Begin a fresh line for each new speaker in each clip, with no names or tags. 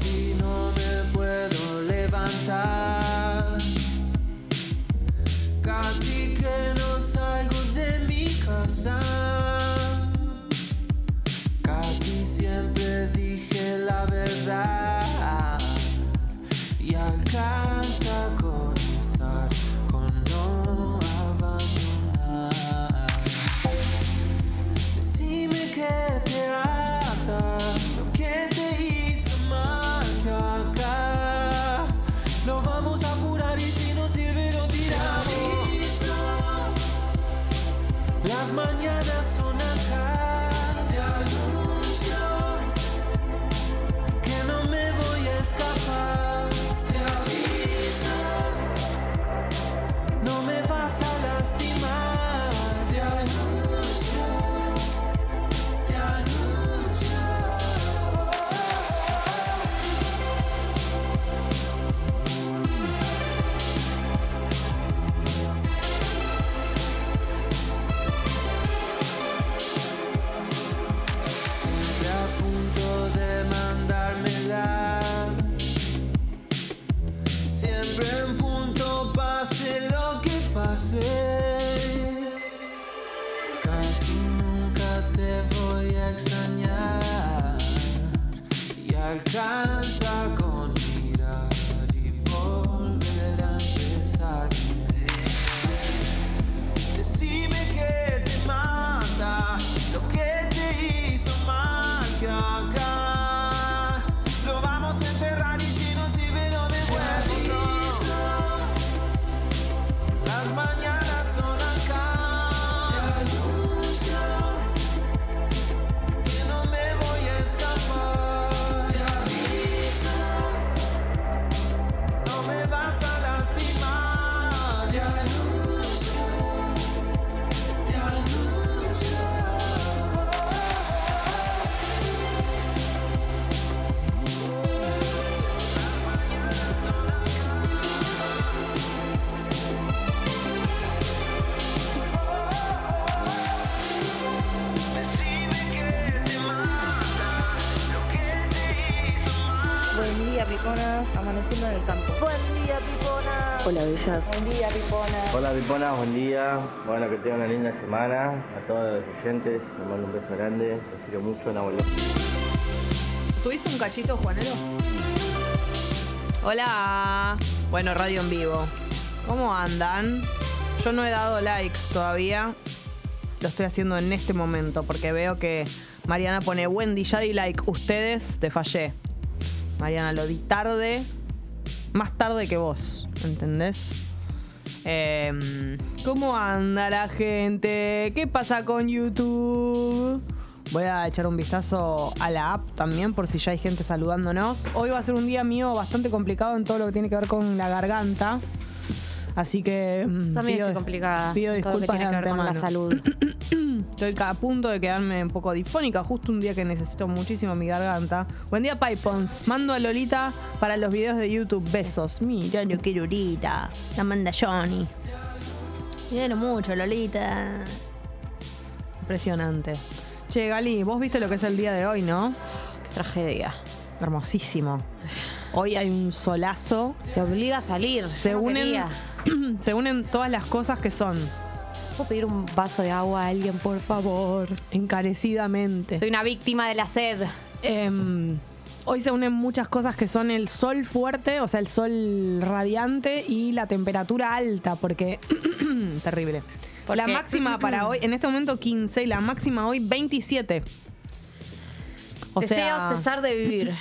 si no me puedo levantar. Casi que no salgo de mi casa. Casi siempre dije la verdad y alcanza con estar, con no abandonar. Decime que te ata, lo que te hizo marcha acá. Lo vamos a apurar y si no sirve lo tiramos. Las mañanas son acá. Te anuncio que no me voy a escapar. Te aviso, no me vas a lastimar. Te anuncio, te anuncio. Siempre a punto de mandármela. Siempre en punto, pase lo que pase. Casi nunca te voy a extrañar. Y alcanza con mirar y volver a empezar. Decime que te mata lo que te hizo mal que acá. Lo vamos a enterrar y si no sirve no me vuelvo. no. Las mañanas son acá. Que no me voy a escapar. Te aviso. No me vas a lastimar. Te anuncio, te anuncio.
Buen día, Pipona. Amaneciendo en el campo. Buen día, Pipona. Hola, Bellas. Buen día, Pipona.
Hola Pipona, buen día. Bueno, que tengan una linda semana. A todos los oyentes, les mando un beso grande. Los quiero mucho, Nahuel.
¿Subís un cachito, Juanelo? Hola. Bueno, radio en vivo. ¿Cómo andan? Yo no he dado like todavía. Lo estoy haciendo en este momento porque veo que Mariana pone Wendy, ya di like. Ustedes, te fallé. Mariana, lo di tarde. Más tarde que vos, ¿entendés? Em, ¿Cómo anda la gente? ¿Qué pasa con YouTube? Voy a echar un vistazo a la app también por si ya hay gente saludándonos. Hoy va a ser un día mío bastante complicado en todo lo que tiene que ver con la garganta. Así que... mm,
También
pido-
estoy complicada.
Pido
con todo lo que
disculpas de
tiene que ver con la
antemano.
salud.
Estoy a punto de quedarme un poco difónica, justo un día que necesito muchísimo mi garganta. Buen día, Pipons. Mando a Lolita para los videos de YouTube. Besos. Mira lo que Lolita. La manda Johnny.
Quiero mucho, Lolita.
Impresionante. Che, Gali, vos viste lo que es el día de hoy, ¿no?
Qué tragedia.
Hermosísimo. Hoy hay un solazo.
Te obliga a salir. yo
Se
no
unen,
quería.
se unen todas las cosas que son.
¿Puedo pedir un vaso de agua a alguien, por favor?
Encarecidamente.
Soy una víctima de la sed.
Em, hoy se unen muchas cosas que son el sol fuerte, o sea, el sol radiante y la temperatura alta, porque terrible.
¿Por
la
qué?
máxima para hoy, en este momento 15 y la máxima hoy 27. O
Deseo
sea,
cesar de vivir.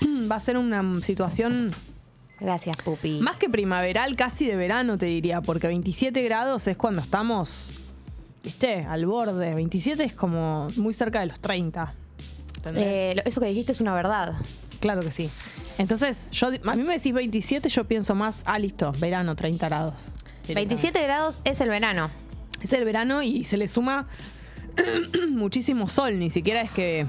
va a ser una situación
Gracias, Pupi.
más que primaveral, casi de verano, te diría, porque 27 grados es cuando estamos, viste, al borde. 27 es como muy cerca de los 30. ¿entendés?
Eh, lo- eso que dijiste es una verdad.
Claro que sí. Entonces, yo a mí me decís 27, yo pienso más, ah, listo, verano, 30 grados.
27 grados es el verano.
Es el verano y se le suma muchísimo sol, ni siquiera es que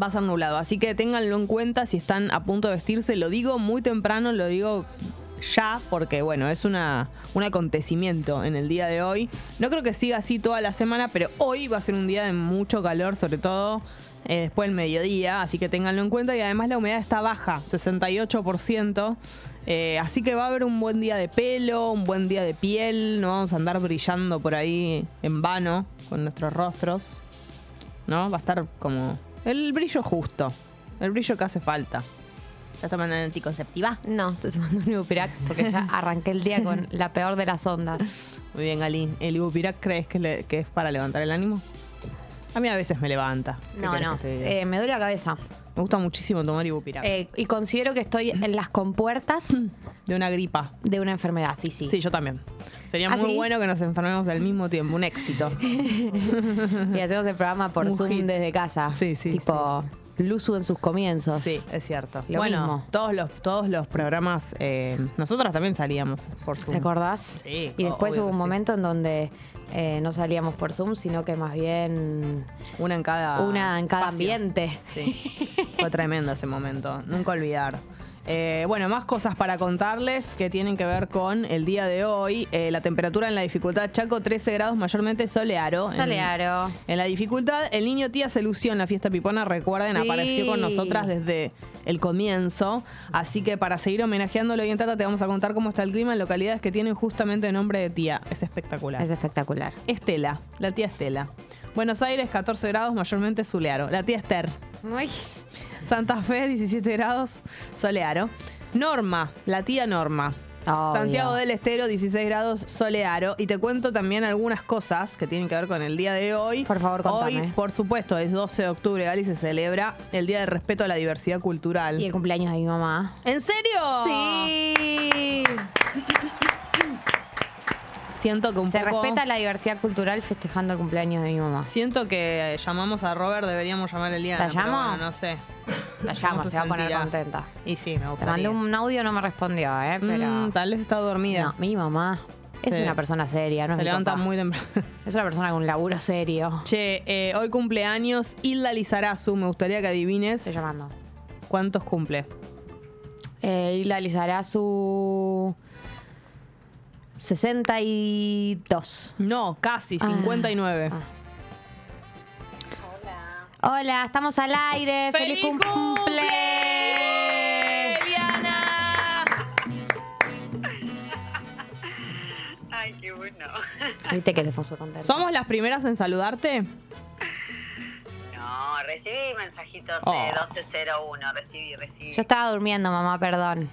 va a ser nublado. Así que ténganlo en cuenta si están a punto de vestirse. Lo digo muy temprano, lo digo ya, porque bueno, es una, un acontecimiento en el día de hoy. No creo que siga así toda la semana, pero hoy va a ser un día de mucho calor, sobre todo eh, después del mediodía, así que ténganlo en cuenta. Y además la humedad está baja, 68%. eh, así que va a haber un buen día de pelo, un buen día de piel. No vamos a andar brillando por ahí en vano con nuestros rostros. ¿No? Va a estar como el brillo justo, el brillo que hace falta. ¿Estás tomando anticonceptiva?
No, estoy tomando un Ibupirac porque ya arranqué el día con la peor de las ondas.
Muy bien, Galín. ¿El Ibupirac crees que, le- que es para levantar el ánimo? A mí a veces me levanta. ¿Qué
No,
querés
no.
que te diga?
eh, me duele la cabeza.
me gusta muchísimo tomar Ibupirac.
Eh, y considero que estoy en las compuertas
de una gripa.
de una enfermedad. Sí, sí.
Sí, yo también. Sería
¿Ah,
muy
sí?
bueno que nos enfermemos al mismo tiempo. Un éxito.
Y hacemos el programa por
Un
Zoom
hit.
desde casa.
Sí, sí,
Tipo, Luzu en sus comienzos.
Sí, es cierto.
Lo
bueno,
mismo.
todos los todos los programas, eh, nosotras también salíamos por Zoom.
¿Te acordás?
Sí,
Y
o-
después
obvio
hubo
que
un
sí.
momento en donde eh, no salíamos por Zoom, sino que más bien
Una en cada
una en cada
espacio.
ambiente.
Sí. Fue tremendo ese momento, nunca olvidar. Eh, bueno, más cosas para contarles que tienen que ver con el día de hoy. Eh, la temperatura en la dificultad Chaco, 13 grados, mayormente solearo. En-
Solearo.
En, la dificultad, el niño tía se lució en la fiesta pipona, recuerden,
Sí.
apareció con nosotras desde el comienzo. Así que para seguir homenajeándolo hoy en Tata, te vamos a contar cómo está el clima en localidades que tienen justamente nombre de tía. Es espectacular.
Es espectacular.
Estela, la tía Estela. Buenos Aires, 14 grados, mayormente solearo. La tía Esther.
Muy.
Santa Fe, 17 grados, solearo. Norma, la tía Norma.
Obvio.
Santiago del Estero, 16 grados, solearo. Y te cuento también algunas cosas que tienen que ver con el día de hoy.
Por favor, contame.
Hoy, por supuesto, es 12 de octubre, Gali, se celebra el Día de Respeto a la Diversidad Cultural.
Y el cumpleaños de mi mamá.
¿En serio?
Sí.
Siento que un
Se
poco...
respeta la diversidad cultural festejando el cumpleaños de mi mamá.
Siento que llamamos a Robert, deberíamos llamar el día
¿La
pero
llamo?
bueno, no sé.
La llamo,
se
se va a poner
sentirá?
contenta.
Y sí, me
Le
gustaría.
mandé un audio, no me respondió, ¿eh? Pero.
Mm, tal vez está dormida.
no, mi mamá es
Sí.
una persona seria, ¿no? es
se
mi
levanta
papá.
muy temprano.
Es una persona con un laburo serio.
Che, eh, hoy cumpleaños Hilda Lizarazu. Me gustaría que
Estoy
adivines
llamando.
cuántos cumple.
Eh, Hilda Lizarazu. 62.
No, casi, 59.
Ah. Hola, estamos al aire. ¡Feliz, cumple!
Eliana!
Ay, qué bueno.
Viste que se puso contenta.
¿Somos las primeras en saludarte?
No, recibí mensajitos
Oh.
eh, 1201, recibí, recibí.
Yo estaba durmiendo, mamá, perdón.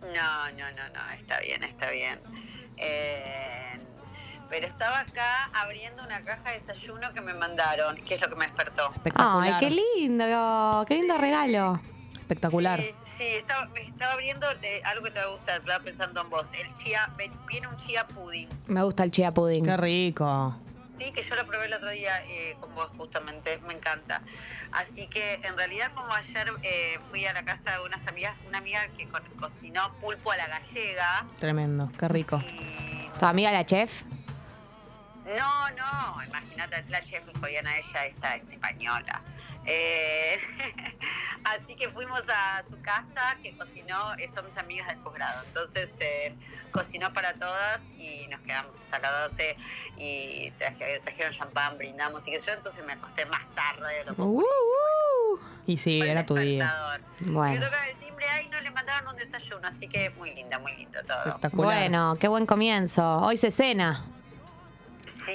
No, no, no, no, está bien, está bien. Eh, pero estaba acá abriendo una caja de desayuno que me mandaron, que es lo que me despertó.
Ay,
Espectacular.
qué lindo, qué lindo regalo.
Espectacular.
Sí, sí, estaba, me estaba abriendo eh, algo que te va a gustar, estaba pensando en vos. El chia, ven- viene un chia pudding,
Me gusta el chia pudding.
Qué rico.
sí, que yo lo probé el otro día eh, con vos justamente, me encanta. Así que en realidad como ayer eh, fui a la casa de unas amigas, una amiga que co- cocinó pulpo a la gallega
Tremendo, qué rico.
y
¿Tu amiga la chef?
No, no, imagínate, la chef coreana ella esta es española. Eh, así que fuimos a su casa que cocinó, eh, son mis amigas del posgrado, entonces eh, cocinó para todas y nos quedamos hasta las 12 y traje- trajeron champán, brindamos y que yo entonces me acosté más tarde de lo que
Uh, uh.
Y sí,
fue el
era tu día.
despertador. Me
Bueno.
toca el timbre ahí, no le mandaron un desayuno, así que muy linda, muy lindo todo.
Espectacular.
Bueno, qué buen comienzo. Hoy se cena.
Sí,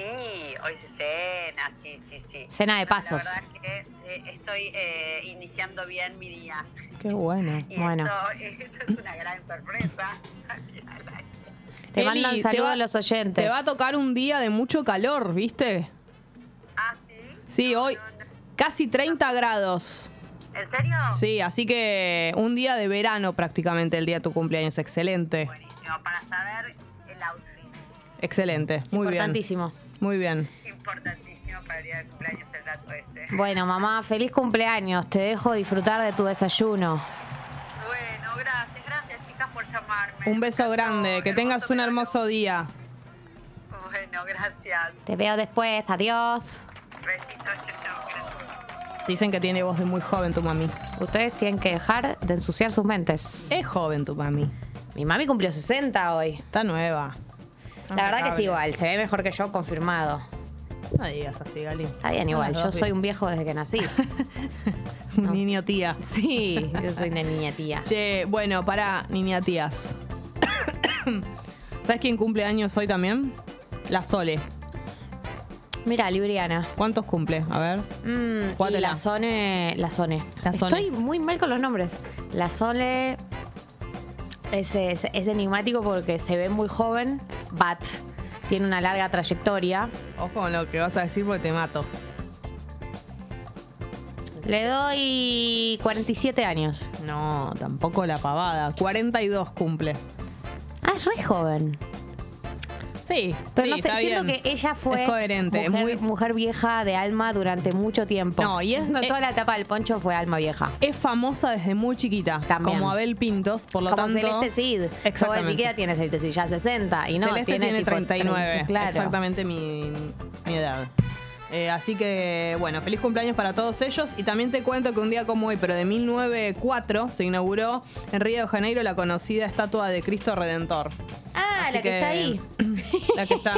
hoy se cena, sí, sí, sí.
Cena de
No,
pasos.
La verdad que eh, estoy eh, iniciando bien mi día.
Qué bueno.
Y
Bueno.
esto, esto es una gran sorpresa. salir al aire.
Te
Eli,
mandan
te
saludos
va-
a los oyentes.
Te va a tocar un día de mucho calor, ¿viste?
Ah, sí.
Sí,
No,
hoy
no, no.
casi 30 grados.
¿En serio?
Sí, así que un día de verano prácticamente el día de tu cumpleaños. Excelente,
Buenísimo, para saber el outfit.
excelente. Muy bien.
Importantísimo.
Muy bien.
Importantísimo para el día del cumpleaños el dato ese.
Bueno, mamá, feliz cumpleaños. Te dejo disfrutar de tu desayuno.
Bueno, gracias, gracias chicas por llamarme.
Un beso
Me encantó,
grande, que tengas un hermoso día.
regalo. Bueno, gracias.
Te veo después. Adiós.
Besitos, chao, chao, gracias.
Dicen que tiene voz de muy joven tu mami.
Ustedes tienen que dejar de ensuciar sus mentes.
Es joven tu mami.
Mi mami cumplió 60 hoy.
Está nueva.
La verdad que
Impecable.
es igual. Se ve mejor que yo, confirmado.
No digas así, Gali.
Está bien,
No
igual.
las
Yo
dos
soy
bien.
un viejo desde que nací.
Un
no.
niño tía.
Sí, yo soy una niña tía.
Che, bueno, para niña tías. ¿Sabes quién cumple años hoy también? La Sole.
Mira, Libriana.
¿Cuántos cumple? A ver.
Mm, y
Jugátela.
la Sone, la Sone.
La Sone.
Estoy muy mal con los nombres. La Sole es, es- es enigmático porque se ve muy joven, but tiene una larga trayectoria.
Ojo con lo que vas a decir porque te mato.
Le doy 47 años.
No, tampoco la pavada. 42 cumple.
Ah, es re joven.
Sí.
Pero
sí,
no sé,
está
siento
bien.
que ella fue
Es coherente. es
mujer,
muy,
mujer vieja de alma durante mucho tiempo.
No, y es- eh,
toda la etapa del poncho fue alma vieja.
es famosa desde muy chiquita.
También.
Como Abel Pintos, por lo
Como
tanto.
Celeste Cid. Como
Exactamente.
ni siquiera tiene Celeste Cid, ya 60. Y no,
Celeste tiene,
tiene, tipo
39.
30, claro.
Exactamente mi, mi edad. Eh, así que, bueno, feliz cumpleaños para todos ellos. Y también te cuento que un día como hoy, pero de 1904, se inauguró en Río de Janeiro la conocida estatua de Cristo Redentor.
Ah,
Así
la que, está ahí.
La que está.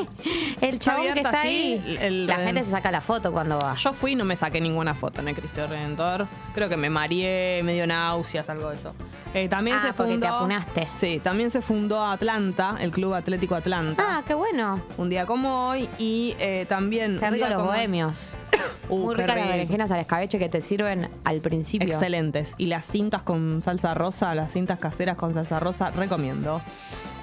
El chabón que
abierta
está
así,
ahí.
el-
la gente se saca la foto cuando va.
Ah, Yo fui y no me saqué ninguna foto en el Cristo Redentor. Creo que me mareé, me dio náuseas, algo de eso. Eh, también
Ah,
se fundó,
porque te apunaste.
Sí, también se fundó Atlanta, el Club Atlético Atlanta.
Ah, qué bueno.
un día como hoy y eh, también
Qué
un
rico
día
los
como-
bohemios.
Uh,
Muy
qué
ricas las
rico.
berenjenas al escabeche que te sirven al principio.
excelentes y las cintas con salsa rosa las cintas caseras con salsa rosa recomiendo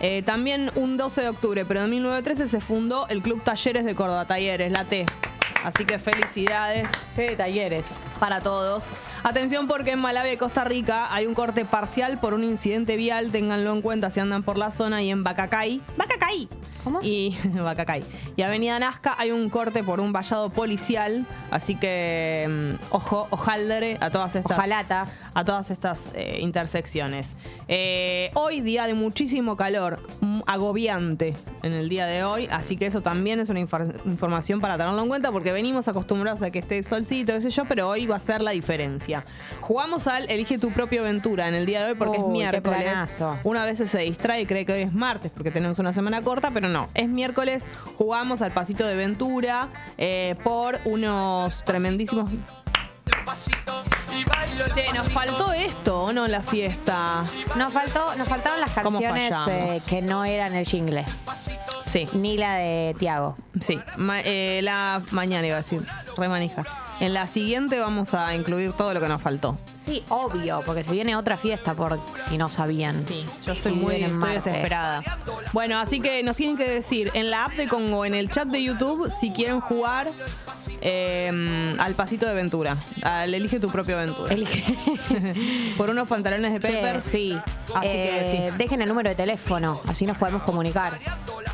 Eh, también un 12 de octubre pero en 1913 se fundó el club Talleres de Córdoba Talleres la T así que felicidades
Qué de talleres.
para todos. Atención porque en Malavia y Costa Rica hay un corte parcial por un incidente vial, ténganlo en cuenta si andan por la zona y en Bacacay. Bacacay.
¿Cómo?
Y Bacacay. Y Avenida Nazca hay un corte por un vallado policial, así que mm, ojo, ojaldre a todas estas
Ojalata.
a todas estas eh, intersecciones. Eh, hoy día de muchísimo calor, mm, agobiante en el día de hoy, así que eso también es una infor- información para tenerlo en cuenta porque venimos acostumbrados a que esté solcito, qué sé yo, pero hoy va a ser la diferencia. Jugamos al Elige tu propia aventura en el día de hoy porque es
Uy, qué
miércoles.
planazo.
Una vez se distrae y cree que hoy es martes porque tenemos una semana corta, pero no, es miércoles, jugamos al pasito de Ventura eh, por unos tremendísimos Che, nos faltó esto, ¿o no? en La fiesta.
Nos, faltó, nos faltaron las
¿Cómo
canciones eh,
fallamos?
que no eran el jingle,
Sí,
ni la de Tiago.
sí. Ma- eh, la mañana iba a decir, remanija. En la siguiente vamos a incluir todo lo que nos faltó.
Sí, obvio, porque se viene otra fiesta, por si no sabían.
yo estoy
Si
muy
vienen
estoy
martes.
desesperada. Bueno, así que nos tienen que decir en la app de Congo, en el chat de YouTube, si quieren jugar eh, al pasito de aventura, al elige tu propia aventura.
El-
Por unos pantalones de
Che,
Pepper.
sí.
Así
Eh,
que sí.
Dejen el número de teléfono, así nos podemos comunicar.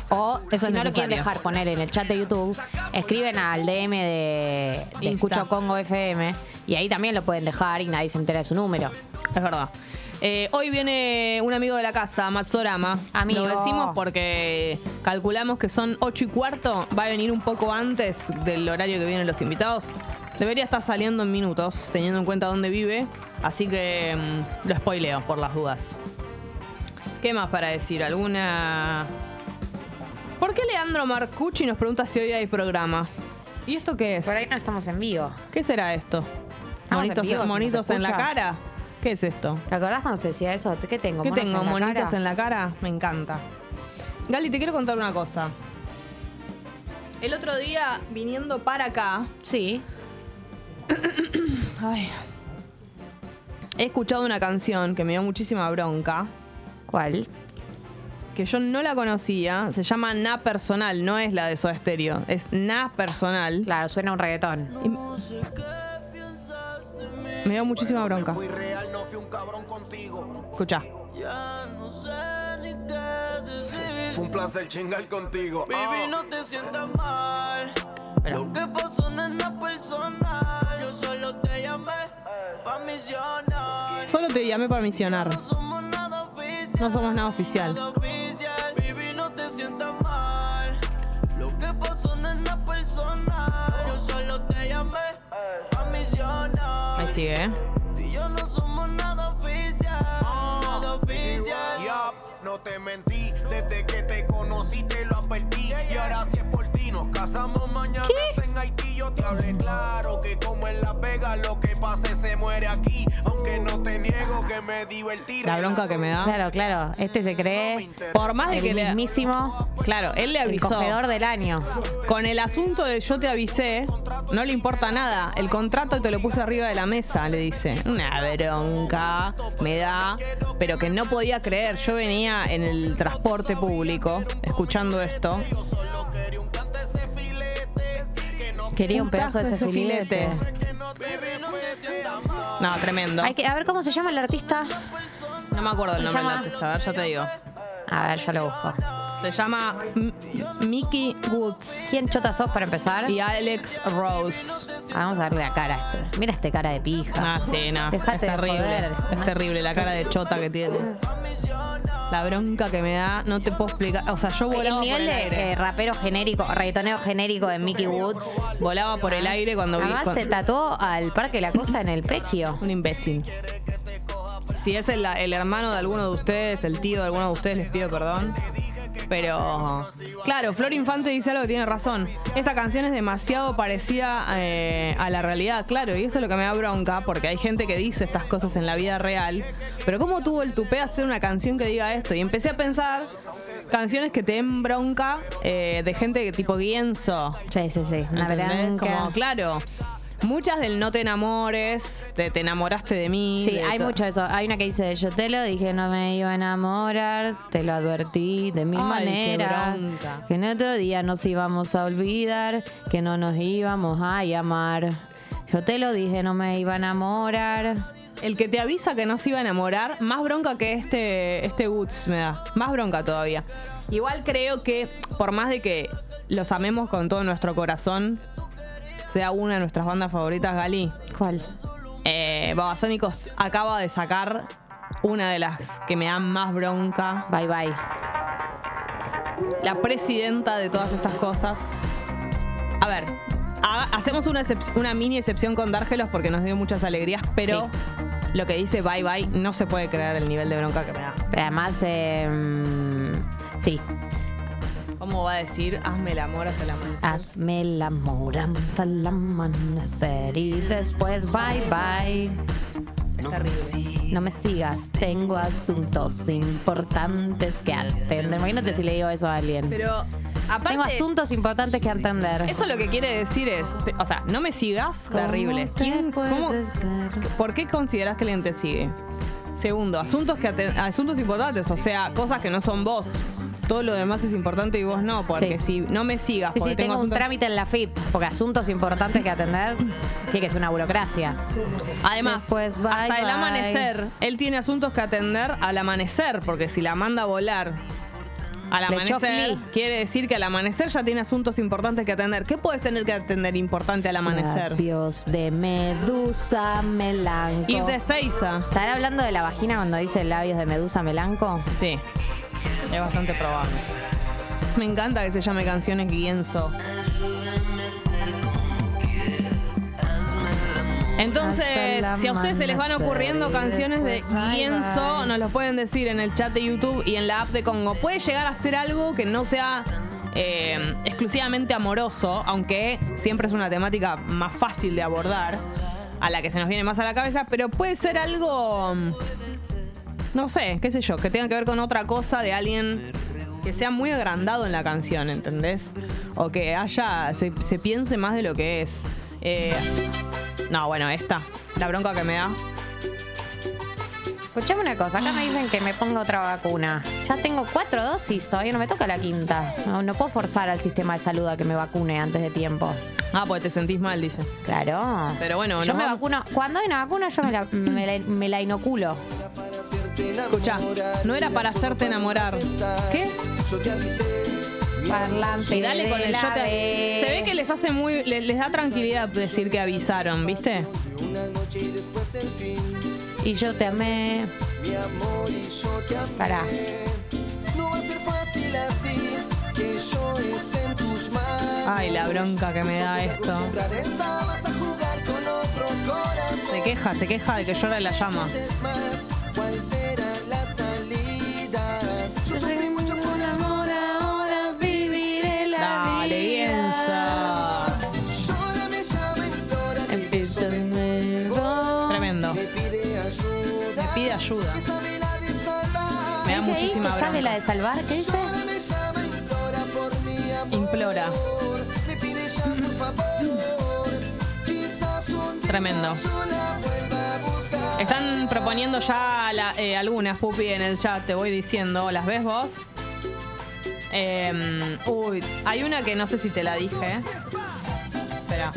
O
es
si no lo
necesario.
quieren dejar, poner en el chat de YouTube, escriben al DM de, de
Insta.
Escucho Congo FM y ahí también lo pueden dejar y nadie se entera de su número.
Es verdad. Eh, hoy viene un amigo de la casa, Matsorama.
Amigo.
Lo decimos porque calculamos que son 8 y cuarto. Va a venir un poco antes del horario que vienen los invitados. Debería estar saliendo en minutos, teniendo en cuenta dónde vive. Así que mm, lo spoileo por las dudas. ¿Qué más para decir? ¿Alguna.? ¿Por qué Leandro Marcucci nos pregunta si hoy hay programa? ¿Y esto qué es?
Por ahí no estamos en vivo.
¿Qué será esto?
en
¿Monitos,
vivo, si nos
monitos en la
escucha.
cara? ¿Qué es esto?
¿Te acordás cuando se decía eso? ¿Qué tengo?
¿Qué
¿Monos
tengo?
en la
¿Monitos
cara?
en la cara? Me encanta. Gali, te quiero contar una cosa. El otro día, viniendo para acá,
Sí.
ay, he escuchado una canción que me dio muchísima bronca,
¿Cuál?
que yo no la conocía. Se llama Na Personal, no es la de Soda Stereo, es Na Personal.
Claro, suena un reggaetón.
Me dio muchísima bronca.
Fui real, no fui un cabrón contigo.
Escucha.
Ya no sé ni qué decir. Fue un placer chingar contigo. Ah. Baby, no te sientas mal. Lo que pasó no es nada personal. Yo solo te llamé pa' misionar.
Solo te llamé para misionar.
No somos nada oficial.
No somos nada oficial.
nada oficial. Baby, no te sientas mal. Lo que pasó no es nada personal. Yo solo te llamé pa' misionar.
Ahí sigue, ¿eh?
Tú y yo no somos nada oficial. Nada oficial.
Yup, no te mentí, desde que te conocí te lo advertí. Y ahora si es por ti, nos casamos mañana. Tengo en Haití yo te hablé claro que como en La Vega lo que pase se muere aquí, aunque no te niego que me divertí.
La bronca que me da.
Claro, claro. Este se cree
Por más de que
el
le.
mismísimo,
Claro, él le
el
avisó.
cogedor del año.
Con el asunto de yo te avisé, no le importa nada. El contrato te lo puse arriba de la mesa, le dice. Una bronca, me da. Pero que no podía creer. Yo venía en el transporte público escuchando esto.
Quería un pedazo de ese filete.
No, tremendo.
Hay que, a ver cómo se llama el artista.
No me acuerdo el
Se
nombre del
llama-
artista, a ver, ya te digo.
A ver, ya lo busco.
Se llama M- Mickey Woods
¿Quién chota sos para empezar?
y Alex Rose.
Ah, vamos a verle la cara. a este. Mira este cara de pija.
Ah, sí, no.
Dejate
Es
de
terrible.
joder.
Es terrible la cara de chota que tiene. La bronca que me da, no te puedo explicar. O sea, yo volaba
El
por
nivel
el
de eh,
aire.
rapero genérico, reggaetonero genérico de Mickey Woods.
Volaba por el aire cuando vi.
Ah. Además
con-
se tatuó al Parque de la Costa en el pecho.
Un imbécil. Si es el, el hermano de alguno de ustedes, el tío de alguno de ustedes, les pido perdón. Pero, claro, Flor Infante dice algo que tiene razón. Esta canción es demasiado parecida eh, a la realidad, claro, y eso es lo que me da bronca, porque hay gente que dice estas cosas en la vida real. Pero ¿cómo tuvo el tupé hacer una canción que diga esto? Y empecé a pensar canciones que te den bronca eh, de gente que tipo Guienzo,
Sí, sí, sí. Una
¿Entendés?
bronca.
Como, claro. Muchas del no te enamores, de te enamoraste de mí.
Sí,
de
hay
to-
mucho de eso. Hay una que dice, yo te lo dije, no me iba a enamorar, te lo advertí de mil
Ay, qué
maneras.
bronca.
Que en otro día nos íbamos a olvidar, que no nos íbamos a llamar. Yo te lo dije, no me iba a enamorar.
El que te avisa que no se iba a enamorar, más bronca que este, este Woods me da. Más bronca todavía. Igual creo que, por más de que los amemos con todo nuestro corazón, sea una de nuestras bandas favoritas, Gali,
¿Cuál?
eh, Babasónicos acaba de sacar una de las que me dan más bronca.
Bye bye.
la presidenta de todas estas cosas. A ver, ha- hacemos una, excep- una mini excepción con Dárgelos porque nos dio muchas alegrías, pero lo que dice Bye Bye no se puede creer el nivel de bronca que me da.
Pero además, eh, mm, sí,
¿Cómo va a decir hazme el amor hasta la
Ah,
muerte?
hazme el amor hasta el amanecer y después bye bye.
Es terrible.
No me sigas, tengo asuntos importantes que atender. Imagínate si le digo eso a alguien.
Pero aparte.
tengo asuntos importantes que atender.
Eso lo que quiere decir es, pe- o sea, no me sigas,
¿Cómo
terrible.
se
¿Quién,
puede
cómo-
ser?
¿Por qué consideras que alguien te sigue? Segundo, asuntos, que aten- asuntos importantes, o sea, cosas que no son vos. Todo lo demás es importante y vos no, porque si
Sí.
no me sigas,
Sí,
porque
sí, tengo un
asuntos-
trámite en la FIP, porque asuntos importantes que atender tiene que ser una burocracia.
Además,
Después, bye,
hasta el
bye.
amanecer, él tiene asuntos que atender al amanecer, porque si la manda a volar al
Le echó
amanecer,
fli.
quiere decir que al amanecer ya tiene asuntos importantes que atender. ¿Qué puedes tener que atender importante al amanecer?
Labios de medusa melanco.
Ir de Seiza.
¿Estará hablando de la vagina cuando dice labios de medusa melanco?
Sí, es bastante probable. Me encanta que se llame Canciones Guienzo. Entonces,
Hasta el
si a ustedes se les van
amanecer
ocurriendo
y
canciones de
después bye,
Guienzo,
bye.
nos los pueden decir en el chat de YouTube y en la app de Congo. Puede llegar a ser algo que no sea eh, exclusivamente amoroso, aunque siempre es una temática más fácil de abordar, a la que se nos viene más a la cabeza, pero puede ser algo mm, no sé, qué sé yo, que tenga que ver con otra cosa de alguien que sea muy agrandado en la canción, ¿entendés? O que haya, se, se piense más de lo que es. Eh, no, bueno, esta, la bronca que me da.
Escuchame una cosa, acá me dicen que me ponga otra vacuna. Ya tengo cuatro dosis, todavía no me toca la quinta. No, no puedo forzar al sistema de salud a que me vacune antes de tiempo.
Ah, porque te sentís mal, dice.
Claro.
Pero bueno,
yo
nos
me
vamos-
vacuno. Cuando hay una vacuna, yo me la, me la- me la inoculo.
Escucha, no era para hacerte enamorar. ¿Qué?
Parlante.
Y dale con
de
el
la
yo te-
B.
Se ve que les hace muy. le- Les, da tranquilidad decir que avisaron, ¿viste?
Y yo te amé. Pará.
Ay, la bronca que me da esto. Se queja, se queja de que llora en la llama.
Ahora viviré la
Dale,
vida.
Guienzo. pide ayuda. Me da
Dice ahí
muchísima
que sale la
bronca.
de salvar? ¿Qué dice?
Implora. Tremendo. Están proponiendo ya la- eh, algunas, Pupi, en el chat, te voy diciendo. ¿Las ves vos? Eh, uy, hay una que no sé si te la dije. Espera.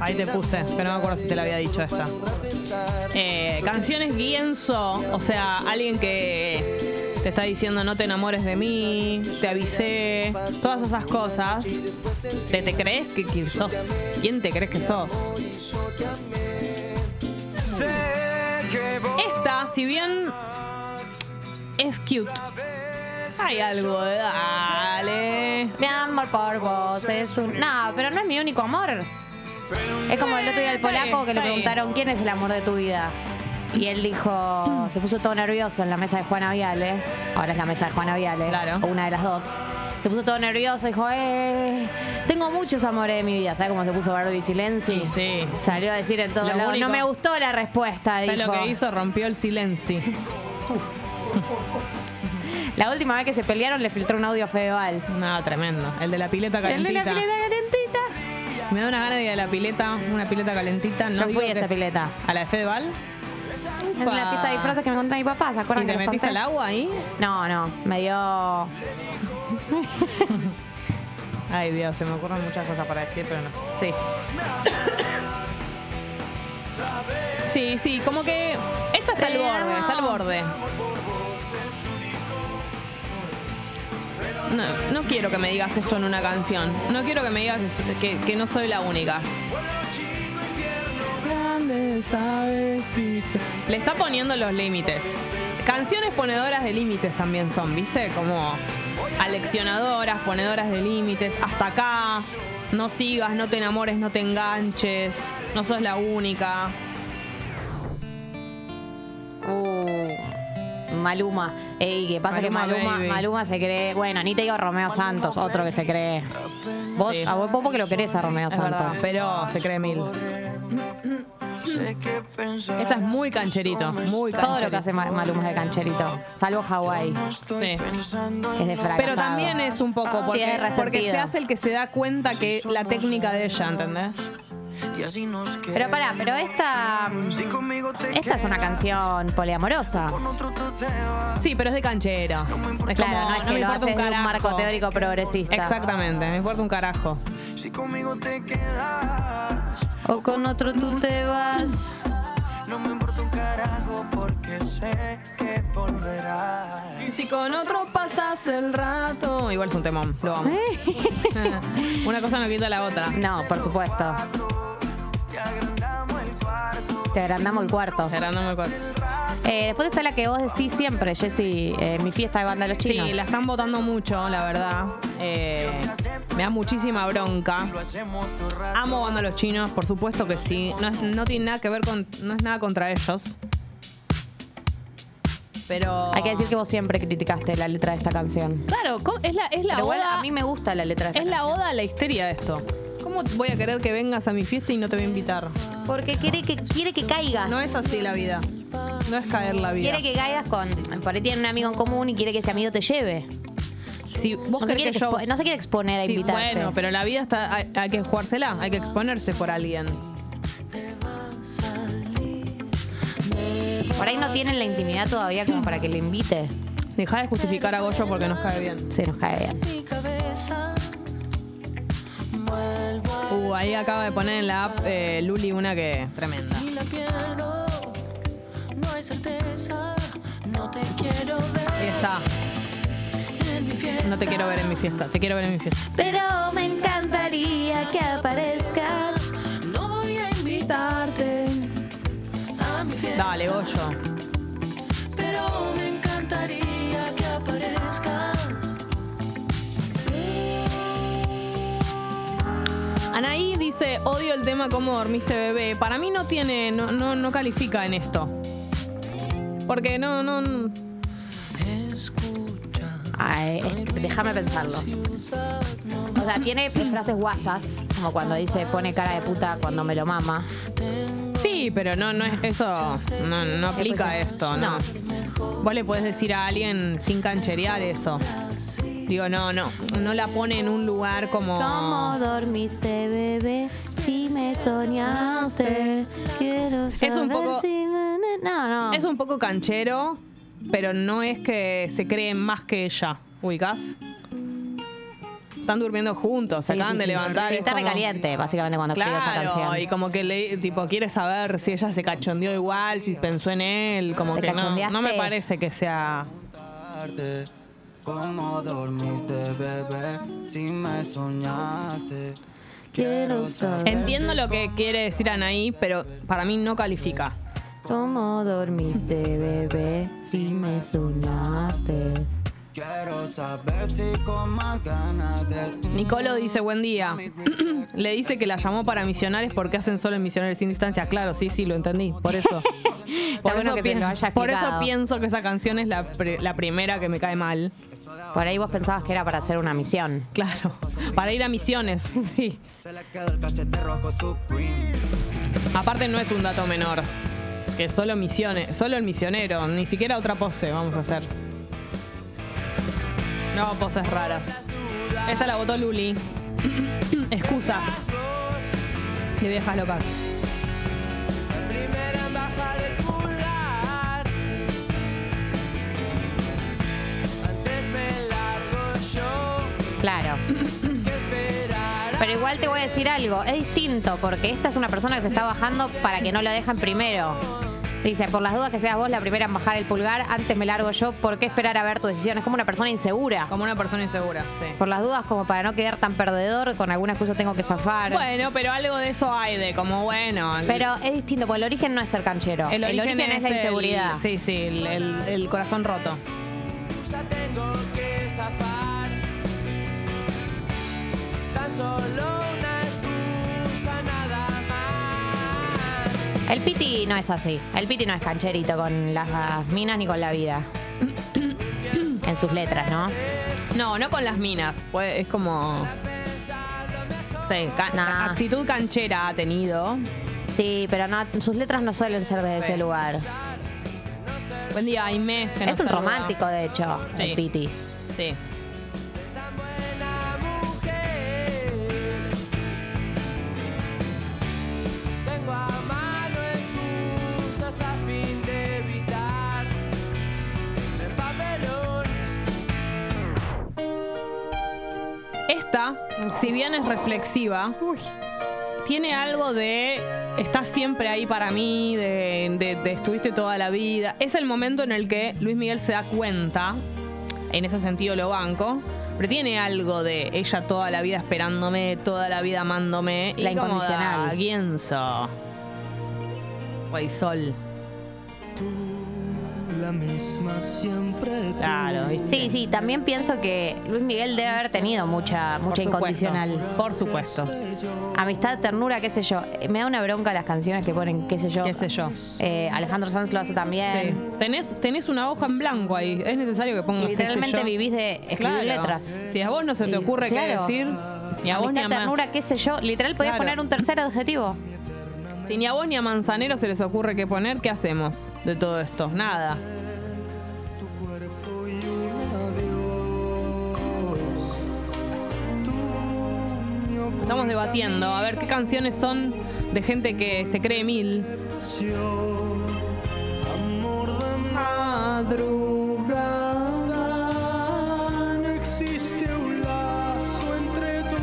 Ahí te puse, pero no me acuerdo si te la había dicho esta. Eh, canciones guienzo, o sea, alguien que te está diciendo no te enamores de mí, te avisé, todas esas cosas. ¿Te, te crees que quién sos? ¿Quién te crees que sos? Esta, si bien es cute, hay algo de dale.
Mi amor por vos es un. No, pero no es mi único amor. Es como el otro día al
Está bien,
polaco que le
está bien.
preguntaron quién es el amor de tu vida. Y él dijo, se puso todo nervioso en la mesa de Juana Viale. Ahora es la mesa de Juana Viale.
Claro.
o Una de las dos. Se puso todo nervioso, dijo, eh, tengo muchos amores de mi vida. ¿Sabes cómo se puso Barbie Silenzi?
Sí, sí.
Salió a decir en todos
Lo
lados,
único-
no me gustó la respuesta, dijo.
¿Sabes lo que hizo? Rompió el silencio.
La última vez que se pelearon le filtró un audio a Fedeval.
No, tremendo. El de la pileta
El
calentita.
de la pileta calentita.
Me da una gana de ir a la pileta, una pileta calentita. No
Yo
digo
fui a
que
esa
es-
pileta.
¿A la de Fedeval?
En la fiesta de disfraces que me encontré a mi papá, ¿se acuerdan
¿Y
que
te
les
metiste
conté?
al agua ahí?
No, no, me dio.
Ay, Dios, se me ocurren muchas cosas para decir, pero no.
Sí.
Sí, sí, como que. Esta está al
Te
borde,
amo.
está al borde. No, no quiero que me digas esto en una canción. No quiero que me digas que, que no soy la única. Grande, sabes, sí, sí. Le está poniendo los límites. Canciones ponedoras de límites también son, ¿viste? Como aleccionadoras, ponedoras de límites. Hasta acá. No sigas, no te enamores, no te enganches. No sos la única.
Uh, Maluma. Ey, ¿qué pasa
Maluma,
que Maluma,
baby.
Maluma se cree. Bueno, ni te digo Romeo Santos, otro que se cree. Vos,
Sí.
a vos poco que lo querés a Romeo
Es verdad,
Santos. Ah.
pero se cree mil. Esta es muy cancherito, muy cancherito.
Todo lo que hace Ma- Maluma es de cancherito. Salvo Hawái,
Sí.
que es de fracasado.
Pero también es un poco,
Sí, es
porque,
Ah. resentido.
porque se hace el que se da cuenta que la técnica de ella, ¿entendés?
Pero pará, pero esta. Esta es una canción poliamorosa.
Sí, pero es de canchera. Es
Claro,
como,
no es que
me
lo
importa
hace
un
de un
carajo.
marco teórico progresista.
Exactamente, me importa un carajo.
O con otro tú te vas.
Y si con otro pasas el rato. Igual es un temón, lo amo. Una cosa no quita la otra.
No, por supuesto. Te agrandamos el cuarto.
Gerardo me acuerdo.
Eh, después está la que vos decís siempre, Jessy, eh, mi fiesta de banda de los chinos.
Sí, la están votando mucho, la verdad. Eh, me da muchísima bronca. Amo banda los chinos, por supuesto que sí. No, es- no tiene nada que ver con. No es nada contra ellos. Pero.
Hay que decir que vos siempre criticaste la letra de esta canción.
Claro, ¿cómo- es la, es la
Pero igual
oda.
a mí me gusta la letra de
Es
esta
la oda a la histeria de esto. ¿Cómo voy a querer que vengas a mi fiesta y no te voy a invitar?
canción. Porque quiere que, quiere que caigas.
No es así la vida. No es caer la vida.
Quiere que caigas con. Por ahí tienen un amigo en común y quiere que ese amigo te lleve.
si vos
No se,
querés
quiere
que yo-
expo- no se quiere exponer a
Sí,
invitarte.
bueno, pero la vida está, hay, hay que jugársela, hay que exponerse por alguien.
Por ahí no tienen la intimidad todavía como para que le invite.
Deja de justificar a Goyo porque nos cae bien.
Se nos cae bien.
Uh, ahí acaba de poner en la app eh, Luli una que tremenda. Ahí está. No te quiero ver en mi fiesta, te quiero ver en mi fiesta.
Pero me encantaría que aparezcas.
Dale, Goyo. Anaí dice, odio el tema cómo dormiste bebé. Para mí no tiene, no, no, no califica en esto. Porque no, no, no.
Ay, es- déjame pensarlo. O sea, tiene frases guasas, como cuando dice pone cara de puta cuando me lo mama.
Sí, pero no, no es eso. No, no aplica
pues,
esto, ¿no? Vos le podés decir a alguien sin cancherear eso. Digo, no, no. No la pone en un lugar como. Ah.
¿Cómo dormiste, bebé? Si me soñaste, quiero saber
un poco-
si me... No, no.
Es un poco canchero, pero no es que se creen más que ella. ¿Ubicás? Están durmiendo juntos, se
Sí,
acaban
sí,
de
sí.
levantar.
Sí,
es
Está
como-
recaliente, básicamente, cuando escribe esa
Claro,
canción.
y como que le, tipo quiere saber si ella se cachondeó igual, si pensó en él, como
¿Te
que no, no me
cachondeaste?
parece que sea
preguntarte cómo dormiste, bebé, si me soñaste. Quiero saber.
Entiendo lo que quiere decir Anaí, pero para mí no califica.
¿Cómo dormiste, bebé? Si me soñaste.
Quiero saber si con más ganas de.
Nicolo dice buen día. Le dice que la llamó para misionales porque hacen solo en misionales sin distancia. Claro, sí, sí, lo entendí. Por eso. Por,
bueno que te
pien-
lo haya
por eso
explicado.
pienso que esa canción es la, pre- la primera que me cae mal.
Por ahí vos pensabas que era para hacer una misión.
Claro. Para ir a misiones.
Sí.
Se le quedó el cachete rojo Supreme.
Aparte no es un dato menor. Que solo misiones, solo el misionero, ni siquiera otra pose vamos a hacer. No, poses raras. Esta la votó Luli. Excusas. De viejas locas.
Primera en bajar el pulgar. Antes me largo yo
Claro.
que esperar.
Pero igual te voy a decir algo, es distinto, porque esta es una persona que se está bajando para que no lo dejen primero. Dice, por las dudas que seas vos la primera en bajar el pulgar, antes me largo yo, ¿por qué esperar a ver tu decisión? Es como una persona insegura.
Como una persona insegura, sí.
Por las dudas, como para no quedar tan perdedor, con alguna excusa tengo que zafar.
Bueno, pero algo de eso hay de como bueno.
Pero es distinto, porque el origen no es ser canchero. El origen, es, la
el-
inseguridad.
sí, sí, el, el- el corazón roto.
Ya tengo que zafar. Tan solo una excusa, nada más.
El piti no es así. El piti no es cancherito con las minas ni con la vida. en sus letras, ¿no?
No, no con las minas. Pues, es como. Sí, ca-
Nah.
actitud canchera ha tenido.
Sí, pero no, sus letras no suelen ser de ese lugar.
Buen día, Aime. que nos
Es un
saluda.
romántico, de hecho,
Sí.
el Piti.
Sí.
Tengo a mano excusas a fin de evitar el papelón.
Esta, si bien es reflexiva, tiene algo de. Estás siempre ahí para mí, de, de- de estuviste toda la vida. Es el momento en el que Luis Miguel se da cuenta, en ese sentido lo banco, pero tiene algo de ella toda la vida esperándome, toda la vida amándome.
La
y como
incondicional.
da Guienzo. Guaisol.
La misma siempre.
Claro, ¿viste?
Sí, sí, también pienso que Luis Miguel debe haber tenido mucha,
Por
mucha
supuesto.
incondicional.
Por supuesto.
Amistad, ternura, qué sé yo. Eh, Me da una bronca las canciones que ponen, qué sé yo.
Qué sé yo.
Eh, Alejandro Sanz lo hace
Sí.
también.
Tenés, tenés una hoja en blanco ahí. Es necesario que pongas. qué sé
Literalmente
yo.
vivís de escribir
Claro.
letras.
Si a vos no se te
Y-
ocurre qué
claro.
decir, ni a vos ni a
Amistad,
Ma-
ternura, qué sé yo. Literal, podías
Claro.
poner un tercer adjetivo.
si ni a vos ni a Manzanero se les ocurre qué poner, ¿qué hacemos de todo esto? Nada.
Tu cuerpo y un adiós. Tú, mi
Estamos debatiendo a ver qué canciones son de gente que se cree mil.
ocupación. Amor de madrugada. No existe un lazo entre tú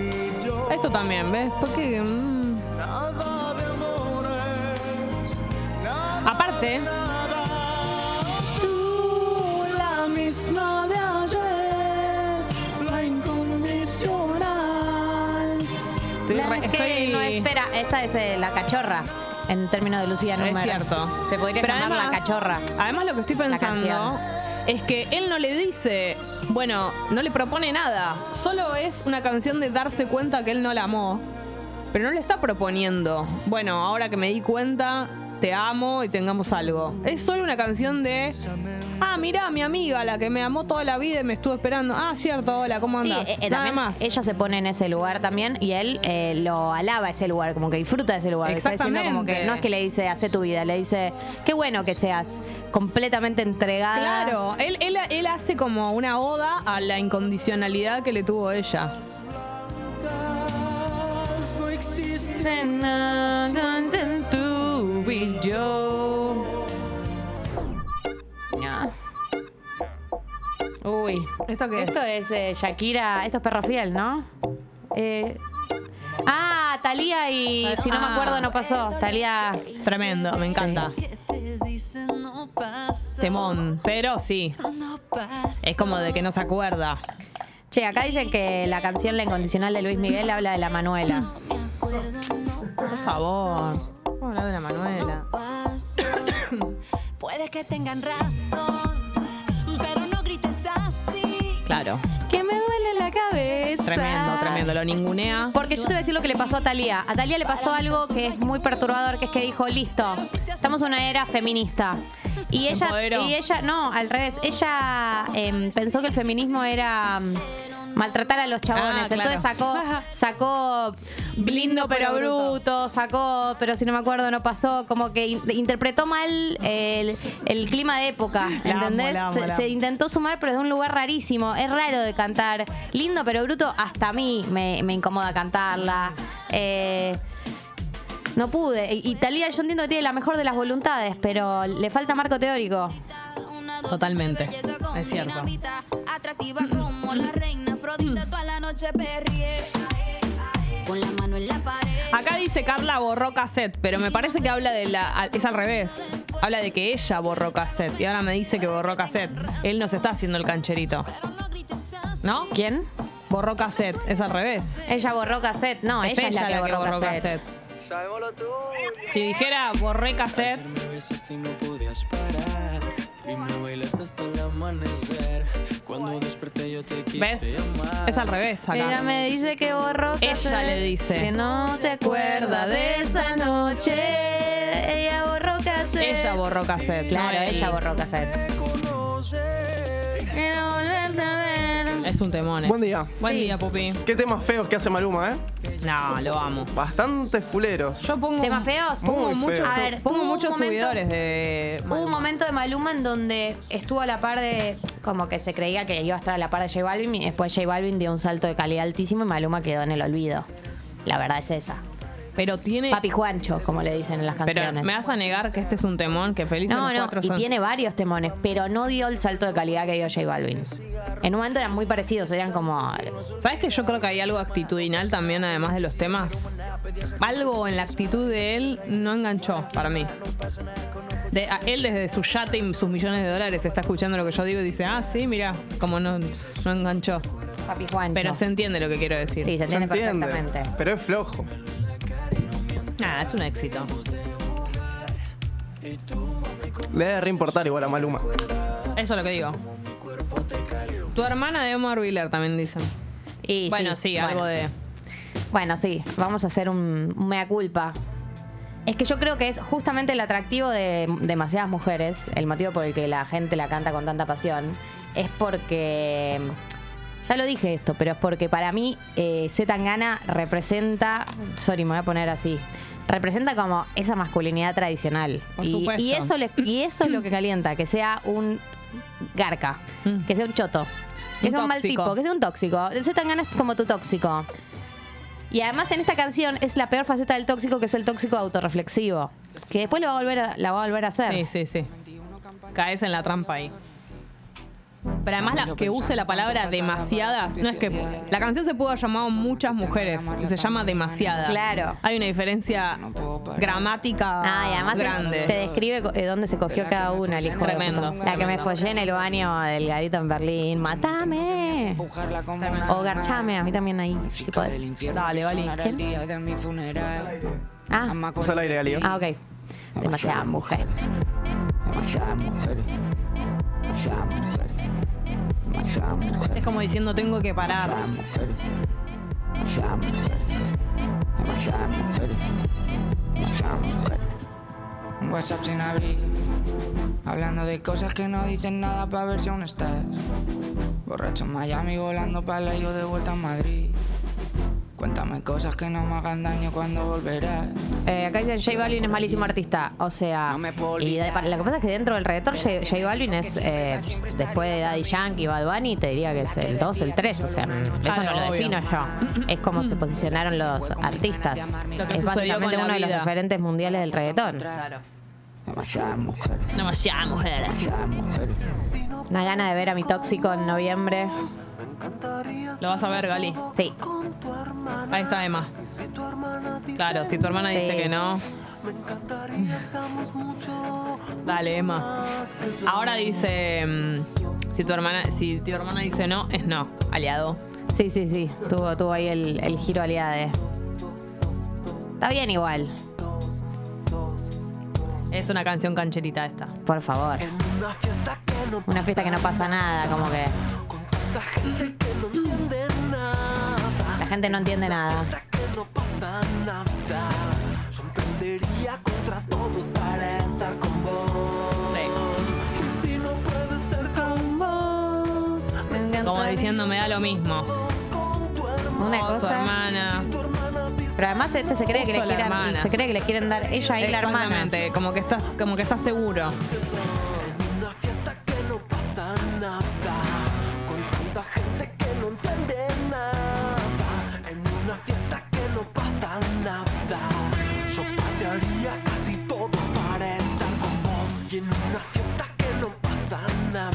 y yo.
Esto también, ¿ves? Porque mm,
Nada de amores. Nada,
aparte,
nada. Tú, la misma de ayer. La incondicional.
estoy,
La
re-
que
estoy-
no espera, esta es eh, la cachorra, en términos de Lucía Número.
Es cierto.
Se podría
Pero
llamar la
además-
cachorra.
Además, lo que estoy pensando
canción.
es que él no le dice, bueno, no le propone nada. Solo es una canción de darse cuenta que él no la amó. Pero no le está proponiendo, bueno, ahora que me di cuenta, te amo y tengamos algo. Es solo una canción de Ah, mirá, mi amiga, la que me amó toda la vida y me estuvo esperando. Ah, cierto, hola, ¿cómo
Sí,
andás?
eh, eh,
Nada
también
más.
ella se pone en ese lugar también y él eh, lo alaba ese lugar, como que disfruta de ese lugar. Está diciendo como
Exactamente.
que no es que le dice, hace tu vida, le dice, qué bueno que seas completamente entregada.
Claro, él, él, él hace como una oda a la incondicionalidad que le tuvo ella.
Tú y yo. Ya. Uy.
¿Esto qué
Esto
es?
es eh, Shakira, esto es Perro Fiel, ¿no? Eh, ah, Talía y si no me acuerdo
Ah.
no pasó. Talía.
Tremendo, me encanta. Temón, pero sí. Es como de que no se acuerda.
Che, acá dicen que la canción La Incondicional de Luis Miguel habla de la Manuela.
Por favor. Vamos a hablar de la Manuela.
Puede que tengan razón, pero no grites así.
Claro.
Que me duele la cabeza.
Tremendo, tremendo. Lo ningunea.
Porque yo te voy a decir lo que le pasó a Talía. A Talía le pasó algo que es muy perturbador, que es que dijo, listo, estamos en una era feminista. Y ella,
empoderó.
y ella, no, al revés, ella em, pensó que el feminismo era em, maltratar a los chabones.
Ah, claro.
Entonces sacó, sacó blindo pero bruto, sacó, pero si no me acuerdo no pasó, como que in- interpretó mal el, el clima de época,
La amo,
¿entendés?
la amo,
Se-
la
se
amo.
intentó sumar, pero de un lugar rarísimo. Es raro de cantar. Lindo, pero bruto, hasta a mí me, me incomoda cantarla. Eh, no pude. Y y Thalía, yo entiendo que tiene la mejor de las voluntades, pero le falta marco teórico.
Totalmente. Es cierto.
Atractiva como la reina Afrodita toda la noche perrié. Con la mano en la pared.
Acá dice Carla borró cassette, pero me parece que habla de la. al- Es al revés. Habla de que ella borró cassette. Y ahora me dice que borró cassette. Él nos está haciendo el cancherito. ¿No?
¿Quién?
Borró cassette. Es al revés.
Ella borró cassette. No,
Es
ella, es la, que, borró cassette.
cassette. Si dijera borré cassette,
Me besas y no podías parar Y me bailas hasta el amanecer Cuando desperté yo te quise
¿ves?
llamar.
Es al revés
Ella
acá.
me dice que borró
Ella
cassette.
le dice.
Que no te acuerda de esta noche. Ella borró cassette.
Ella borró cassette.
Claro,
no él.
ella borró cassette. Quiero volverte a ver.
Es un temón. eh.
Buen día.
Buen
Sí.
día, Pupi.
Qué temas feos que hace Maluma, ¿eh?
No, lo amo.
Bastante fuleros.
Yo pongo.
¿Temas feos?
Pongo
Muy
muchos,
feos.
A ver,
pongo
hubo un
muchos
momento-
subidores de.
Hubo un
Maluma.
momento de Maluma en donde estuvo a la par de. Como que se creía que iba a estar a la par de J Balvin y después J Balvin dio un salto de calidad altísimo y Maluma quedó en el olvido. La verdad es esa.
Pero tiene.
Papi Juancho, como le dicen en las
Pero
canciones.
me vas a negar que este es un temón, que felices
no,
los
no,
cuatro
y
son.
tiene varios temones, pero no dio el salto de calidad que dio J Balvin. En un momento eran muy parecidos, eran como.
¿Sabes que yo creo que hay algo actitudinal también, además de los temas? Algo en la actitud de él no enganchó para mí. De- a- él desde su yate y sus millones de dólares está escuchando lo que yo digo y dice, ah, sí, mira, como no, no enganchó.
Papi Juancho.
Pero se entiende lo que quiero decir.
Sí, se
Se
entiende
entiende.
perfectamente.
Pero es flojo.
Ah, es un éxito.
Le debe reimportar igual a Maluma.
Eso es lo que digo. Tu hermana de Omar Wheeler también dicen.
Y
bueno, sí, algo
bueno.
de.
Bueno, sí, vamos a hacer un, un mea culpa. Es que yo creo que es justamente el atractivo de demasiadas mujeres, el motivo por el que la gente la canta con tanta pasión, es porque. Ya lo dije esto, pero es porque para mí eh, Z Tangana representa. Sorry, me voy a poner así. Representa como esa masculinidad tradicional.
Por
y,
supuesto.
y eso le- y eso es lo que calienta, que sea un garca,
Mm.
que sea un choto, que
Un
sea un mal
tóxico.
tipo, que sea un tóxico. Z Tangana es como tu tóxico. Y además en esta canción es la peor faceta del tóxico, que es el tóxico autorreflexivo. Que después lo va a volver a- la va a volver a hacer.
Sí, sí, sí. Caes en la trampa ahí. Pero además la, que use la palabra demasiadas, no es que la canción se pudo haber llamado muchas mujeres y se llama demasiadas.
Claro.
Hay una diferencia gramática
Ah, y además
grande.
te describe co- eh, dónde se cogió cada una, el hijo de
Tremendo.
puta. La que me follé en el baño del garito en Berlín. ¡Matame!
Empujarla como
O garchame, a mí también ahí, si podés.
Dale, vale.
el día de mi funeral.
Ah,
Estás al aire, Galio.
ah ok. Demasiada mujer.
Demasiadas mujeres. Demasiadas mujeres. Demasiadas mujeres.
Es como diciendo tengo que parar.
Demasiadas mujeres. Demasiadas mujeres. Demasiadas mujeres. Demasiadas mujeres.
Un WhatsApp sin abrir. Hablando de cosas que no dicen nada para ver si aún estás. Borracho en Miami volando para yo de vuelta a Madrid. Cuéntame cosas que no me hagan daño cuando volverás.
Eh, acá dicen J Balvin es malísimo artista. O sea, y de- la que pasa es que dentro del reggaetón J, J Balvin es eh, después de Daddy Yankee y Bad Bunny, te diría que es el 2, el 3. O sea, eso
Claro,
no lo
obvio.
defino yo. Es como se posicionaron los artistas.
Lo que
es
sucedió con
básicamente
la
uno de los
vida.
referentes mundiales del reggaetón.
Demasiada mujer.
Demasiada mujer.
Demasiada mujer.
Una gana de ver a mi tóxico en noviembre.
Lo vas a ver, Gali.
Sí.
Ahí está Emma. Claro, si tu hermana
Sí.
dice que no. Dale, Emma. Ahora dice. mm, Si tu hermana, si tu hermana dice no, es no, aliado.
Sí, sí, sí. Tuvo, tuvo ahí el, el giro aliade. Está bien igual,
Es una canción cancherita esta.
por favor. Una fiesta que no pasa nada, como que. La gente no entiende nada.
Prendería contra todos para estar con vos. Y si no puedes ser con vos,
Como diciendo, me da lo mismo.
Una
Oh, Tu
cosa.
hermana.
Pero además este se cree que le
Justo la
quieren,
hermana.
se cree que le quieren dar ella y la hermana.
Exactamente, como que estás, como que estás seguro.
pasa nada. Con tanta gente que no entiende nada. En una fiesta que no pasa nada. Yo patearía casi todos para estar con vos. Y en una fiesta que no pasa nada.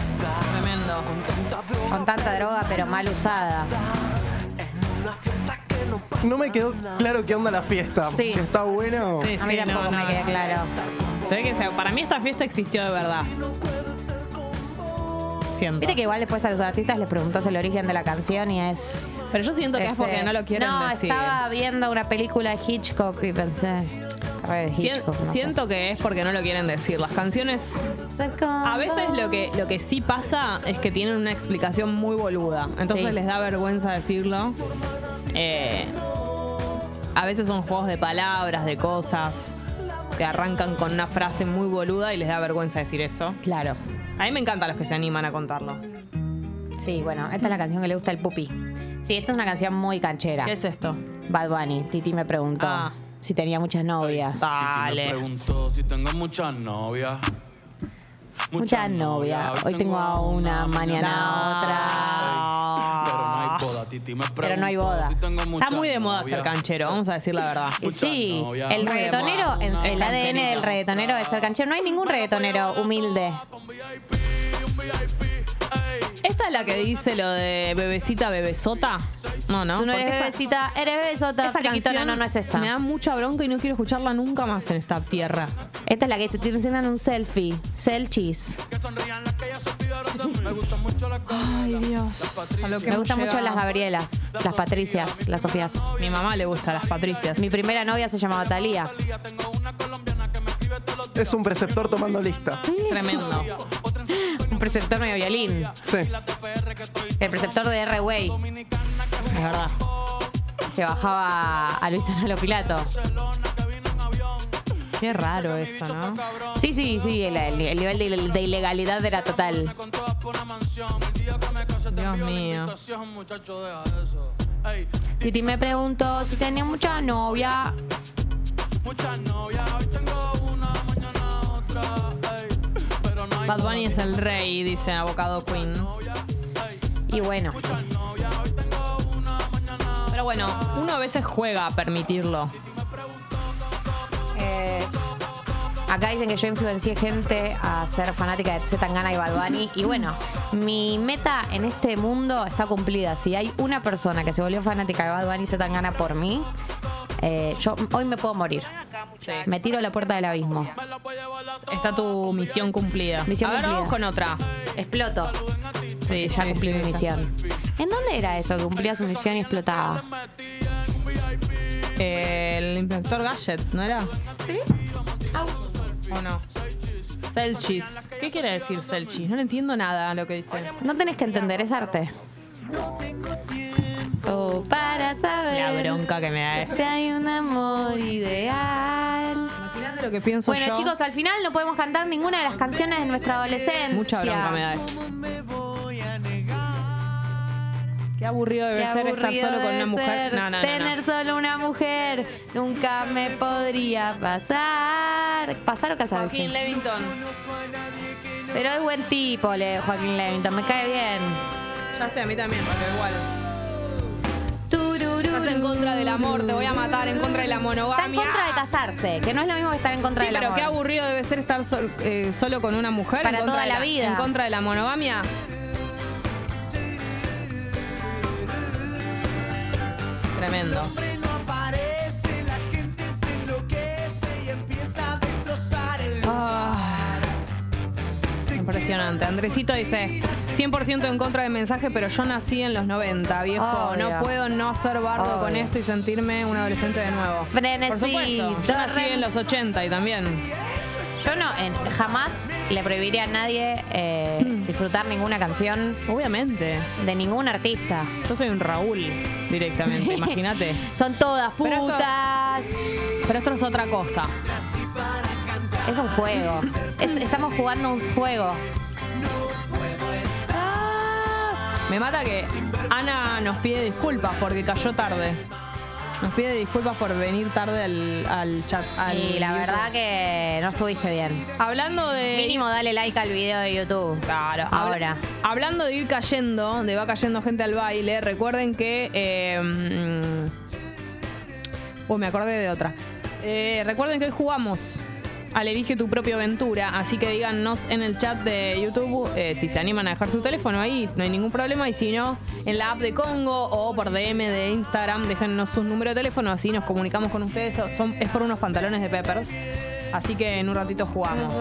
Tremendo.
Con tanta droga.
Con tanta droga, pero mal usada.
No me quedó claro qué onda la fiesta.
Sí.
Si está buena o.
Sí,
A mí
sí,
tampoco me queda
es-
claro.
Se ve que se- para mí esta fiesta existió de verdad. Siento.
Viste que igual después a los artistas les preguntás el origen de la canción y es.
Pero yo siento que es porque no lo quieren
no,
decir.
Estaba viendo una película de Hitchcock y pensé. Re de
Sien-
Hitchcock, no sé.
siento que es porque no lo quieren decir. Las canciones.
Ah.
A veces lo que, lo que sí pasa es que tienen una explicación muy boluda. Entonces
Sí.
les da vergüenza decirlo. Eh, a veces son juegos de palabras, de cosas. Que arrancan con una frase muy boluda y les da vergüenza decir eso.
Claro.
A mí me encantan los que se animan a contarlo.
Sí, bueno, esta es la canción que le gusta al pupi. Sí, esta es una canción muy canchera.
¿Qué es Ah. esto?
Bad Bunny. Titi me preguntó si tenía muchas novias.
Dale.
Preguntó si tengo muchas novias.
Muchas novias. Hoy tengo a una, mañana a otra.
Pero no hay boda, Titi me preguntó.
Pero no hay boda.
si tengo
Está
muchas
muy de moda
novias.
ser canchero, vamos a decir la verdad.
Y sí,
novias.
el
Muy de
reggaetonero,
moda.
en-
Es
el ADN del
cancherito.
reggaetonero es ser canchero. No hay ningún reggaetonero humilde.
¿Esta es la que dice lo de bebecita, bebesota? No, no.
Tú no
porque
eres
esa-
bebecita, eres bebesota,
esa
friquitona,
canción
no, no es
Me da
esta.
mucha bronca y no quiero escucharla nunca más en esta tierra.
Esta es la que te tiran un selfie, selfies.
Ay, Dios. A lo que
Me
hemos
gustan mucho
llegado.
las Gabrielas, las Patricias, las Sofías.
Mi mamá le gusta las Patricias.
Mi primera novia se llamaba Talía.
Es un preceptor tomando lista.
Tremendo.
Un preceptor medio violín.
Sí.
El preceptor de R-Way.
Es verdad.
Se bajaba a Luis Analo Pilato.
Qué raro eso, ¿no?
Sí, sí, sí, el, el- el nivel de, de ilegalidad era total.
Dios mío.
Titi me preguntó si tenía mucha novia.
Bad Bunny es el rey, dice Avocado Queen.
Y bueno.
Pero bueno, uno a veces juega a permitirlo.
Eh, acá dicen que yo influencié gente a ser fanática de Zetangana y Bad Bunny. Y bueno, mi meta en este mundo está cumplida. Si hay una persona que se volvió fanática de Bad Bunny y Zetangana por mí, eh, yo hoy me puedo morir. Me tiro a la puerta del abismo.
Está tu misión cumplida.
Misión
a ver,
cumplida.
vamos con otra.
Exploto.
Sí,
Ya
sí,
cumplí
sí,
mi
ya.
misión. ¿En dónde era eso? que Cumplía su misión y explotaba.
El inspector Gadget, ¿no era?
Sí.
¿O no? Selchis. ¿Qué quiere decir Selchis? No le entiendo nada a lo que dice.
No tenés que entender, es arte. Oh, para saber
La bronca que me da. eh.
si hay un amor ideal.
Imagínate lo que pienso
bueno,
yo.
chicos, al final no podemos cantar ninguna de las canciones de nuestra adolescencia.
Mucha
ah.
bronca me da esto. Qué aburrido debe
Qué
ser estar
aburrido
solo con
debe
una mujer.
ser
No, no, no, no.
tener solo una mujer nunca me podría pasar. ¿Pasar o casarse?
Joaquín Levington.
Pero es buen tipo, le- Joaquín Levington. Me cae bien.
Ya sé, a mí también, pero igual.
Tururú.
Estás en contra del amor, te voy a matar, en contra de la monogamia.
Está en contra de casarse, que no es lo mismo que estar en contra
Sí,
del
pero
amor.
qué aburrido debe ser estar sol- eh, solo con una mujer.
Para
en contra
toda
de
la vida.
En contra de la monogamia. Tremendo.
Aparece, la gente se enloquece y empieza a destrozar el
Ah, impresionante. Andresito dice, 100% en contra del mensaje, pero yo nací en los 90, viejo.
Obvio.
No puedo no ser bardo
Obvio.
con esto y sentirme un adolescente de nuevo.
Frenesí,
Por supuesto. Yo nací
torren-
en los 80 y también.
Yo no, en- jamás le prohibiría a nadie eh,
Mm.
disfrutar ninguna canción.
Obviamente.
De ningún artista.
Yo soy un Raúl directamente, imagínate.
Son todas putas.
Pero esto es otra cosa.
Es un juego. Es- estamos jugando un juego.
Me mata que Ana nos pide disculpas porque cayó tarde. Nos pide disculpas por venir tarde al, al chat. Al
y la verdad que no estuviste bien.
Hablando de.
Mínimo dale like al video de YouTube.
Claro, habla-
Ahora.
hablando de ir cayendo, de va cayendo gente al baile, recuerden que. eh, mm, uh, me acordé de otra. Eh, recuerden que hoy jugamos al Elige tu propia aventura, así que díganos en el chat de YouTube eh, si se animan a dejar su teléfono ahí, no hay ningún problema, y si no, en la app de Congo o por DM de Instagram, déjennos sus números de teléfono, así nos comunicamos con ustedes, Son- es por unos pantalones de Peppers, así que en un ratito jugamos.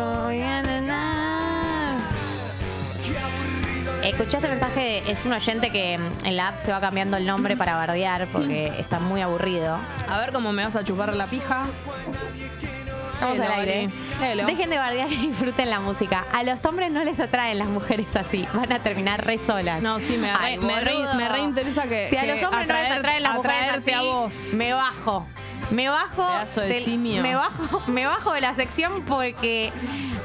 Escuchaste el mensaje de- es un oyente que mm, en la app se va cambiando el nombre para bardear porque está muy aburrido.
A ver cómo me vas a chupar la pija.
Estamos
Hello,
al aire.
Ari. Hello.
Dejen de bardear y disfruten la música. A los hombres no les atraen las mujeres así. Van a terminar re solas.
No, sí, me,
Ay,
re, me, re-
boludo.
me reinteresa que.
Si a
que
los hombres no les
atraer-
atraen las mujeres
atraerte
así,
a vos.
me bajo. Me bajo.
Pedazo de
del-
simio.
Me bajo, me bajo de la sección porque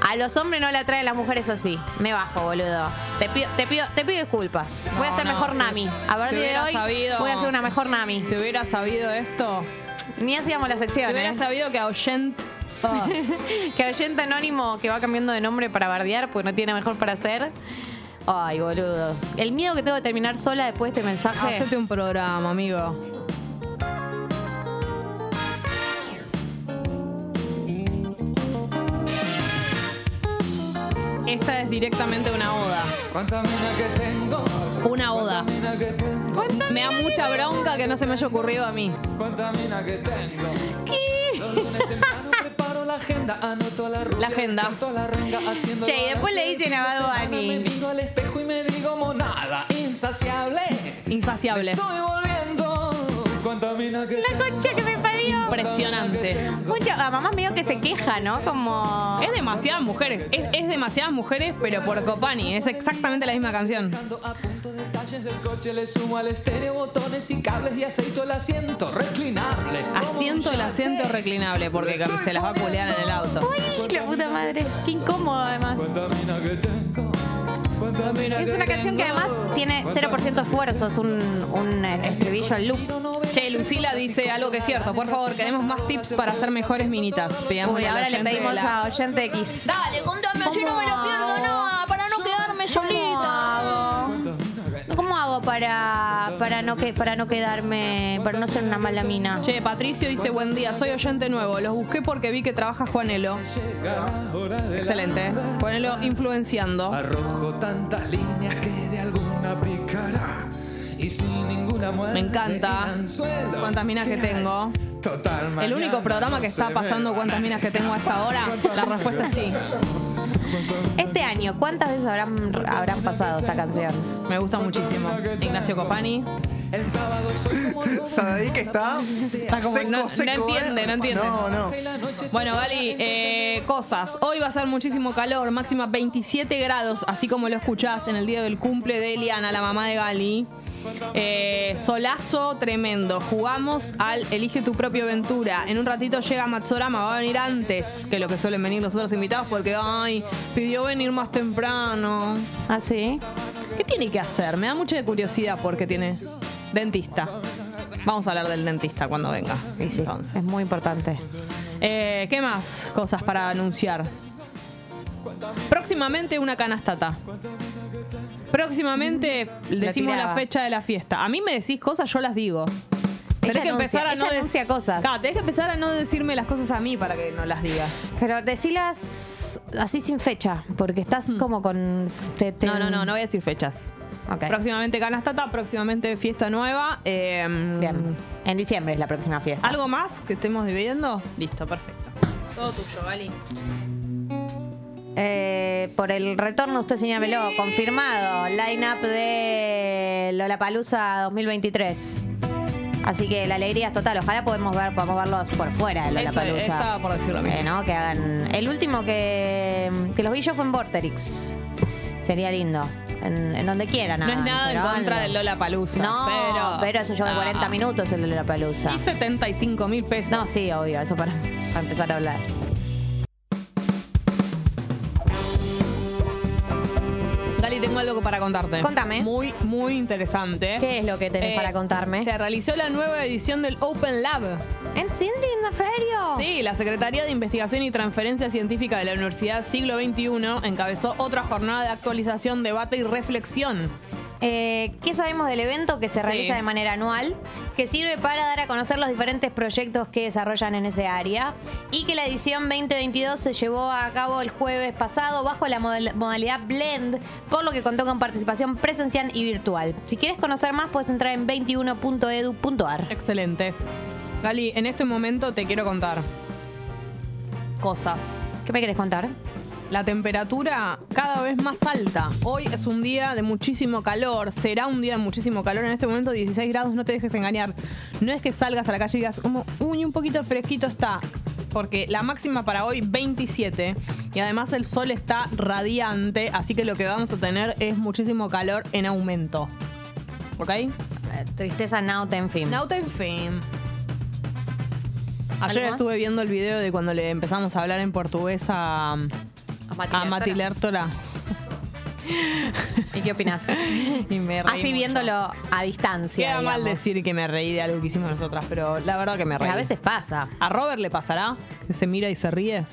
a los hombres no le atraen las mujeres así. Me bajo, boludo. Te pido, te pido, te pido disculpas. Voy a
No,
ser
no,
mejor
si-
Nami. A
si
partir de
hubiera
hoy
sabido-
voy a ser una mejor Nami.
Si hubiera sabido esto,
Ni hacíamos la sección.
si hubiera
¿eh?
sabido que a Oyent. Ah,
que oyente anónimo que va cambiando de nombre para bardear porque no tiene mejor para hacer. Ay, boludo. El miedo que tengo de terminar sola después de este mensaje.
hacete un programa, amigo. Esta es directamente una oda. Una oda. Me da mucha bronca que no se me haya ocurrido a mí.
que tengo. Los lunes temprano preparo la agenda, anoto la rubia,
La agenda.
canto la renga, haciendo
Che,
el
y después
balance.
le dicen a
El fin de
Bad
semana
Bunny.
Me miro al espejo y me digo monada, insaciable.
Insaciable.
Me estoy volviendo. Cuánta mina que
La concha que me parió.
Impresionante.
Mucho, a mamá medio que se queja, ¿no? Como.
Es demasiadas mujeres, es, es demasiadas mujeres, pero por Copani, es exactamente la misma canción.
Ando a punto detalles del coche, le sumo al estéreo botones y cables y aceito el asiento reclinable.
Asiento el asiento reclinable, porque se las va a culear en el auto.
Uy, la puta madre. Qué incómodo, además. Es una canción que además tiene 0% esfuerzo. Es un, un eh, estribillo en loop.
Che, Lucila dice algo que es cierto. Por favor, queremos más tips para hacer mejores minitas. Pidámosle
Uy,
al
ahora le
oyente
pedimos
de la-
a oyente X. Dale, contame,
así no me lo pierdo nada,
para no quedarme solita. ¿Cómo hago para, para, no que, para no quedarme, para no ser una mala mina?
Che, Patricio dice buen día, soy oyente nuevo. Los busqué porque vi que trabaja Juanelo. Excelente. Juanelo influenciando.
Arrojo tantas líneas que de alguna picará y sin ninguna muerte.
Me encanta. Cuántas minas que tengo.
Total,
El
mañana
único programa que
no
está
se
pasando
ve.
cuántas minas que tengo hasta ahora, la respuesta es sí.
Este año, ¿cuántas veces habrán, habrán pasado esta canción?
Me gusta muchísimo. Ignacio Copani.
El sábado soy como lobo.
Sadai que está.
Está como-
seco,
no, no
seco,
entiende,
¿eh?
no entiende.
No, no.
Bueno, Gali, eh, cosas. Hoy va a ser muchísimo calor, máxima 27 grados, así como lo escuchás en el día del cumple de Eliana, la mamá de Gali. Eh, solazo tremendo. Jugamos al Elige tu propia aventura. En un ratito llega Matsorama, va a venir antes que lo que suelen venir los otros invitados porque, ay, pidió venir más temprano.
¿Ah, sí?
¿Qué tiene que hacer? Me da mucha curiosidad porque tiene dentista. Vamos a hablar del dentista cuando venga. Entonces.
Es muy importante.
Eh, ¿Qué más cosas para anunciar? Próximamente una canastata. Próximamente decimos la
tiraba.
fecha de la fiesta. A mí me decís cosas, yo las digo. Tenés
Ella
que empezar a no
anuncia- ella
dec-
anuncia cosas.
Claro, tenés que empezar a no decirme las cosas a mí para que no las diga.
Pero decilas así sin fecha, porque estás como con... te- te-
Mm.
mm.
No, no, no, no voy a decir fechas. Próximamente canastata, próximamente fiesta nueva. Bien.
En diciembre es la próxima fiesta.
¿Algo más que estemos dividiendo? Listo, perfecto. Todo tuyo, Gali.
Eh, por el retorno, usted señámelo, confirmado. Line-up de Lollapalooza 2023. Así que la alegría es total. Ojalá podemos ver, podamos verlos por fuera de
Eso,
Lollapalooza.
estaba por decir lo mismo.
Eh, ¿no? Que hagan... El último que, que los vi yo fue en Vorterix. Sería lindo. En, en donde quieran.
No es
hagan,
nada en
pero
contra
háganlo.
del Lola Palusa.
No, pero, es un show de 40 minutos el de Lollapalooza.
Ah. Y 75 mil pesos.
No, sí, obvio. Eso para, para empezar a hablar.
Gali, tengo algo para contarte.
Contame.
Muy, muy interesante. Eh,
¿Qué es lo que tenés para contarme?
Se realizó la nueva edición del Open Lab.
¿En Sindri, en serio?
Sí, la Secretaría de Investigación y Transferencia Científica de la Universidad Siglo XXI encabezó otra jornada de actualización, debate y reflexión.
Eh, ¿Qué sabemos del evento que se
Sí.
realiza de manera anual? Que sirve para dar a conocer los diferentes proyectos que desarrollan en ese área. Y que la edición 2022 se llevó a cabo el jueves pasado bajo la model- modalidad Blend, por lo que contó con participación presencial y virtual. Si quieres conocer más, puedes entrar en 21.edu.ar.
Excelente. Gali, en este momento te quiero contar cosas.
¿Qué me querés contar?
La temperatura cada vez más alta. Hoy es un día de muchísimo calor. Será un día de muchísimo calor. En este momento 16 grados, no te dejes engañar. No es que salgas a la calle y digas, "Umo, uy, un poquito fresquito está. Porque la máxima para hoy 27. Y además el sol está radiante. Así que lo que vamos a tener es muchísimo calor en aumento. ¿Ok?
Mm. Eh, Tristeza nauta, en fin.
Nauta, en fin. Ayer
¿Algo más?
estuve viendo el video de cuando le empezamos a hablar en portugués a, a Mati Lertora.
¿Y qué opinás?
Y me reí
Así
mucho.
viéndolo a distancia.
Queda mal
digamos.
decir que me reí de algo que hicimos nosotras, pero la verdad que me reí.
A veces pasa.
¿A Robert le pasará? ¿Que se mira y se ríe?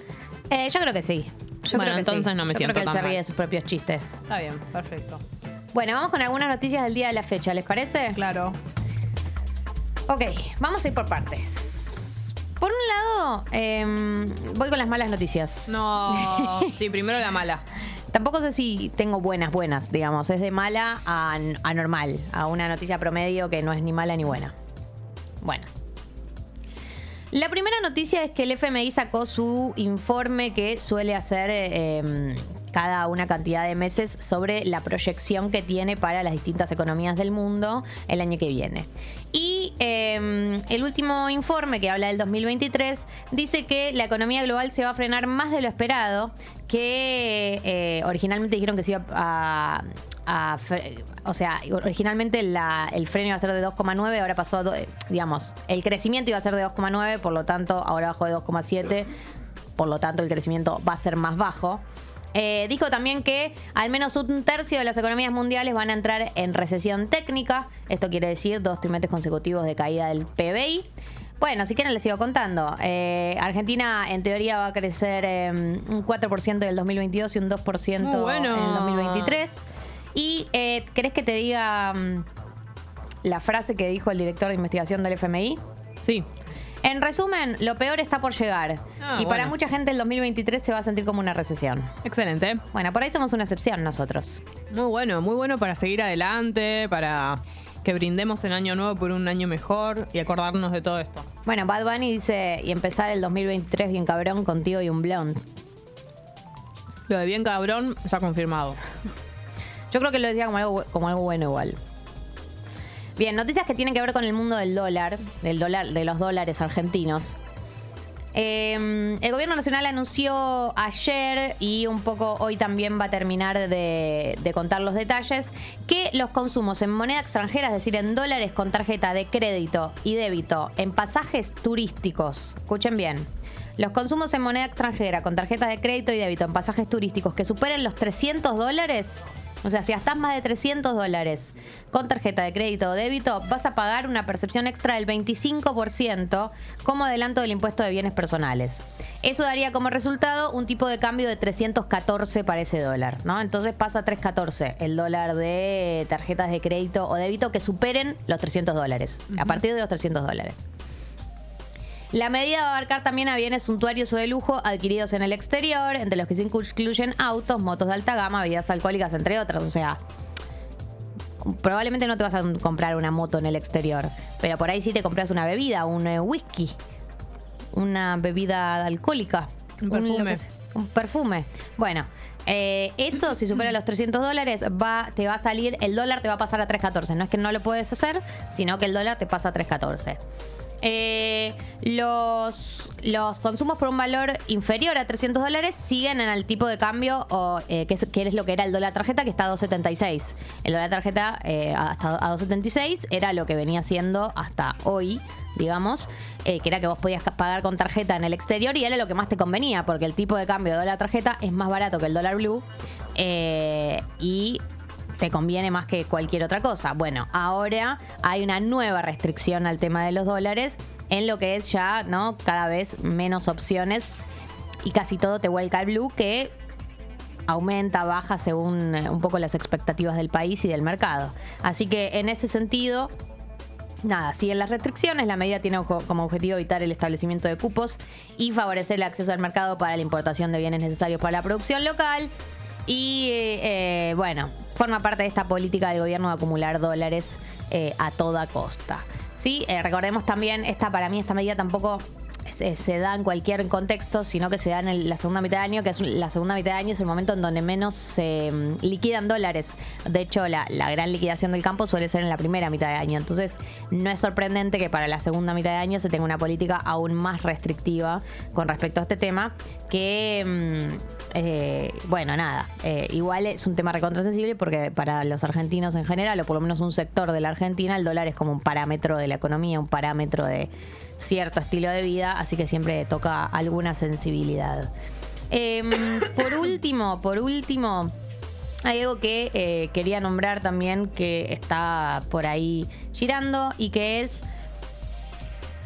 Eh, yo creo que sí. Yo
Bueno,
creo que
entonces
sí.
no me
Yo
siento
creo que
tan
él se ríe
mal.
de sus propios chistes.
Está bien, perfecto.
Bueno, vamos con algunas noticias del día de la fecha, ¿les parece?
Claro.
Ok, vamos a ir por partes. Por un lado, em, voy con las malas noticias.
No. sí, primero la mala.
Tampoco sé si tengo buenas, buenas, digamos. Es de mala a, a normal, a una noticia promedio que no es ni mala ni buena. Bueno. La primera noticia es que el FMI sacó su informe que suele hacer eh, em, cada una cantidad de meses sobre la proyección que tiene para las distintas economías del mundo el año que viene. Y em, el último informe que habla del 2023 dice que la economía global se va a frenar más de lo esperado, que eh, originalmente dijeron que se iba a... a fre- o sea, originalmente la- el freno iba a ser de 2,9, ahora pasó a... do- digamos, el crecimiento iba a ser de 2,9, por lo tanto, ahora bajó de 2,7, por lo tanto, el crecimiento va a ser más bajo. Eh, dijo también que al menos un tercio de las economías mundiales van a entrar en recesión técnica. Esto quiere decir dos trimestres consecutivos de caída del PBI. Bueno, si quieren les sigo contando. Eh, Argentina en teoría va a crecer eh, un 4% en el 2022 y un 2%
Muy bueno.
en el 2023. ¿Y eh, querés que te diga mm, la frase que dijo el director de investigación del FMI?
Sí.
En resumen, lo peor está por llegar.
Ah,
y para
bueno.
mucha gente el 2023 se va a sentir como una recesión.
Excelente.
Bueno, por ahí somos una excepción nosotros.
Muy bueno, muy bueno para seguir adelante, para que brindemos el año nuevo por un año mejor y acordarnos de todo esto.
Bueno, Bad Bunny dice, y empezar el 2023 bien cabrón contigo y un blond.
Lo de bien cabrón está confirmado.
Yo creo que lo decía como algo, bu- como algo bueno igual. Bien, noticias que tienen que ver con el mundo del dólar, del dólar, de los dólares argentinos. Eh, el gobierno nacional anunció ayer y un poco hoy también va a terminar de, de contar los detalles que los consumos en moneda extranjera, es decir, en dólares con tarjeta de crédito y débito, en pasajes turísticos, escuchen bien. Los consumos en moneda extranjera con tarjetas de crédito y débito en pasajes turísticos que superen los 300 dólares, o sea, si gastas más de 300 dólares con tarjeta de crédito o débito, vas a pagar una percepción extra del 25% como adelanto del impuesto de bienes personales. Eso daría como resultado un tipo de cambio de 314 para ese dólar, ¿no? Entonces pasa a 314 el dólar de tarjetas de crédito o débito que superen los 300 dólares, a partir de los 300 dólares. La medida va a abarcar también a bienes suntuarios o de lujo adquiridos en el exterior, entre los que se incluyen autos, motos de alta gama, bebidas alcohólicas, entre otras. O sea, probablemente no te vas a comprar una moto en el exterior, pero por ahí sí te compras una bebida, un eh, whisky, una bebida alcohólica. Un
perfume.
lo que sea, Un, perfume. Bueno, eh, eso si supera los 300 dólares, va, te va a salir, el dólar te va a pasar a 3.14. No es que no lo puedes hacer, sino que el dólar te pasa a 3.14. Eh, los, los consumos por un valor inferior a 300 dólares siguen en el tipo de cambio o, eh, que, es, que es lo que era el dólar tarjeta, que está a 2.76. El dólar tarjeta eh, hasta a 2.76 era lo que venía siendo hasta hoy, digamos, eh, que era que vos podías ca- pagar con tarjeta en el exterior y era lo que más te convenía, porque el tipo de cambio de dólar tarjeta es más barato que el dólar blue eh, y te conviene más que cualquier otra cosa. Bueno, ahora hay una nueva restricción al tema de los dólares, en lo que es ya, ¿no? Cada vez menos opciones y casi todo te vuelca al blue, que aumenta, baja según eh, un poco las expectativas del país y del mercado. Así que en ese sentido, Nada, siguen las restricciones. La medida tiene ojo- como objetivo evitar el establecimiento de cupos y favorecer el acceso al mercado para la importación de bienes necesarios para la producción local. Y eh, eh, bueno, forma parte de esta política del gobierno de acumular dólares eh, a toda costa. Sí, Eh, recordemos también, esta para mí esta medida tampoco eh, se, se da en cualquier contexto, sino que se da en el- la segunda mitad de año, que es la segunda mitad de año es el momento en donde menos se mm, liquidan dólares. De hecho, la, la gran liquidación del campo suele ser en la primera mitad de año. Entonces, no es sorprendente que para la segunda mitad de año se tenga una política aún más restrictiva con respecto a este tema, que, mm, eh, bueno, nada, eh, igual es un tema recontrasensible porque para los argentinos en general, o por lo menos un sector de la Argentina, el dólar es como un parámetro de la economía, un parámetro de cierto estilo de vida, así que siempre toca alguna sensibilidad. Em, por último, por último, hay algo que eh, quería nombrar también que está por ahí girando y que es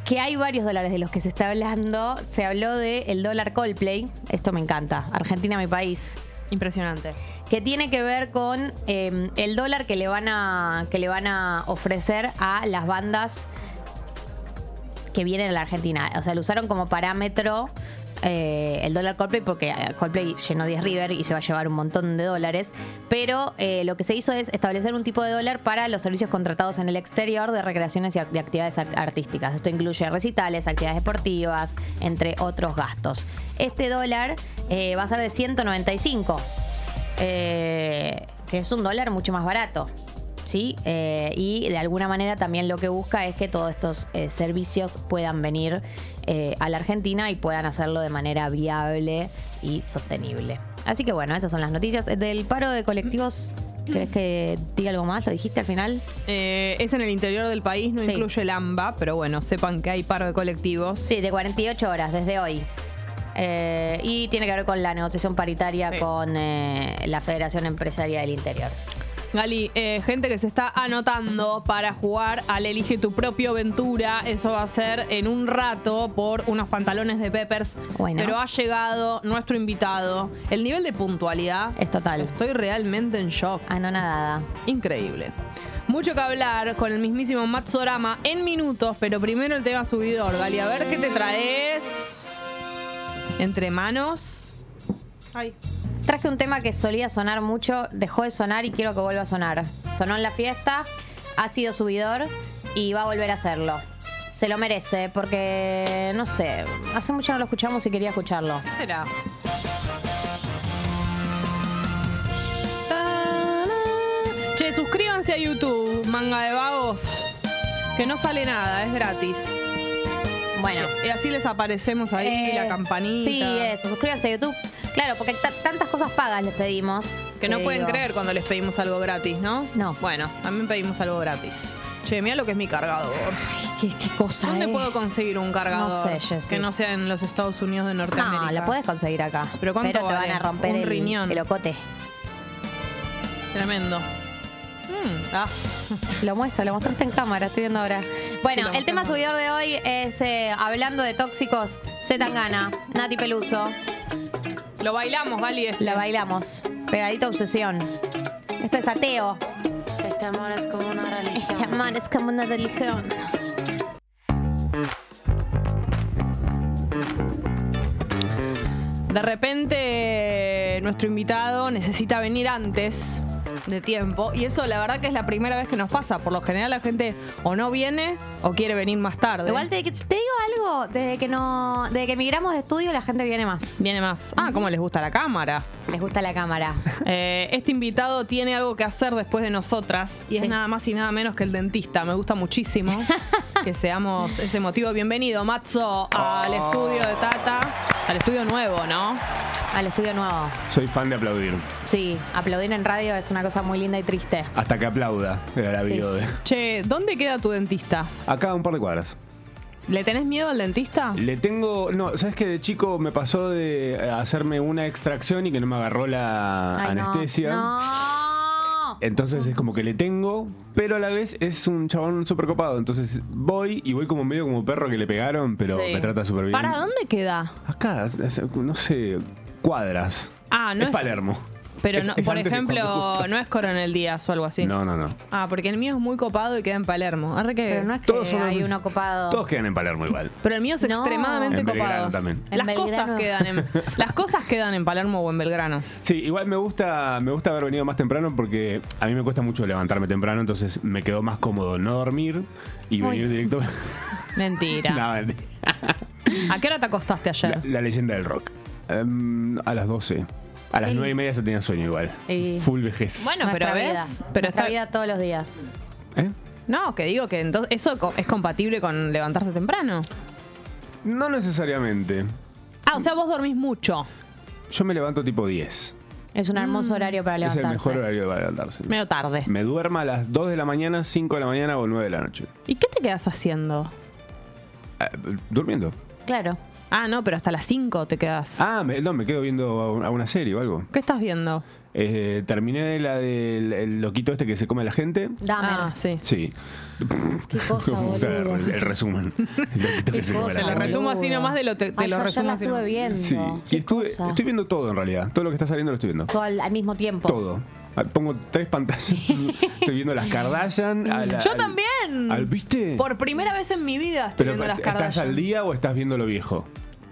que hay varios dólares de los que se está hablando. Se habló del el dólar Coldplay. Esto me encanta. Argentina, mi país.
Impresionante.
Que tiene que ver con eh, el dólar que le, van a, que le van a ofrecer a las bandas que vienen a la Argentina. O sea, lo usaron como parámetro eh, el dólar Coldplay porque eh, Coldplay llenó 10 River y se va a llevar un montón de dólares. Pero eh, lo que se hizo es establecer un tipo de dólar para los servicios contratados en el exterior de recreaciones y ar- de actividades ar- artísticas. Esto incluye recitales, actividades deportivas, entre otros gastos. Este dólar eh, va a ser de 195, eh, que es un dólar mucho más barato. ¿sí? Eh, y de alguna manera también lo que busca es que todos estos eh, servicios puedan venir eh, a la Argentina y puedan hacerlo de manera viable y sostenible. Así que bueno, esas son las noticias. Del paro de colectivos, ¿crees que diga algo más? ¿Lo dijiste al final?
Eh, es en el interior del país, no
Sí.
incluye el AMBA, pero bueno, sepan que hay paro de colectivos.
Sí, de 48 horas desde hoy. Eh, y tiene que ver con la negociación paritaria
Sí.
con eh, la Federación Empresaria del Interior.
Gali, eh, gente que se está anotando para jugar al Elige tu propia aventura. Eso va a ser en un rato por unos pantalones de Peppers.
Bueno.
Pero ha llegado nuestro invitado. El nivel de puntualidad.
Es total.
Estoy realmente en shock.
Anonadada.
Increíble. Mucho que hablar con el mismísimo Matsorama en minutos, pero primero el tema subidor, Gali. A ver qué te traes entre manos. Ay.
Traje un tema que solía sonar mucho, dejó de sonar y quiero que vuelva a sonar. Sonó en la fiesta, ha sido subidor y va a volver a hacerlo. Se lo merece porque, no sé, hace mucho no lo escuchamos y quería escucharlo.
¿Qué será? Che, suscríbanse a YouTube, manga de vagos. Que no sale nada, es gratis.
Bueno.
Y así les aparecemos ahí,
Eh,
la campanita.
Sí, eso, suscríbanse a YouTube. Claro, porque ta- tantas cosas pagas les pedimos.
Que no pueden creer cuando les pedimos algo gratis, ¿no? No. Bueno, también pedimos algo gratis. Che, mira lo que es mi cargador.
qué, cosa.
¿Dónde
eh.
puedo conseguir un cargador?
No sé, Jessy.
Que no sea en los Estados Unidos de Norteamérica.
No, la puedes conseguir acá.
Pero ¿cuánto
te
vale?
van a romper
Un
el,
riñón.
el ocote.
Tremendo. Mm, ah,
Lo muestro, lo mostraste en cámara, estoy viendo ahora. Bueno, el tema subidor de hoy es eh, hablando de tóxicos, Zetangana, Nati Peluso.
Lo bailamos, Vali. este.
La bailamos. Pegadita obsesión. Esto es ateo. Este amor es como una religión. Este amor es como una religión.
De repente, nuestro invitado necesita venir antes de tiempo. Y eso, la verdad, que es la primera vez que nos pasa. Por lo general, la gente o no viene o quiere venir más tarde.
Igual te, te digo algo, desde que no, desde que emigramos de estudio la gente viene más.
Viene más. Ah, ¿cómo les gusta la cámara?
Les gusta la cámara.
Eh, este invitado tiene algo que hacer después de nosotras y es nada más y nada menos que el dentista. Me gusta muchísimo que seamos ese motivo. Bienvenido, Matzo, al estudio de Tata, al estudio nuevo, ¿no?
Al estudio nuevo.
Soy fan de aplaudir.
Sí, aplaudir en radio es una cosa muy linda y triste.
Hasta que aplauda. Era la
Sí.
video de.
Che, ¿dónde queda tu dentista?
Acá un par de cuadras.
¿Le tenés miedo al dentista?
Le tengo. No, ¿sabes que De chico me pasó de eh, hacerme una extracción y que no me agarró la
Ay, no.
anestesia.
Eh,
Entonces es como que le tengo, pero a la vez es un chabón súper copado. Entonces voy y voy como medio como perro que le pegaron, pero
Sí.
me trata súper bien.
¿Para dónde queda?
Acá, es- es- no sé, cuadras.
Ah, no es-
Palermo.
Pero,
Es-
no,
es
por
antes de Juan
ejemplo,
Justo.
no es Coronel Díaz o algo así.
No, no, no.
Ah, porque el mío es muy copado y queda en Palermo. Arre que-
Pero no es que hay uno copado.
Todos quedan en Palermo igual.
Pero el mío es
No.
extremadamente
En Belgrano
copado.
también.
En
Las
Belgrano.
cosas quedan en las cosas quedan en Palermo o en Belgrano.
Sí, igual me gusta, me gusta haber venido más temprano porque a mí me cuesta mucho levantarme temprano, entonces me quedó más cómodo no dormir y
Uy.
venir directo.
Mentira.
No, mentira.
¿A qué hora te acostaste ayer?
La leyenda del rock. Em, a las 12. A las
Sí.
9 y media se tenía sueño igual.
Y-
Full vejez.
Bueno,
Nuestra
pero
vida.
ves, pero
Nuestra
está-
vida todos los días.
¿Eh?
No, que digo que entonces eso co- es compatible con levantarse temprano.
No necesariamente.
Ah, o sea, vos dormís mucho.
Yo me levanto tipo 10.
Es un hermoso
Mm.
horario para
Es el
levantarse.
mejor horario para levantarse.
Medio tarde.
Me duermo a las 2 de la mañana, 5 de la mañana o 9 de la noche.
¿Y qué te quedas haciendo?
Eh, durmiendo.
Claro.
Ah, no, pero hasta las 5 te quedas.
Ah, me- no, me quedo viendo a un- a una serie o algo.
¿Qué estás viendo?
Eh, terminé de la del el loquito este que se come a la gente.
Dahmer.
Ah, sí.
Sí.
Qué cosa,
Me gusta el,
boludo.
re- el resumen. El loquito que se come a la
Te lo
gente.
resumo así nomás de lo te, te
Ay,
lo
yo ayer
resumo
la
así.
estuve viendo.
Sí, y estuve,
cosa.
estoy viendo todo en realidad. Todo lo que está saliendo lo estoy viendo.
Todo al, al mismo tiempo.
Todo. Ah, Pongo tres pantallas. estoy viendo las Kardashian. a la-
Yo
al-
también.
al- ¿Viste?
Por primera vez en mi vida estoy
Pero
viendo las
¿Estás
Kardashian.
al día o estás viendo lo viejo?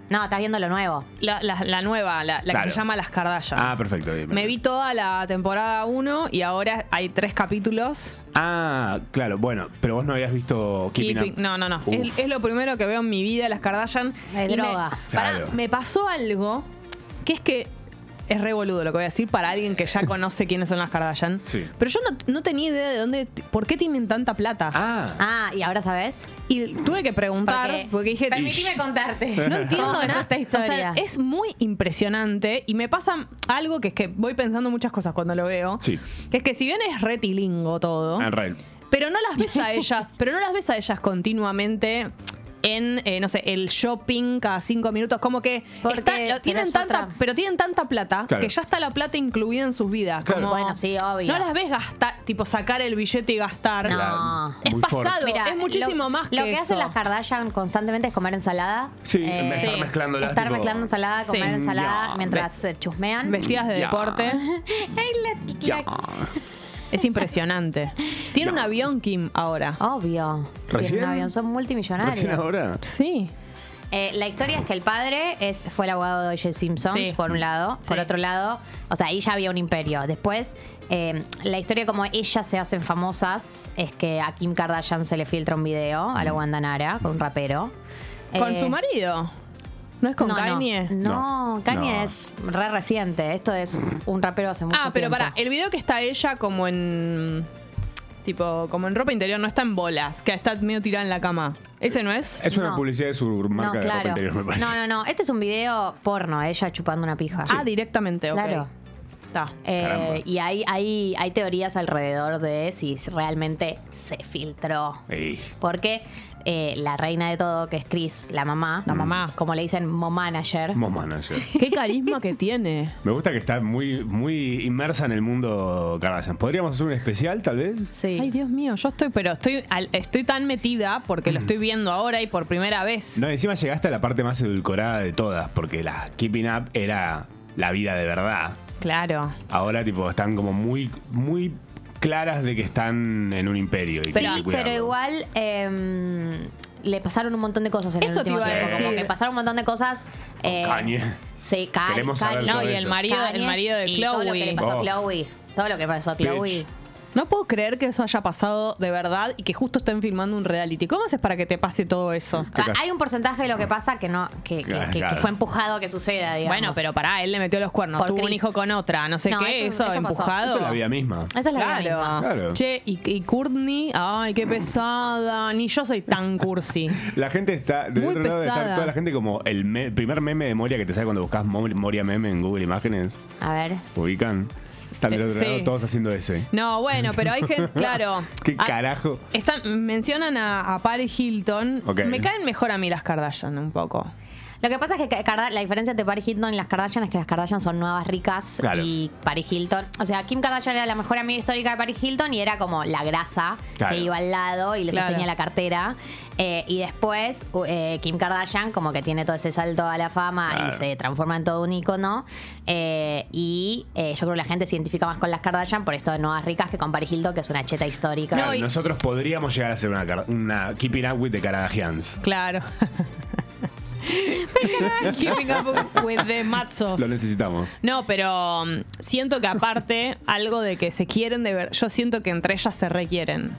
No, estás viendo lo nuevo.
La, la- la nueva, la, la que
Claro.
se llama Las Kardashian.
Ah, perfecto. bien,
Me
bien.
vi toda la temporada 1 y ahora hay tres capítulos.
Ah, claro. Bueno, pero vos no habías visto Keeping,
Keeping-
Up.
No, no, no.
Uf.
Es, es lo primero que veo en mi vida, las Kardashian.
Es
Y me-
droga.
pará,
Claro.
me pasó algo que es que es re boludo lo que voy a decir para alguien que ya conoce quiénes son las Kardashian.
Sí.
Pero yo no, no tenía idea de dónde, por qué tienen tanta plata.
Ah.
Ah, ¿y ahora sabes?
Y tuve que preguntar porque, dije.
Permitime contarte.
No entiendo
¿Cómo es
nada.
esta historia.
O sea, es muy impresionante y me pasa algo que es que voy pensando muchas cosas cuando lo veo.
Sí. Ah,
Que es que si bien es retilingo todo.
En real.
Pero no las ves a ellas, pero no las ves a ellas continuamente en, eh, no sé, el shopping cada cinco minutos. Como que
Porque-
está- lo- tienen
pero es
tanta,
otra.
pero tienen tanta plata
Claro.
que ya está la plata incluida en sus vidas.
Claro.
Como,
Bueno, sí, obvio.
No las ves gastar, tipo sacar el billete y gastar.
No.
Es pasado,
Mira,
es muchísimo
lo-
más que
Lo que hacen
eso.
las Kardashian constantemente es comer ensalada.
Sí, estar
sí.
mezclándolas,
Estar
tipo-
mezclando ensalada, comer
Sí.
ensalada
Ya.
mientras se chusmean.
Vestidas de
Ya.
deporte.
Ay, la- la-
Es impresionante. Tiene un avión Kim ahora.
Oh. Obvio.
¿Recién?
Tienen un avión, son multimillonarios.
¿Recién ahora?
Sí.
Eh, la historia es que el padre es, fue el abogado de O.J. Simpson,
Sí.
por un lado. Por otro lado, o sea, ahí ya había un imperio. Después, eh, la historia como ellas se hacen famosas es que a Kim Kardashian se le filtra un video a
Mm.
la Wanda Nara con un rapero.
Con
Eh,
su marido. ¿No es con
no, no.
Kanye?
No, Kanye es re reciente. Esto es un rapero hace mucho
Ah, pero
tiempo.
pará, el video que está ella como en. Tipo, como en ropa interior, no está en bolas, que está medio tirada en la cama. ¿Ese no es?
Es una
No.
publicidad de su marca de ropa interior, me parece.
No, no, no. Este es un video porno, eh, ella chupando una pija.
Ah, directamente, ok.
Claro. Eh,
Caramba.
y hay, hay, hay teorías alrededor de si realmente se filtró.
Ey.
Porque eh, la reina de todo, que es Chris, la mamá. La mamá. Como le dicen, mom manager.
Mo manager.
Qué carisma que tiene.
Me gusta que está muy, muy inmersa en el mundo Kardashian. ¿Podríamos hacer un especial, tal vez?
Sí.
Ay, Dios mío, yo estoy, pero estoy, al- estoy tan metida porque lo estoy viendo ahora y por primera vez.
No, encima llegaste a la parte más edulcorada de todas, porque la Keeping Up era la vida de verdad.
Claro.
Ahora, tipo, están como muy, muy claras de que están en un imperio. Y
Sí,
tienen que cuidarlo.
pero igual em, le pasaron un montón de cosas en el
Eso te
último
iba a
tiempo, como
decir.
que pasaron un montón de cosas. eh,
Kanye.
Sí, Kanye.
Queremos saber
Kanye.
todo
No, y el eso. marido- el
Kanye
marido de
y Todo lo que le
Khloe.
pasó a
Oh.
Chloe. Todo lo que pasó a
Bitch.
Chloe.
No puedo creer que eso haya pasado de verdad y que justo estén filmando un reality. ¿Cómo haces para que te pase todo eso?
Ah, Hay un porcentaje de lo que pasa que no que, que-
Claro,
que- que
claro.
fue empujado a que suceda, digamos.
Bueno, pero pará, él le metió los cuernos,
Por
tuvo un
Chris.
hijo con otra, no sé
No,
qué,
eso-
eso,
eso pasó.
empujado.
Eso es la vida misma.
Esa es la vida
Claro.
misma.
Claro.
Che, y, y Courtney, ay, qué pesada. Ni yo soy tan cursi.
La gente está. De
Muy
otro lado debe estar
pesada.
toda la gente como el me- primer meme de Moria que te sale cuando buscas Mo- Moria meme en Google Imágenes.
A ver.
Ubican. Están del
Eh,
otro
sí.
lado todos haciendo ese.
No, bueno, pero hay gente, claro.
¿Qué
Ah,
carajo?
están- mencionan a, a Paris Hilton.
Ok.
Me caen mejor a mí las Kardashian un poco.
Lo que pasa es que Karda- la diferencia entre Paris Hilton y las Kardashian es que las Kardashian son nuevas ricas
Claro.
y Paris Hilton. O sea, Kim Kardashian era la mejor amiga histórica de Paris Hilton y era como la grasa
Claro.
que iba al lado y le
Claro.
sostenía la cartera. Eh, y después u- eh, Kim Kardashian, como que tiene todo ese salto a la fama y
Claro.
se transforma en todo un icono. y eh, yo creo que la gente se identifica más con las Kardashian por esto de nuevas ricas que con Paris Hilton, que es una cheta histórica.
Claro, Nosotros podríamos llegar a hacer una, car- una Keeping Up with the Kardashians.
Claro. Keeping up with the matzos.
Lo necesitamos.
pues, No, pero um, siento que aparte, algo de que se quieren de ver. Yo siento que entre ellas se requieren.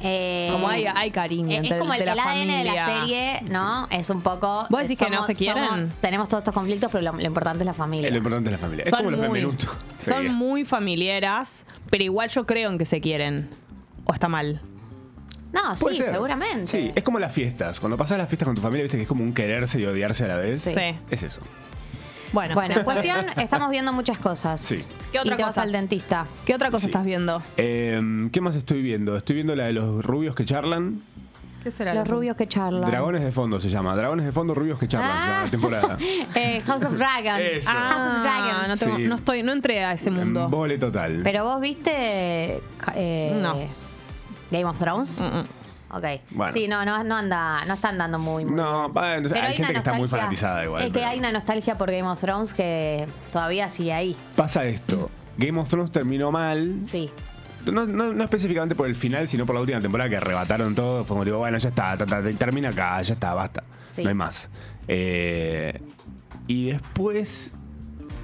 Eh,
Como hay- hay cariño
Es,
entre-
como el,
de la
el ADN de la
familia.
serie, ¿no? Es un poco. eh,
¿Vos decís que no se quieren?
somos- tenemos todos estos conflictos, pero lo, lo importante es la familia.
Eh, Lo importante es la familia. Es
Son
como los
muy-
Benvenuto.
Son
Sí.
muy familiares, pero igual yo creo en que se quieren. ¿O está mal?
No,
Puede
sí,
ser.
seguramente.
Sí, es como las fiestas. Cuando pasas las fiestas con tu familia, viste que es como un quererse y odiarse a la vez.
Sí. Sí.
Es eso.
Bueno,
Bueno, en cuestión, estamos viendo muchas cosas.
Sí.
¿Qué
otra
y te
cosa?
vas al dentista.
¿Qué otra cosa estás viendo?
Em, ¿Qué más estoy viendo? Estoy viendo la de los rubios que charlan.
¿Qué será?
Los rubios que charlan. Ah.
Dragones de fondo se llama. Dragones de fondo, rubios que charlan. se llama la temporada.
Eh, House of Dragon.
Eso.
House of
Ah,
Dragon.
no, tengo-
Sí.
no estoy, no entré a ese mundo.
Vole total.
Pero vos viste. eh,
No.
Game of
Mm,
Thrones. Ok.
Bueno.
Sí, no, no, no anda, no está andando muy, muy
No, bueno, entonces,
Pero
hay
hay una
gente que está muy
nostalgia.
fanatizada igual.
Es que
pero-
hay una nostalgia por Game of Thrones que todavía sigue ahí.
Pasa esto. Game of Thrones terminó mal.
Sí.
No, no- no específicamente por el final, sino por la última temporada que arrebataron todo. Fue como, tipo, bueno, ya está, ta, ta, ta, termina acá, ya está, basta.
Sí.
No hay más. Eh, y después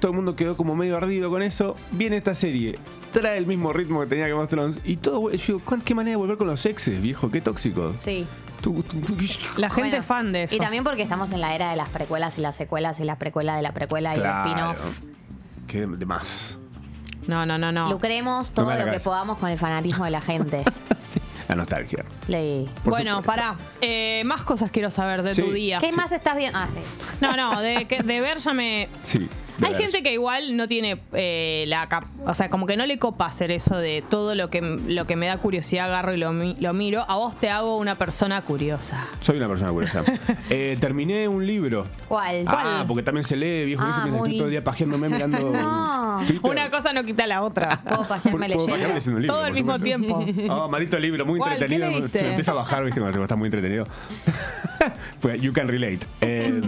todo el mundo quedó como medio ardido con eso. Viene esta serie, trae el mismo ritmo que tenía Game of Thrones. Y todo, vuel- yo digo, "¿Cuán- ¿qué manera de volver con los exes, viejo? Qué tóxicos.
Sí.
Tu- tu- tu-
La gente es fan de eso.
Y también porque estamos en la era de las precuelas y las secuelas y las precuelas de la precuela y el
Claro.
spin-off.
Qué de de más.
No, no, no, no.
Lucremos
No
todo
me
lo que
hagas.
podamos con el fanatismo de la gente.
La nostalgia.
Leí.
Por
bueno, pará. Eh, más cosas quiero saber de
Sí.
tu día.
¿Qué más estás viendo? Ah, sí.
No, no, de, que- de ver ya me.
Sí.
Hay gente que igual no tiene eh, la cap- o sea, como que no le copa hacer eso de todo lo que, lo que me da curiosidad agarro y lo, mi- lo miro. A vos te hago una persona curiosa.
Soy una persona curiosa. Eh, terminé un libro.
¿Cuál?
Ah, porque también se lee, viejo.
Ah,
que se piensa,
muy-
estoy todo el día pajeándome mirando. Twitter.
Una cosa no quita la otra.
Puedo
Puedo pajearme leyendo un libro,
Todo al
por
mismo
supuesto.
tiempo.
Oh, maldito libro, muy
¿Cuál? ¿Qué
entretenido.
leíste?
Se me empieza a bajar, viste, cuando está muy entretenido. Pues, you can relate. Eh,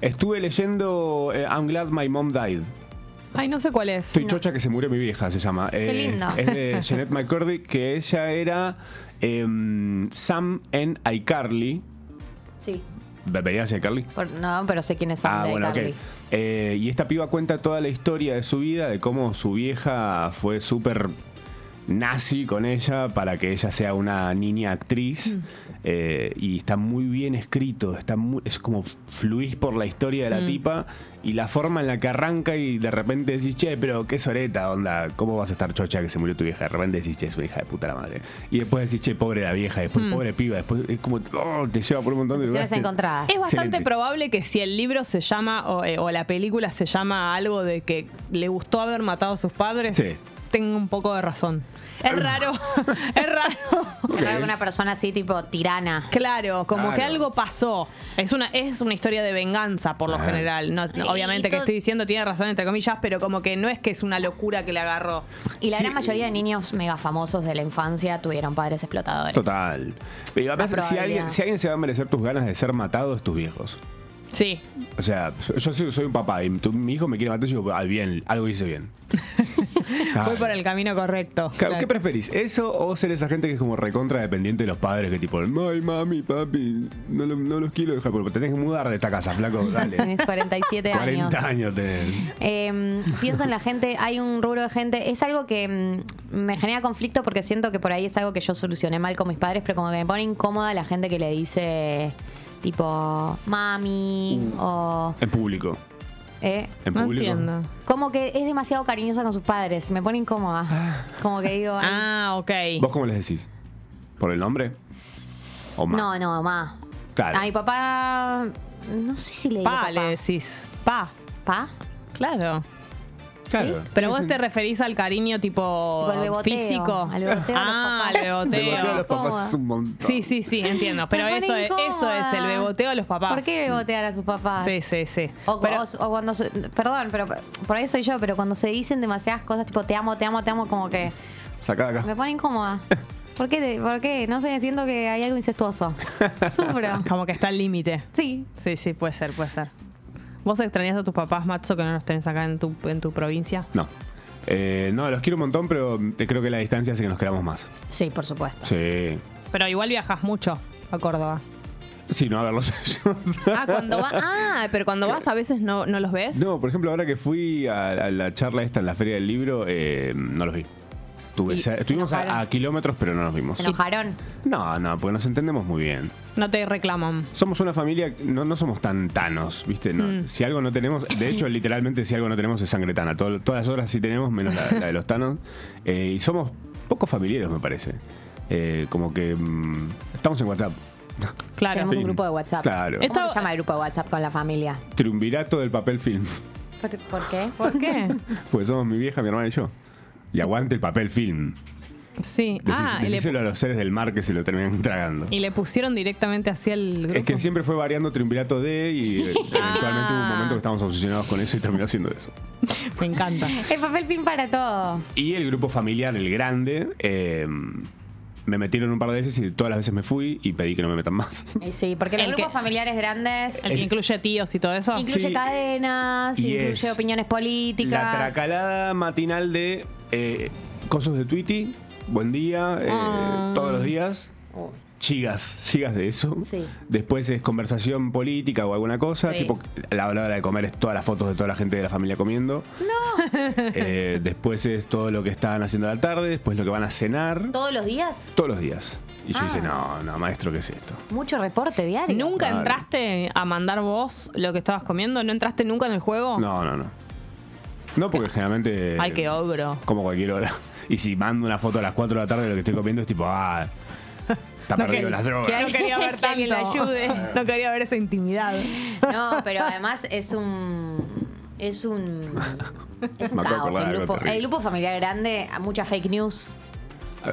estuve leyendo eh, I'm Glad My Mom Died.
Ay, no sé cuál es.
Estoy chocha que se murió mi vieja, se llama.
Qué
Eh,
lindo.
Es de Jeanette McCurdy, que ella era em, Sam en iCarly.
Sí.
¿Veías iCarly?
Por- no, pero sé quién es
Ah,
Andy
bueno, ok.
Carly.
Eh, y esta piba cuenta toda la historia de su vida, de cómo su vieja fue súper nazi con ella para que ella sea una niña
Mm.
actriz. eh, y está muy bien escrito, está muy, es como fluís por la historia de la
Mm.
tipa y la forma en la que arranca y de repente decís, che, pero qué soreta, onda, ¿cómo vas a estar chocha que se murió tu vieja? De repente decís, che, es una hija de puta la madre. Y después decís, che, pobre la vieja, después
Mm.
pobre piba, después es como, oh, te lleva por un montón de
Sensaciones
lugares. que-
encontradas.
Es bastante
Excelente.
probable que si el libro se llama o, eh, o la película se llama algo de que le gustó haber matado a sus padres,
Sí.
tenga un poco de razón. Es raro, es raro.
Es raro que una persona así, tipo tirana.
Claro, como que
Claro.
algo pasó. Es una, es una historia de venganza por lo
Ajá.
general. No, no,
Y-
obviamente
y
que
todo-
estoy diciendo tiene razón entre comillas, pero como que no es que es una locura que le agarró.
Y la gran mayoría de niños mega famosos de la infancia tuvieron padres explotadores.
Total. Pero además, si
probabilidad.
alguien, si alguien se va a merecer tus ganas de ser matado, es tus viejos.
Sí.
O sea, yo soy, soy un papá y tu- mi hijo me quiere matar y yo digo, ah, bien, algo hice bien. Ah,
Voy por el camino correcto.
claro,
Claro.
¿Qué preferís? ¿Eso o ser esa gente que es como recontra dependiente de los padres? Que tipo, ay, mami, papi, no, lo- no los quiero dejar, pero tenés que mudar de esta casa, flaco, dale.
Tienes 47 años.
40 años tenés.
Eh, pienso en la gente, hay un rubro de gente, es algo que mm, me genera conflicto porque siento que por ahí es algo que yo solucioné mal con mis padres, pero como que me pone incómoda la gente que le dice tipo mami
Uh.
o...
En público.
¿eh?
En No público. entiendo.
Como que es demasiado cariñosa con sus padres, me pone incómoda. Como que digo... ay,
Ah, ok.
¿Vos cómo les decís? ¿Por el nombre? ¿O más?
no, no, mamá.
Claro.
A mi papá, no sé si le digo
Pa,
papá.
le decís. Pa.
¿Pa?
Claro.
Claro.
Pero vos te referís al cariño tipo,
Tipo al beboteo,
físico.
al beboteo de los
ah,
papás.
al
Beboteo a los papás es
beboteo.
un montón.
Sí, sí, sí, entiendo. Pero
Me pone
eso es, eso
incómoda.
es el beboteo a los papás.
¿Por qué bebotear a sus papás?
Sí, sí, sí.
O, o- o cuando. se- perdón, pero por ahí soy yo, pero cuando se dicen demasiadas cosas, tipo te amo, te amo, te amo, como que
Sacá de acá.
me pone incómoda. ¿Por qué? te- ¿Por qué? No sé, siento que hay algo incestuoso. Sufro.
Como que está al límite.
Sí.
Sí, sí, puede ser, puede ser. ¿Vos extrañás a tus papás, Matzo, que no los tenés acá en tu, en tu provincia?
No. Eh, no, los quiero un montón, pero te creo que la distancia hace que nos queramos más.
Sí, por supuesto.
Sí.
Pero igual viajas mucho a Córdoba.
Sí, no, a verlos
Ah, cuando va, ah pero cuando vas a veces no, no los ves.
No, por ejemplo, ahora que fui a, a la charla esta en la Feria del Libro, eh, no los vi. Tuve,
Y
ya-
se
estuvimos a,
enojaron.
a kilómetros, pero no nos vimos.
Se enojaron.
No, no, porque nos entendemos muy bien.
No te reclaman.
Somos una familia, no, no somos tan tanos, ¿viste? No,
Mm.
Si algo no tenemos, de hecho, literalmente, si algo no tenemos es sangre tana. Todo- todas las otras sí tenemos, menos la, la de los tanos. Eh, y somos poco familiares, me parece. Eh, como que mm, estamos en WhatsApp.
Claro.
Tenemos
Sí.
un grupo de WhatsApp.
Claro.
¿Cómo se llama el grupo de WhatsApp con la familia?
Triunvirato del papel film.
¿Por, por qué?
¿Por qué?
Pues somos mi vieja, mi hermana y yo. Y aguante el papel film.
Sí.
Decí-
ah, y le,
decíselo a los seres del mar que se lo terminan tragando.
y le pusieron directamente hacia el grupo.
Es que siempre fue variando triunvirato de y eh, eventualmente hubo un momento
Ah.
que estábamos obsesionados con eso y terminó siendo eso.
Me encanta.
El papel pin para todo.
Y el grupo familiar, el grande, eh, me metieron un par de veces y todas las veces me fui y pedí que no me metan más.
Y sí, porque los
El que-
grupos familiares grandes
El que incluye tíos y todo eso.
incluye cadenas,
Y
incluye
es
opiniones políticas.
La tracalada matinal de eh, cosas de Twitty, buen día, eh,
Ah.
todos los días. Chigas, chigas de eso. Después es conversación política o alguna cosa.
Sí.
Tipo, la hora de comer es todas las fotos de toda la gente de la familia comiendo.
No.
Eh, después es todo lo que están haciendo a la tarde. Después lo que van a cenar.
¿Todos los días?
Todos los días. Y yo
Ah.
dije, no, no, maestro, ¿qué es esto?
Mucho reporte diario.
¿Nunca
Claro.
entraste a mandar vos lo que estabas comiendo? ¿No entraste nunca en el juego?
No, no, no. No, porque generalmente.
Ay, qué ogro.
Como cualquier hora. Y si mando una foto a las 4 de la tarde, lo que estoy comiendo es tipo, ah, está perdido las drogas.
No quería ver
Que alguien
tanto.
lo ayude.
No quería ver esa intimidad.
No, pero además es un. Es un. Es un
Me acabo de
caos.
acordar de
El
algo
grupo,
terrible.
el grupo familiar grande, mucha fake news.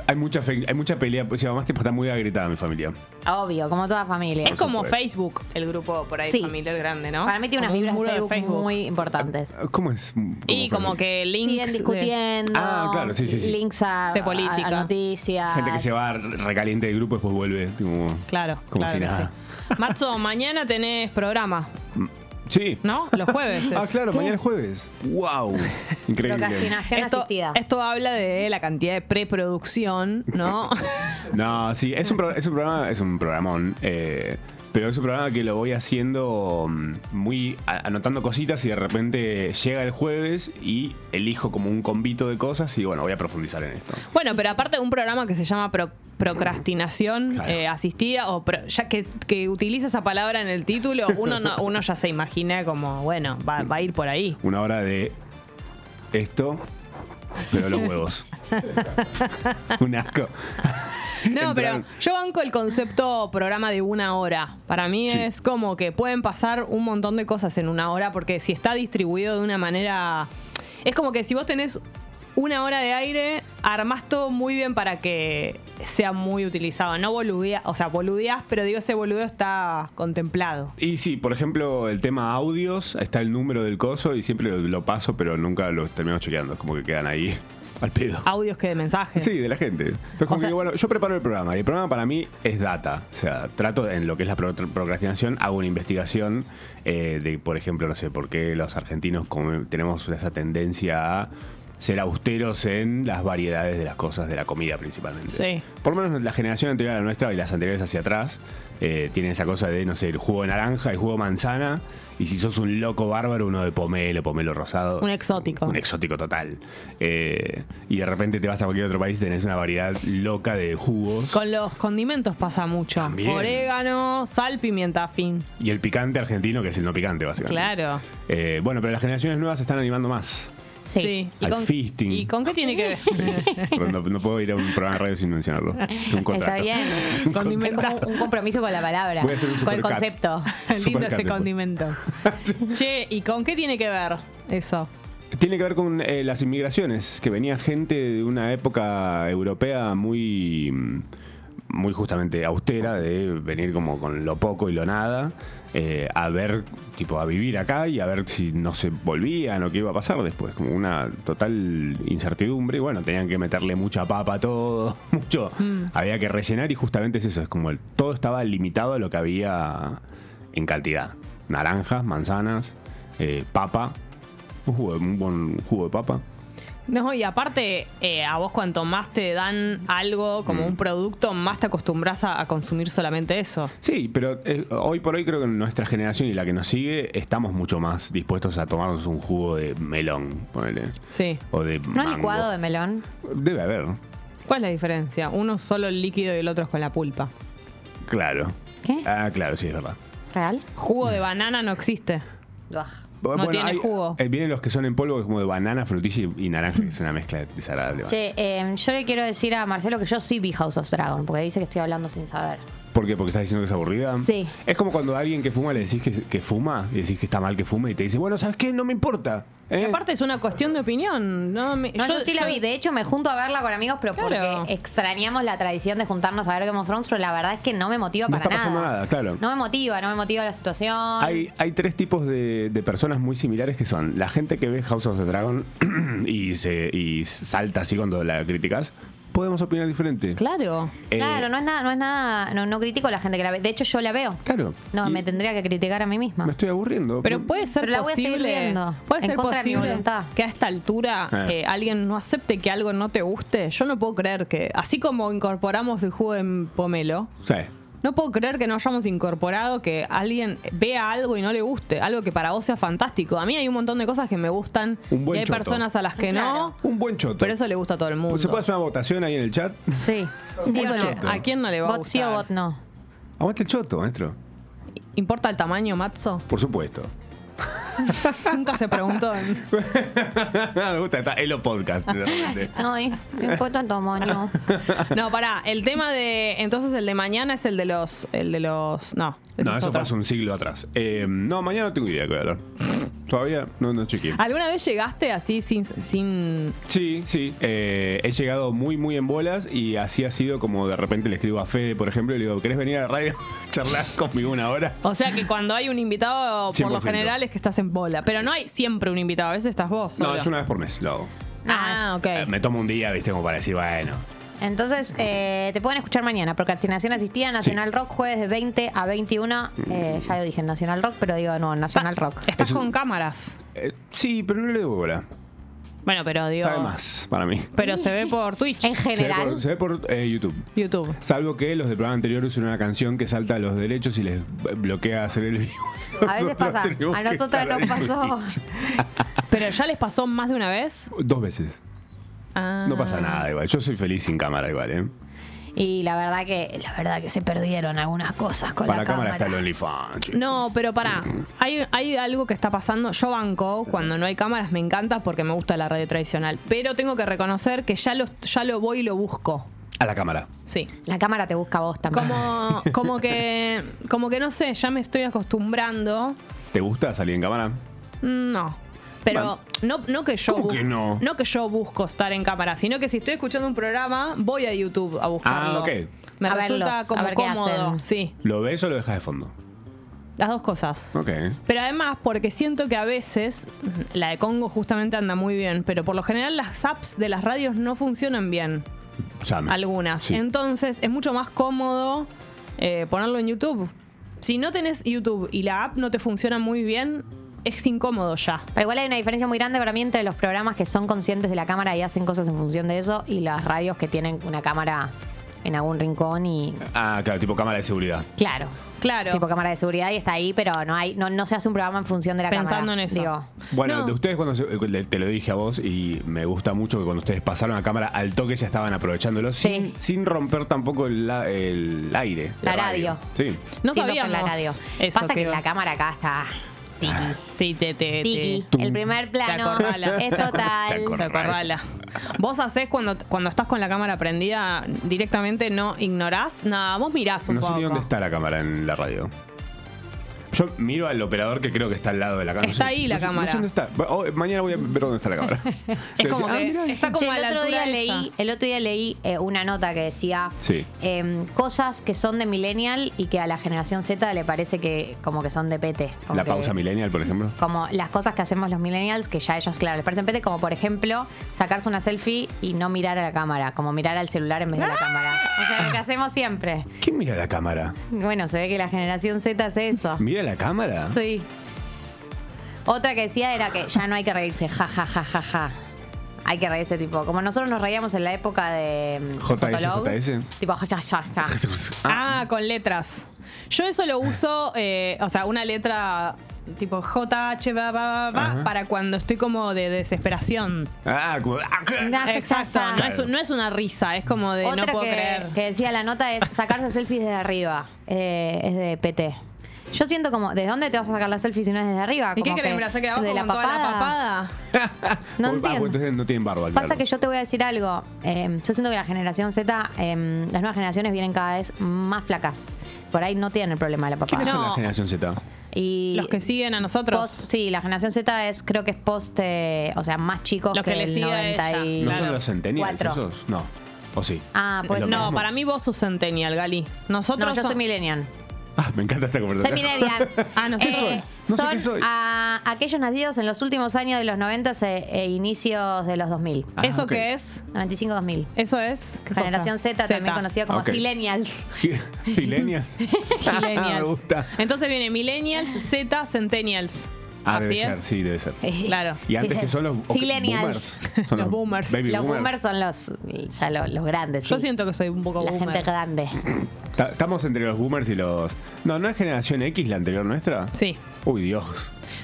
Hay mucha, fe- hay mucha pelea. pues, Si mamás tipo, está muy agrietada mi familia.
Obvio, como toda familia.
Es como Facebook, el grupo por ahí
Sí.
familiar grande, ¿no?
Para mí tiene unas
Como un
vibras de
muro
Facebook, muy importantes.
¿Cómo es? ¿Cómo
Y
fue?
como que links.
Siguen
de-
discutiendo.
Ah, claro, sí, sí, sí.
Links a,
De política.
a- a noticias.
Gente que se va recaliente del grupo y después vuelve. Tipo,
Claro,
Como
claro
si
que
nada.
Matzo, mañana tenés programa,
Sí.
¿no? Los jueves.
Ah,
es.
claro, mañana es jueves. ¡Wow! Increíble.
esto, Esto habla de la cantidad de preproducción, ¿no?
No, sí, es un, pro- es un programa, es un programón. eh, Pero es un programa que lo voy haciendo mm, muy a- anotando cositas y de repente llega el jueves y elijo como un convito de cosas y bueno, voy a profundizar en esto.
Bueno, pero aparte de un programa que se llama pro- procrastinación eh, asistida, o pro- ya que, que utiliza esa palabra en el título, uno, no- uno ya se imagina como, bueno, va, va a ir por ahí.
Una hora de esto, pero los huevos. un asco.
No,
En
pero
plan-
yo banco el concepto programa de una hora. Para mí
Sí.
es como que pueden pasar un montón de cosas en una hora, porque si está distribuido de una manera. Es como que si vos tenés una hora de aire, armás todo muy bien para que sea muy utilizado. No boludeás, o sea, boludeás, pero digo, ese boludeo está contemplado.
Y sí, por ejemplo, el tema audios, está el número del coso y siempre lo, lo paso, pero nunca lo termino chequeando. Es como que quedan ahí al pedo.
Audios que de mensajes.
Sí, de la gente. Pero es como que, bueno, yo preparo el programa y el programa para mí es data. O sea, trato en lo que es la pro- procrastinación, hago una investigación eh, de, por ejemplo, no sé, por qué los argentinos come- tenemos esa tendencia a ser austeros en las variedades de las cosas, de la comida principalmente.
Sí.
Por lo menos la generación anterior a la nuestra y las anteriores hacia atrás eh, tienen esa cosa de, no sé, el jugo de naranja, el jugo de manzana y si sos un loco bárbaro, uno de pomelo, pomelo rosado.
Un exótico.
Un exótico total. Eh, y de repente te vas a cualquier otro país y tenés una variedad loca de jugos.
Con los condimentos pasa mucho.
También.
Orégano, sal, pimienta, fin.
Y el picante argentino, que es el no picante, básicamente.
Claro.
Eh, bueno, pero las generaciones nuevas se están animando más.
Sí. ¿Y,
Al
con,
fisting.
¿Y con qué tiene que ver?
Pero no, no puedo ir a un programa de radio sin mencionarlo. Tengo un
Está
contrato.
bien. Es como un compromiso con la palabra.
Voy a hacer un
con el
supercat.
concepto.
Lindo ese
Supercat,
condimento. Che, ¿y con qué tiene que ver eso?
Tiene que ver con eh, las inmigraciones, que venía gente de una época europea muy, mm, muy justamente austera, de venir como con lo poco y lo nada, eh, a ver, tipo, a vivir acá y a ver si no se volvían o qué iba a pasar después, como una total incertidumbre. Y bueno, tenían que meterle mucha papa a todo, mucho, había que rellenar y justamente es eso, es como el- todo estaba limitado a lo que había en cantidad. Naranjas, manzanas, eh, papa, un, jugo, un buen jugo de papa.
No, y aparte, eh, a vos cuanto más te dan algo como un producto, más te acostumbras a, a consumir solamente eso.
Sí, pero eh, hoy por hoy creo que nuestra generación y la que nos sigue estamos mucho más dispuestos a tomarnos un jugo de melón, ponele.
Sí.
O de
¿No han
mango.
licuado de melón?
Debe haber,
¿Cuál es la diferencia? Uno es solo el líquido y el otro es con la pulpa.
claro.
¿Qué?
Ah, claro, sí, es verdad.
¿Real?
Jugo de banana no existe. No tiene
hay-
jugo.
eh, vienen los que son en polvo, que es como de banana, frutilla y, y naranja, que es una mezcla desagradable.
Che, eh, yo le quiero decir a Marcelo que yo sí vi House of Dragon, porque dice que estoy hablando sin saber.
¿Por qué? ¿Porque estás diciendo que es aburrida?
Sí.
Es como cuando a alguien que fuma le decís que, que fuma y decís que está mal que fume y te dice, bueno, ¿sabes qué? No me importa. ¿eh?
Y aparte es una cuestión de opinión. No, me-
No, yo, sí la vi. De hecho, me junto a verla con amigos, pero
Claro.
porque extrañamos la tradición de juntarnos a ver Game of Thrones, pero la verdad es que no me motiva
No
para
está pasando
nada.
nada, claro.
No me motiva, no me motiva la situación.
Hay, hay tres tipos de, de personas muy similares que son la gente que ve House of the Dragon y, se, y salta así cuando la criticas. Podemos opinar diferente.
Claro.
Eh,
claro, no es nada, no es nada, no, no critico a la gente que la ve. De hecho, yo la veo.
Claro.
No,
Y
me tendría que criticar a mí misma.
Me estoy aburriendo.
Pero puede ser
Pero la voy a seguir
posible,
viendo,
puede
en
ser
contra de mi
posible
voluntad.
que a esta altura
Eh.
eh, alguien no acepte que algo no te guste. Yo no puedo creer que, así como incorporamos el jugo de pomelo,
Sí.
no puedo creer que no hayamos incorporado que alguien vea algo y no le guste, algo que para vos sea fantástico. A mí hay un montón de cosas que me gustan
Un buen
y hay
choto.
personas a las que no.
Un buen choto.
Pero eso le gusta a todo el mundo.
¿Se puede hacer una votación ahí en el chat?
Sí.
Un buen choto.
¿A quién no le va a
Bot sí
gustar?
o bot no.
Aguante el choto, maestro.
¿Importa el tamaño, Matzo?
Por supuesto.
Nunca se preguntó.
me gusta, está Elo Podcast. de repente.
Ay, me importa el tamaño.
No, pará, el tema de. Entonces el de mañana es el de los. El de los. No, ese
No,
es
eso
otro.
pasa un siglo atrás. Eh, no, mañana no tengo idea de qué voy a hablar. Todavía no, no chequeé.
¿Alguna vez llegaste así sin. sin...
Sí, sí. eh, he llegado muy, muy en bolas y así ha sido como de repente le escribo a Fede, por ejemplo, y le digo, ¿querés venir a la radio a charlar conmigo una hora?
O sea que cuando hay un invitado, por lo
100%.
general es que estás en bola. Pero no hay siempre un invitado, a veces estás vos.
No,
solo.
es una vez por mes, lo hago.
Ah, ok.
Eh, Me tomo un día, viste, como para decir, bueno.
Entonces, eh, te pueden escuchar mañana. Procrastinación Asistida, Nacional Rock, jueves de 20 a 21. Eh, ya lo dije en Nacional Rock, pero digo, no, Nacional Rock.
Estás con cámaras.
Eh, sí, pero no le doy bola.
Bueno, pero digo.
Está de más para mí.
Pero se ve por Twitch. En
Se ve por- Se ve por, eh, YouTube.
YouTube.
Salvo que los del programa anterior usan una canción que salta los derechos y les bloquea hacer el vivo.
A veces pasa.
Nosotros tenemos
A
que
nosotras
estar
nos
ahí.
pasó. Pero ya les pasó más de una vez. Ah.
Dos veces. No pasa nada igual. Yo soy feliz sin cámara igual, ¿eh?
Y la verdad que, la verdad que se perdieron algunas cosas con
Para
la
cámara,
cámara.
está el OnlyFans. chicos.
No, pero pará. Hay, hay algo que está pasando. Yo banco, cuando no hay cámaras me encanta porque me gusta la radio tradicional. Pero tengo que reconocer que ya lo, ya lo voy y lo busco.
A la cámara.
Sí.
La cámara te busca a vos también.
Como, como que. Como que no sé, ya me estoy acostumbrando. Mm,
¿Te gusta salir en cámara?
No. Pero no, no que yo
¿Cómo
bus-
que no?
que yo busco estar en cámara, sino que si estoy escuchando un programa, voy a YouTube a buscarlo.
Ah, ok.
Me
A
resulta
verlos,
como
a ver qué
cómodo.
hacen.
Sí,
¿Lo ves o lo dejas de fondo?
las dos cosas.
Ok.
Pero además, porque siento que a veces, la de Congo justamente anda muy bien, pero por lo general las apps de las radios no funcionan bien,
Same.
algunas.
Sí.
Entonces es mucho más cómodo eh, ponerlo en YouTube. Si no tenés YouTube y la app no te funciona muy bien, es incómodo ya.
Pero igual hay una diferencia muy grande para mí entre los programas que son conscientes de la cámara y hacen cosas en función de eso y las radios que tienen una cámara en algún rincón y
Ah, claro, tipo cámara de seguridad.
claro,
claro,
tipo cámara de seguridad y está ahí, pero no hay no, no se hace un programa en función de la
Pensando
cámara.
en eso.
Digo,
Bueno, de ustedes cuando se- eh, le- te lo dije a vos y me gusta mucho que cuando ustedes pasaron a cámara al toque ya estaban aprovechándolo sin, sin romper tampoco el, la- el aire. de
La radio.
Sí.
No
sí, con la
sabíamos
radio.
eso,
Pasa que
creo.
la cámara acá está
Sí, te, te,
Tiki.
Este, te-
El primer plano
Te acorrala.
es total.
Te acorrala. Vos hacés cuando, cuando estás con la cámara prendida, directamente no ignorás nada, vos mirás un
No sé
poco.
ni dónde está la cámara en la radio. Yo miro al operador que creo que está al lado de la cámara.
Está
No sé-
ahí la
no sé-
cámara.
No sé dónde está. Va- oh, mañana voy a ver dónde está la cámara.
Es como
Ah,
que está como
Che,
a la
el otro
altura
día
esa.
leí, el otro día leí eh, una nota que decía
Sí.
em, cosas que son de millennial y que a la generación Z le parece que como que son de pete. como
La
que-
pausa millennial, por ejemplo.
como las cosas que hacemos los millennials, que ya ellos, claro, les parecen pete, como por ejemplo sacarse una selfie y no mirar a la cámara, como mirar al celular en vez de la cámara. O sea, lo que hacemos siempre.
¿Quién mira la cámara?
Bueno, se ve que la generación Z hace eso.
¿Mira la cámara?
Sí. Otra que decía era que ya no hay que reírse, ja, ja, ja, ja, ja. Hay que reírse, tipo, como nosotros nos reíamos en la época de mm,
JS,
Fotolog,
JS.
Tipo, ja, ja, ja, ja.
Ah, con letras. Yo eso lo uso, eh, o sea, una letra tipo JH va, va, va, va,
Ajá.
para cuando estoy como de desesperación.
Ah, como. ah,
Exacto, no es,
Claro.
no es una risa, es como de no
Otra
puedo
que,
creer.
que decía la nota es sacarse selfies desde arriba. Eh, es de PT. Yo siento como, ¿de dónde te vas a sacar la selfie si no es desde arriba?
¿Y qué
Como
querés?
que
¿Me la saque de abajo
desde
con toda la papada?
No
Ah, pues
entiendo.
entonces no tienen barba.
Pasa
claro.
que yo te voy a decir algo. Eh, yo siento que la generación Z, eh, las nuevas generaciones vienen cada vez más flacas. Por ahí no tienen el problema de la papada.
¿Quiénes son la generación Z?
Y
Los que siguen a nosotros.
post- sí, la generación Z es, creo que es post, eh, o sea, más chicos
Los que le
el
sigue a ella,
90 y...
¿No son los centennials
Cuatro.
esos? No. ¿O sí?
Ah, pues
¿Es lo
no,
mismo?
para mí vos sos centennial, Gali. Nosotros
No, yo
so-
soy millennial.
Ah, me encanta esta
Soy
conversación.
millennial.
Ah, no sé
Eh,
soy.
No sé
son
qué soy.
a- aquellos nacidos en los últimos años de los 90 e, e inicios de los 2000.
Ah, ¿Eso ok. qué
es?
95-2000.
¿Eso es? ¿Qué
Generación
cosa?
Z, también conocida como
Ok.
millennial.
¿Silenias?
Millennials.
Me gusta.
Entonces viene millennials, Z, centennials.
Ah,
Así
debe ser,
es.
sí, debe ser.
Claro.
Y antes que son los ok,
Millennials.
boomers. Son
Los boomers.
Baby
los boomers.
boomers.
son los, ya lo- los grandes.
Yo
sí.
siento que soy un poco
La
boomer.
gente grande.
Ta- Estamos entre los boomers y los. No, ¿no es generación X la anterior nuestra?
Sí.
Uy, Dios.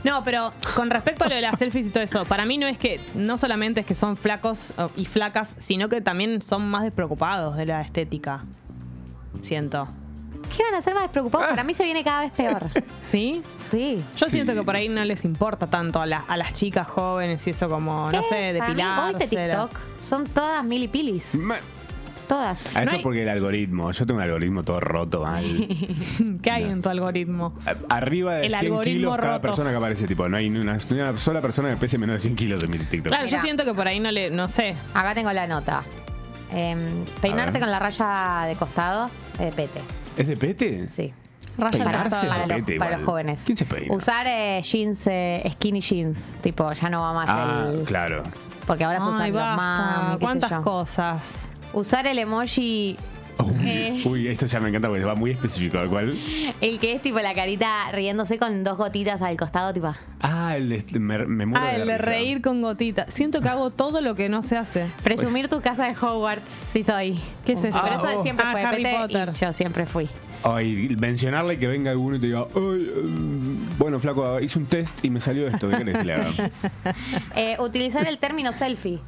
No, pero con respecto a lo de las selfies y todo eso, para mí no es que, no solamente es que son flacos oh, y flacas, sino que también son más despreocupados de la estética. Siento.
¿Qué van a ser más despreocupados?
Ah.
Para mí se viene cada vez peor.
¿Sí?
Sí.
Yo siento que por ahí no les importa tanto a, las- a las chicas jóvenes y eso como, no
¿Qué?
sé,
Para mí,
depilarse.
¿Vos viste TikTok? Son todas milipilis. Todas.
Mm. A eso porque el algoritmo. Yo tengo un algoritmo todo roto mal.
¿Qué hay en tu algoritmo?
A- Arriba de
El
100
algoritmo
kilos cada
roto.
persona que aparece. Tipo, no hay ni una, ni una sola persona que pese menos de 100 kilos en mi TikTok.
Claro, yo siento que por ahí no le, no sé.
Acá tengo la nota. Em, peinarte
ver.
con la raya de costado, eh, pete.
¿Es de pete?
Sí.
Raya de
Peinarse
costado.
de
Para, los,
pete
para
igual.
los jóvenes.
¿Quién se peina?
Usar eh, jeans, eh, skinny jeans. Tipo, ya no va más
Ah,
el-
claro.
Porque ahora se usan
Ay,
los
basta,
mami, qué sé
cuántas
yo.
cosas.
Usar el emoji Eh,
Uy, esto ya me encanta porque va muy específico, al cual.
el que es tipo la carita riéndose con dos gotitas al costado, tipo.
Ah, el de- me, me muero
Ah,
de la
el de
risa.
reír con gotitas. Siento que hago todo lo que no se hace.
Presumir tu casa de Hogwarts, si estoy.
¿Qué es eso?
Pero eso de siempre
Ah,
fue
Harry
Pete y
Potter.
yo siempre fui.
Ay, mencionarle que venga alguno y te diga, "Ay, eh, bueno, flaco, hice un test y me salió esto. ¿Qué querés que le haga?
Eh, utilizar el término selfie.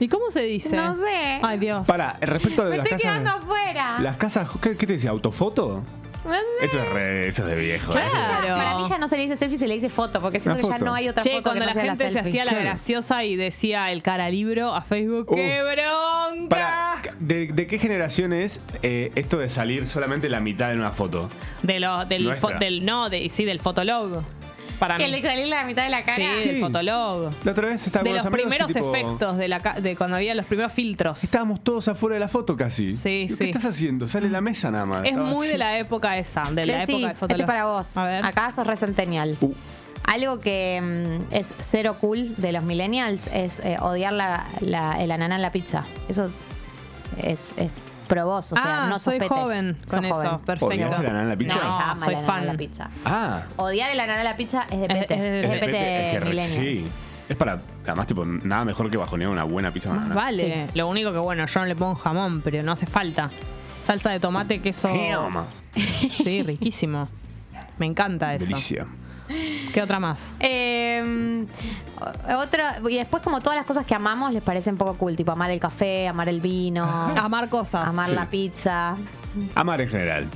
¿Y cómo se dice?
No sé.
Ay, Dios.
Para, respecto
Me
de las
estoy
casas.
quedando afuera.
Las casas, ¿qué, qué te decía? ¿Autofoto?
No sé.
Eso es, re- eso es de viejo.
Para mí
eso es-
ya-
Claro.
Para mí ya no se le dice selfie, se le dice foto, porque
Una
siento que ya
foto.
no hay otra
Che,
foto.
cuando
que no
la
sea
gente se
selfie.
hacía la graciosa y decía el cara libro a Facebook, ¡qué bronca!
Para, ¿de, de qué generación es eh, esto de salir solamente la mitad en una foto?
De lo- del,
Nuestra.
fo- del- no, de, sí, del fotolog. Para
Que
mí.
le salí la mitad de la cara.
Sí, del fotolog.
La otra vez estaba
De
con
los,
los amigos y
primeros
tipo-
efectos, de, la, ca- de cuando había los primeros filtros.
Estábamos todos afuera de la foto casi.
Sí,
Digo,
sí.
¿Qué estás haciendo? Sale la mesa nada más.
Es
Estaba
muy
así.
de la época esa, de la
Jessy,
época del
este
fotolog.
para vos. Acá sos re centennial.
Uh.
Algo que mm, es cero cool de los millennials es eh, odiar la, la- el ananá en la pizza. Eso es, es pro vos, o sea,
Ah,
no
soy
sospete.
joven
Sos
con eso,
joven.
perfecto.
¿Odias el ananá en la pizza?
No,
No,
ama
soy
el ananá
fan.
en la pizza.
Ah.
Odiar el ananá en la pizza es de pete. Es, de pete
es que re-
millennial.
sí. Es para, además, tipo, nada mejor que bajonear una buena pizza de banana.
Vale, lo único que bueno, yo no le pongo jamón, pero no hace falta. Salsa de tomate, queso.
Damn.
Sí, riquísimo. Me encanta eso.
Delicia.
¿Qué otra más?
Eh, otra, y después como todas las cosas que amamos les parece un poco cool, tipo amar el café, amar el vino,
amar cosas,
amar
Sí.
la pizza.
Amar en general.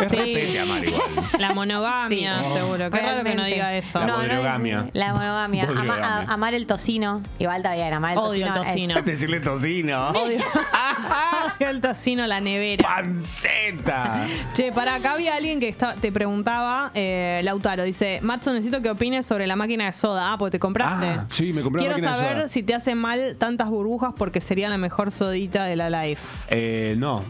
Es
Sí.
repete amar igual.
La monogamia,
Sí.
seguro. Qué raro que no
Realmente.
diga eso.
La monogamia.
La monogamia, Ama-
Monogamia.
a- amar el tocino, igual está bien, amar el
Odio el
tocino. es-
Decirle tocino.
Odio, Odio el tocino, la nevera.
Panceta.
Che, para acá había alguien que está- te preguntaba, eh, Lautaro, dice, Matzo, necesito que opines sobre la máquina de soda. Ah, pues te compraste.
Ah, sí, me compré una
Quiero
máquina de
saber
soda.
si te hacen mal tantas burbujas porque sería la mejor sodita de la life.
Eh, no,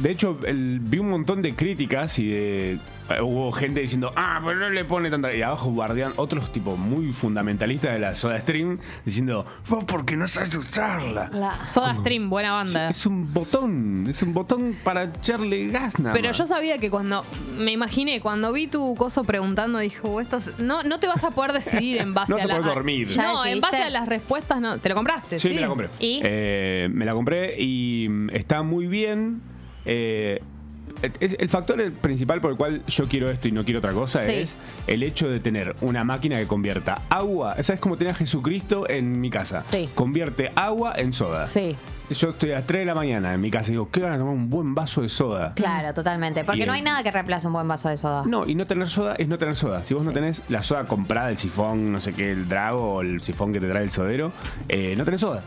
de hecho el- vi un montón de críticas y de, eh, hubo gente diciendo, ah, pero no le pone tanta... Y abajo guardián otros tipo muy fundamentalistas de la Soda Stream diciendo, vos porque no sabes usarla.
Soda Stream, buena banda.
Es un botón, es un botón para echarle gas nada
Pero
más.
yo sabía que cuando, me imaginé, cuando vi tu coso preguntando, dijo, "Oh, esto es- no, no te vas a poder decidir en base
No vas
a
a
la-
poder dormir. ¿Ya
No, en
decidiste?
base a las respuestas, no. Te lo compraste, sí.
Sí, me la compré. Eh, me la compré y mm, está muy bien. Eh, es- el factor el principal por el cual yo quiero esto y no quiero otra cosa
Sí.
es el hecho de tener una máquina que convierta agua. ¿Sabes cómo tenía Jesucristo en mi casa?
Sí.
Convierte agua en soda.
Sí.
Yo estoy a las 3 de la mañana en mi casa y digo, ¿qué van a tomar un buen vaso de soda?
Mm.
Claro, totalmente. Porque
Bien.
no hay nada que reemplace un buen vaso de soda.
No, y no tener soda es no tener soda. Si vos no tenés la soda comprada, el sifón, no sé qué, el drago o el sifón que te trae el sodero, eh, no tenés soda.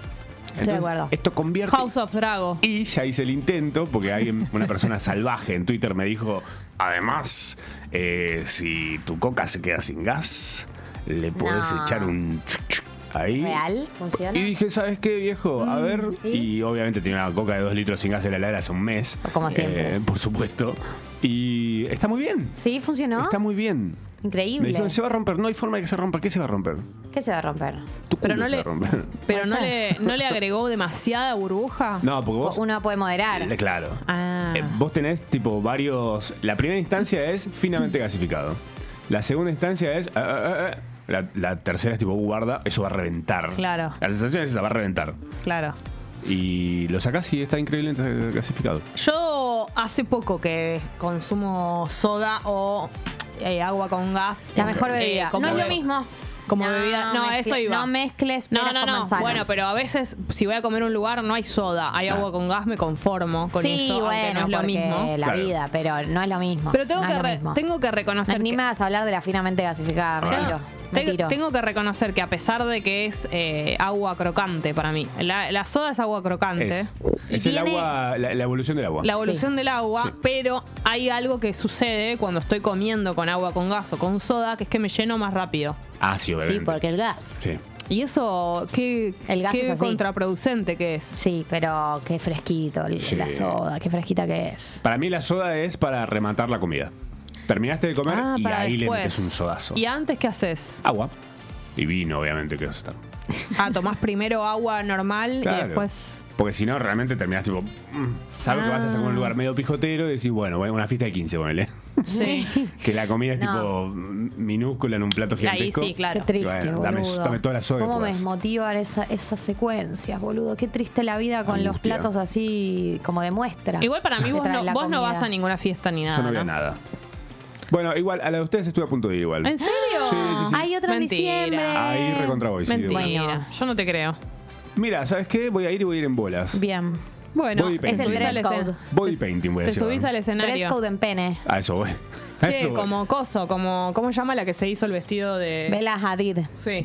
Estoy de acuerdo.
Esto convierte.
House of Drago.
Y ya hice el intento, porque alguien, una persona salvaje en Twitter me dijo, además, eh, si tu coca se queda sin gas, le podés
No.
echar un... chuc, chuc Ahí.
¿Real? ¿Funciona?
Y dije, ¿sabes qué, viejo? A
Mm,
ver.
¿sí?
Y obviamente tenía una coca de dos litros sin gas en la heladera hace un mes.
Como siempre.
eh, por supuesto. Y está muy bien.
Sí, funcionó.
Está muy bien. Me
Increíble.
dijeron, se va a romper. No hay forma de que se rompa. ¿Qué se va a romper?
¿Qué se va a romper?
Tu
Pero
culo
no
se
le-
va a romper.
Pero no
Puede
le, no le agregó demasiada burbuja.
No, porque vos...
Uno puede moderar.
Eh, Claro.
Ah.
Eh, vos tenés tipo varios. La primera instancia es finamente gasificado. La segunda instancia es. ah, ah, ah, ah. La, la tercera es tipo, uh, guarda, eso va a reventar.
Claro.
La sensación es esa, va a reventar.
Claro.
Y lo sacás y está increíble eh, gasificado.
Yo hace poco que consumo soda o eh, agua con gas.
La mejor
Eh,
bebida.
como
no es lo
be-
mismo.
Como bebida. No, a eso
mezcles-
iba.
No mezcles
No,
peras
no,
con
no.
manzanas.
Bueno, pero a veces si voy a comer a un lugar no hay soda, hay agua con gas, me conformo con
sí,
eso, aunque
bueno,
no es lo
porque
mismo.
la
Claro.
vida, pero no es lo mismo.
Pero tengo
No es
que
lo
re-
mismo.
tengo que reconocer
No, ni
que-
me vas a hablar de la finamente gasificada, me
Ah.
tiro. Me
Tengo,
tiro.
tengo que reconocer que a pesar de que es eh, agua crocante para mí, la, la soda es agua crocante.
Es,
Y
es el
tiene-
agua, la, la evolución del agua.
La evolución del agua,
Sí.
pero hay algo que sucede cuando estoy comiendo con agua con gas o con soda, que es que me lleno más rápido.
Ah, sí, obviamente.
el gas.
Sí.
Y eso, qué,
El gas
qué
es así.
contraproducente que es.
Sí, pero qué fresquito el-
Sí.
la soda, qué fresquita que es.
Para mí la soda es para rematar la comida. Terminaste de comer
Ah,
y
para
ahí le
después.
metes un sodazo.
¿Y antes qué haces?
Agua. Y vino, obviamente, que vas a estar.
Ah, tomás primero agua normal y
Claro.
después.
Porque si no, realmente terminás tipo. mm, Sabes que vas a hacer un lugar medio pijotero y decís, bueno, voy a una fiesta de 15, ponele.
Sí.
Que la comida es
No.
tipo mm, minúscula en un plato
Ahí
gigantesco.
sí, claro. Qué
Y
triste,
bueno, dame,
boludo.
dame toda la soda que
¿Cómo me
puedas.
desmotivan esa- esas secuencias, boludo? Qué triste la vida con los
Angustia.
platos así como de muestra.
Igual para mí
que
vos,
traen
no,
la
vos no
comida.
vas a ninguna fiesta ni nada.
Yo no veo nada. Bueno, igual, a la de ustedes estuve a punto de ir igual.
¿En serio?
Sí, sí, sí.
Hay otra en diciembre.
Ahí recontra voy, sí, de
Mentira.
una.
Yo no te creo.
Mira, ¿sabes qué? Voy a ir y voy a ir en bolas.
Bien.
Bueno,
Body
es el
painting.
dress code.
Body painting voy a
Te
llevar.
subís al escenario.
Dress code en pene.
A eso voy. A
Che,
eso voy.
como coso, como ¿cómo se llama la que se hizo el vestido de
Bella Hadid.
Sí.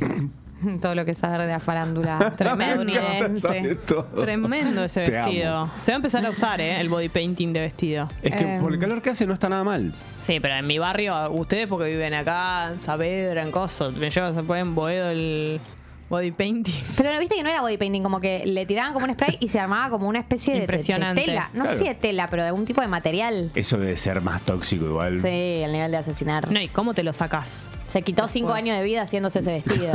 Todo lo que saber de la farándula
Tremendo.
estadounidense.
Tremendo ese
Te amo.
vestido. Se va a empezar a usar, ¿eh? El body painting de vestido.
Es que por el calor que hace no está nada mal.
Sí, pero en mi barrio, ustedes porque viven acá, en Saavedra, en Coso, me llevas a poner en Boedo el body painting.
Pero no viste que no era body painting, como que le tiraban como un spray y se armaba como una especie de, de- de
Impresionante.
tela. No sé
Claro.
si de tela, pero de algún tipo de material.
Eso debe ser más tóxico igual.
Sí, el nivel de asesinar.
No, ¿y cómo te lo sacás?
Se quitó cinco años de vida haciéndose ese vestido.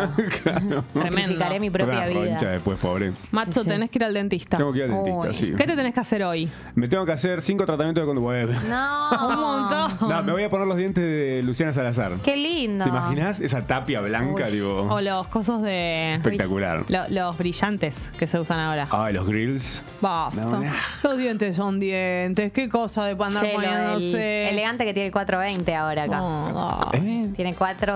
Sacrificaré mi propia
Una roncha
vida.
después, pobre.
Matzo, tenés que ir al dentista.
Tengo que ir al dentista,
Uy.
sí.
¿Qué te tenés que hacer hoy? Ah.
Me tengo que hacer cinco tratamientos de conducta.
No.
Un montón.
No, me voy a poner los dientes de Luciana Salazar.
Qué lindo.
¿Te imaginas? Esa tapia blanca, digo.
O los cosos de...
Espectacular.
Lo- los brillantes que se usan ahora.
Ah, los grills.
Basta.
No, nah.
Los dientes son dientes. Qué cosa de andar
Sí, lo del
poniéndose. Oh.
elegante que tiene el 420 ahora acá.
¿Eh?
Tiene 420.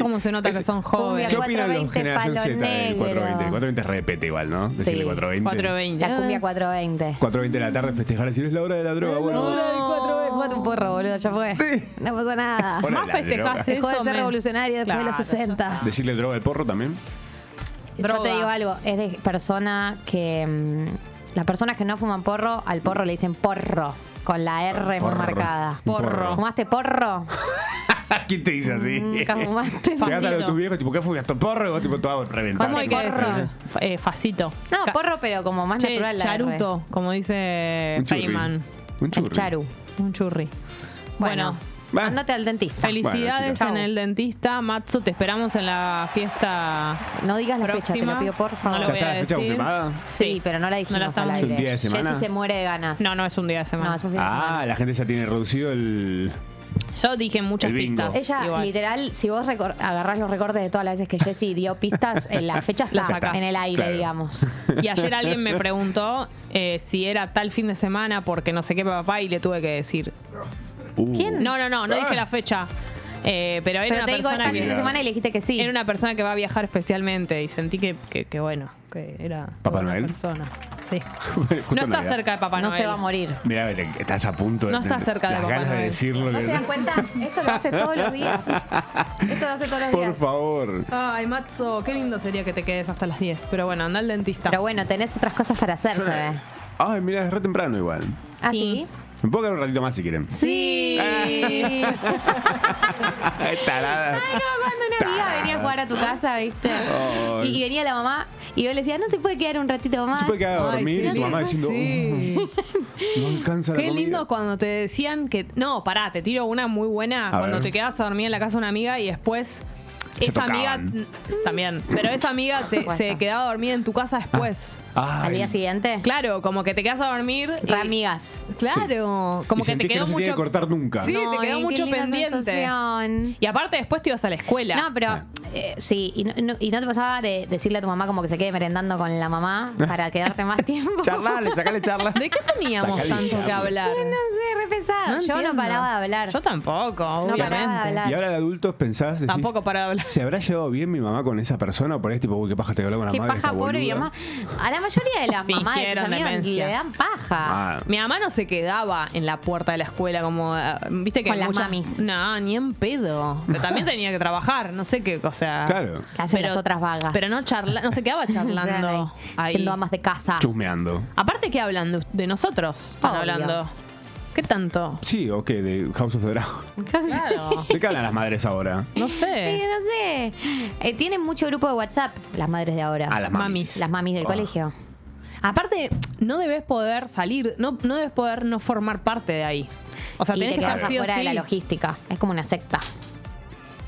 ¿Cómo se nota que son jóvenes?
¿Qué opinan
420
los generación
palo
Z del
negro.
420? El 420 es repete igual, ¿no? Decirle 420.
La cumbia 420.
4.20 de la tarde festejar, si no es la hora de la droga, bueno.
Hora del 420. Fumate un porro, boludo, ya fue. No pasó nada.
Hora de Más la festejás droga.
Dejó de
eso,
ser
men.
revolucionario después de los
Claro, ya
60.
Decirle droga al porro también.
Yo te digo algo, es de persona que. mm, las personas que no fuman porro, al porro le dicen porro. Con la R muy
Porro.
marcada.
Porro.
¿Fumaste porro?
¿Quién te dice así?
Mm,
Nunca fumaste.
Llegás a lo de
Facito.
tus viejos, tipo, ¿qué fuiste? ¿Porro? Y vos, tipo, todo reventado.
¿Cómo hay que decir? Fa- eh, facito.
No,
Ca-
porro, pero como más
Che,
natural la R.
charuto, como dice
Un churri.
Feynman.
Un churri.
El charu.
Un churri.
Bueno, andate al dentista.
Felicidades
Chau.
en el dentista. Matsu, te esperamos en la fiesta.
No digas la fecha, te
próxima.
lo pido por favor.
No lo
¿Ya
voy
está
a
la fecha
decir.
confirmada?
Sí, pero no la dijimos.
No la estamos-
al
¿Es un
aire.
día de semana?
Jessy se muere de ganas.
No, no es un día de semana.
No, es un fin de
Ah, la gente ya tiene reducido el.
Yo dije muchas
El bingo.
pistas.
Ella,
igual.
literal, si vos recor- agarrás los recortes de todas las veces que Jessy dio pistas, en la fecha
La
está
sacás.
en el aire,
Claro.
digamos.
Y ayer alguien me preguntó eh, si era tal fin de semana porque no sé qué papá y le tuve que decir.
Uh. Ah.
¿Quién?
No, no, no, no dije la fecha. Eh, pero era
Pero
una
te digo,
persona
está
que.
fin de semana y le dijiste que sí.
Era una persona que va a viajar especialmente y sentí que, que, que bueno, que era
¿Papá
una
Noel?
persona. Sí.
Justo
No
Navidad.
está cerca de Papá
no
Noel.
se va a morir.
Mirá, estás a punto de.
No está cerca de
las
Papá
ganas de
Noel.
decirlo.
¿No
que-
se dan cuenta? Esto lo hace todos los días. Esto lo hace todos los
Por
días.
favor.
Ay, Matzo, qué lindo sería que te quedes hasta las 10. Pero bueno, anda al dentista.
Pero bueno, tenés otras cosas para hacer, se ve.
Ay, mira, es re temprano igual.
¿Ah, sí?
Me puedo quedar un ratito más si quieren.
Sí.
Ay,
Taradas.
no, cuando una amiga venía a jugar a tu casa, ¿viste?
Ay.
Y, y venía la mamá y yo le decía, no se puede quedar un ratito más.
Se puede quedar a dormir y tu mamá diciendo.
Sí.
"Uh, No alcanza la
Qué
comida".
lindo cuando te decían que. No, pará, te tiro una muy buena.
A
cuando
ver.
te quedas a dormir en la casa de una amiga y después.
Se
esa
tocaban.
amiga. pues, También. Pero esa amiga te- se quedaba dormida en tu
Ah.
casa después.
Al
Ay.
día siguiente,
Claro, como que te quedas a dormir. y-
ramigas.
Claro,
Y
como que
sentís
te quedó
no se tiene
mucho.
que cortar nunca.
Sí,
Ay,
te quedó
qué
mucho
linda
pendiente.
sensación.
Y aparte, después te ibas a la escuela.
No, pero eh, sí, y no, y no- y no te pasaba de decirle a tu mamá como que se quede merendando con la mamá para quedarte más tiempo.
Charlale, sacale charla.
¿De qué teníamos
Sacale
tanto que
charla.
hablar?
No sé, re pesado.
No
Yo
entiendo.
no paraba de hablar.
Yo tampoco,
no
obviamente.
paraba de hablar.
Y ahora de adultos pensás, decís,
Tampoco para hablar.
¿se habrá llevado bien mi mamá con esa persona? O por ahí es tipo, uy, qué paja te habló con la
Qué
madre.
paja,
esta
pobre mi
boluda?
mamá. A la mayoría de las mamás de tus
Fingieron
amigos
demencia.
le dan paja.
Ah,
Mi mamá no se quedaba en la puerta de la escuela como, eh, viste que
Con
hay
las
muchas-
mamis.
No, ni en pedo. Pero también tenía que trabajar, no sé qué, o sea.
claro,
Que hacen
Pero-
las otras vagas.
Pero no charla, no se quedaba
Eran ahí,
charlando ahí.
Siendo amas de casa.
chusmeando.
Aparte que hablan de, de nosotros, están
Obvio.
hablando. ¿Qué tanto?
Sí, o qué, de House of the Dragon.
Claro.
¿De qué hablan las madres ahora?
No
Sí,
sé.
no sé. Eh, tienen mucho grupo de WhatsApp las madres de ahora.
A Ah, las mamis.
Las mamis del
Ah.
colegio.
Aparte, no debes poder salir, no, no debes poder no formar parte de ahí. O sea,
y te
tenés que
quedas
estar sí o
afuera de
sí.
la logística. Es como una secta.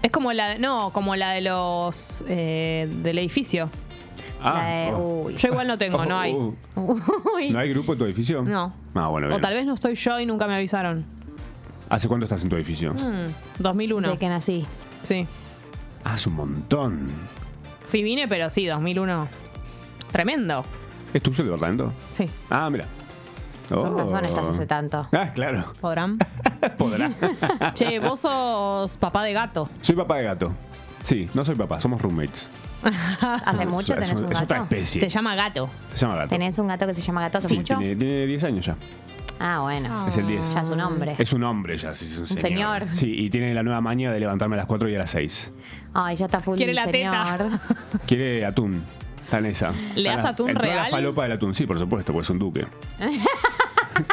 Es como la de, no, como la de los eh, del edificio.
Ah,
La de-
oh.
Yo igual no tengo, no hay.
Oh. ¿No hay grupo en tu edificio?
No.
Ah, bueno,
O
bien.
tal vez no estoy yo y nunca me avisaron.
¿Hace cuánto estás en tu edificio?
Mm, 2001. De que nací. Sí.
Hace un montón.
Fui vine, pero sí, 2001. Tremendo.
¿Es tuyo el de Orlando?
Sí.
Ah, mira.
Con razón
Oh.
estás hace tanto.
Ah, claro.
¿Podrán?
Podrá.
Che, vos sos papá de gato.
Soy papá de gato. Sí, no soy papá, somos roommates.
¿Hace mucho
es-
tenés un
es
gato?
otra especie.
Se llama gato.
Se llama gato.
¿Tenés un gato que se llama gato hace
Sí,
mucho?
tiene, tiene 10 años ya.
Ah, bueno.
Es el 10.
Ya es un hombre.
Es un hombre ya, sí, es un,
Un
señor.
señor.
Sí, y tiene la nueva maña de levantarme a las 4 y a las 6.
Ay, ya está full
Quiere la
señor.
Quiere atún. Está en esa.
¿Le
Está
das
la-
atún
entró la
real?
falopa del atún, sí, por supuesto, porque es un duque.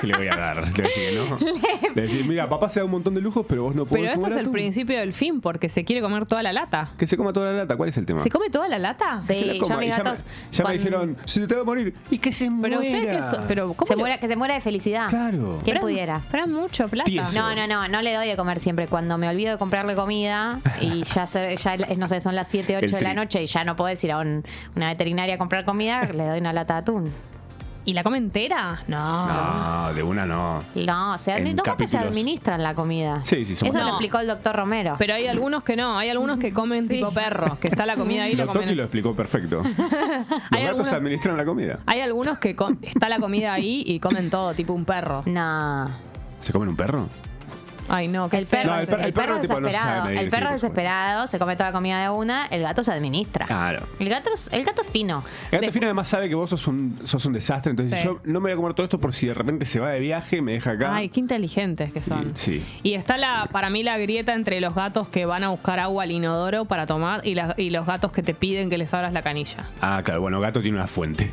¿Qué le voy a dar? Le voy a decir que no. Le voy a decir, mira, papá se da un montón de lujos, pero vos no podés
Pero esto
comer
es el
atún".
principio del fin, porque se quiere comer toda la lata.
Que se coma toda la lata, ¿cuál es el tema?
¿Se come toda la lata?
Que Ah. se la coma. Y ya me- ya me dijeron, se te va a morir. Y que se
Pero
muera.
usted que so- pero ¿cómo
Se
le-
muera- que se muera de felicidad.
Claro.
Que
Pero es-
pudiera.
Pero es mucho plata.
Tieso.
No, no, no, no le doy de comer siempre. Cuando me olvido de comprarle comida y ya, se- ya es- no sé, son las 7, 8
El
de la
tri-
noche y ya no puedes ir a un- una veterinaria a comprar comida, le doy una lata de atún.
¿Y la come entera? No.
No, de una no.
No, o sea,
En
los gatos se
capítulos.
administran la comida.
Sí, sí, somos
Eso lo
No.
explicó el doctor Romero.
Pero hay algunos que no, hay algunos que comen tipo perros, que está la comida ahí y lo
Lo Toki
comen.
lo explicó perfecto. Los
Hay
gatos
algunos,
administran la comida.
hay algunos que com- está la comida ahí y comen todo, tipo un perro.
No.
¿Se comen un perro?
Ay, no, que el
perro
No, el
es-
per-
el,
el
perro
perro
es
tipo no se sabe
desesperado.
medir,
el
sí,
perro
por
es desesperado, se come toda la comida de una, el gato se administra.
Claro.
El gato, es- el gato es fino.
El gato fino además sabe que vos sos un, sos un desastre, entonces
Sí.
yo no me voy a comer todo esto por si de repente se va de viaje, me deja acá.
Ay, qué inteligentes que son.
Sí.
Y está la, para mí la grieta entre los gatos que van a buscar agua al inodoro para tomar y, las- y los gatos que te piden que les abras la canilla.
Ah, claro, bueno, gato tiene una fuente.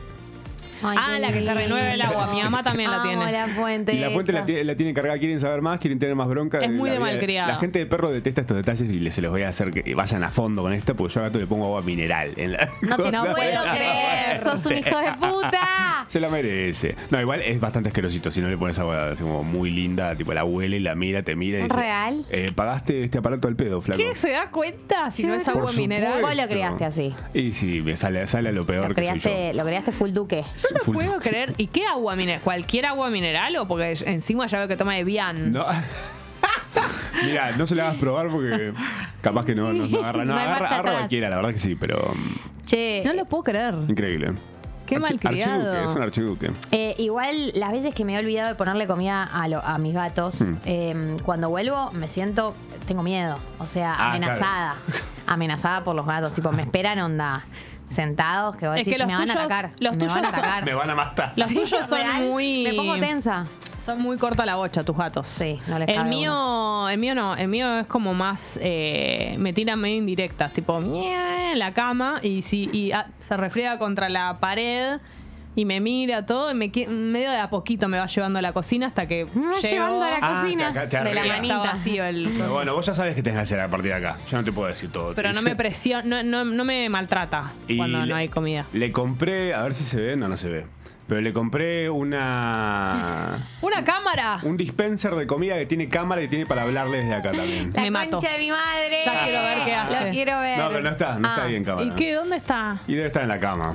ah, la que se renueva el agua. Mi mamá también la tiene.
Y la fuente la, tie- la tiene cargada, quieren saber más, quieren tener más bronca.
Es muy
La
de
vida-
malcriado.
La gente de perro detesta estos detalles y les- se los voy a hacer que vayan a fondo con esto, porque yo a gato le pongo agua mineral. en la- Ah,
No te
cosa
no puedo
para-
creer, sos un hijo de puta.
Se la merece. No, igual es bastante asquerosito. Si no le pones agua así como muy linda, tipo la huele, la mira, te mira y dice,
Real.
eh, pagaste este aparato al pedo, flaco.
¿Qué se da cuenta si no es
Por
agua mineral?
Vos lo criaste así.
Y sí, me sale, sale a lo peor
Lo
que soy yo.
criaste, lo criaste full duque.
Yo no puedo creer. ¿Y qué agua mineral? ¿Cualquier agua mineral o porque encima ya veo que toma de Vian?
No. Mira, no se la vas a probar porque capaz que no, no, no agarra. No,
No hay
agarra,
marcha
agarra
atrás.
cualquiera, la verdad que sí, pero mm,
Che,
No lo puedo creer.
increíble.
Qué malcriado.
Archiduque, es un archiduque.
Eh, igual las veces que me he olvidado de ponerle comida a, lo- a mis gatos,
Mm.
eh, cuando vuelvo me siento, tengo miedo, o sea,
Ah,
amenazada, amenazada por los gatos, tipo, me esperan onda sentados que vos
Es
decís,
que los
me van a
tuyos-
atacar,
los
me
tuyos
van a
son-
atacar.
Me van a matar.
Los
Sí,
tuyos son
real,
muy.
me pongo tensa.
Son muy corta la bocha tus gatos. Sí, no
les
El
cabe
mío, el mío no, el mío es como más. eh, me tiran medio indirectas, tipo, "Mie", en la cama y si y, ah, se refriega contra la pared. Y me mira todo y me, qui- medio de a poquito me va llevando a la cocina hasta que
va
llego-
llevando a la
Ah, cocina. que acá te
de la
arregla.
manita. Está vacío el
Pero bueno, vos ya sabes qué tenés que hacer a partir de acá. Yo no te puedo decir todo.
Pero no me presiona, no, no, no me maltrata
Y
cuando
le-
no hay comida.
Le compré, a ver si se ve, no, no se ve. Pero le compré una.
¡Una cámara!
Un dispenser de comida que tiene cámara y tiene para hablarle desde acá también.
La concha de mi madre.
Ya quiero ver qué hace.
Lo quiero ver.
No, pero no está, no está
Ah.
bien cámara.
¿Y qué? ¿Dónde está?
Y debe estar en la cama.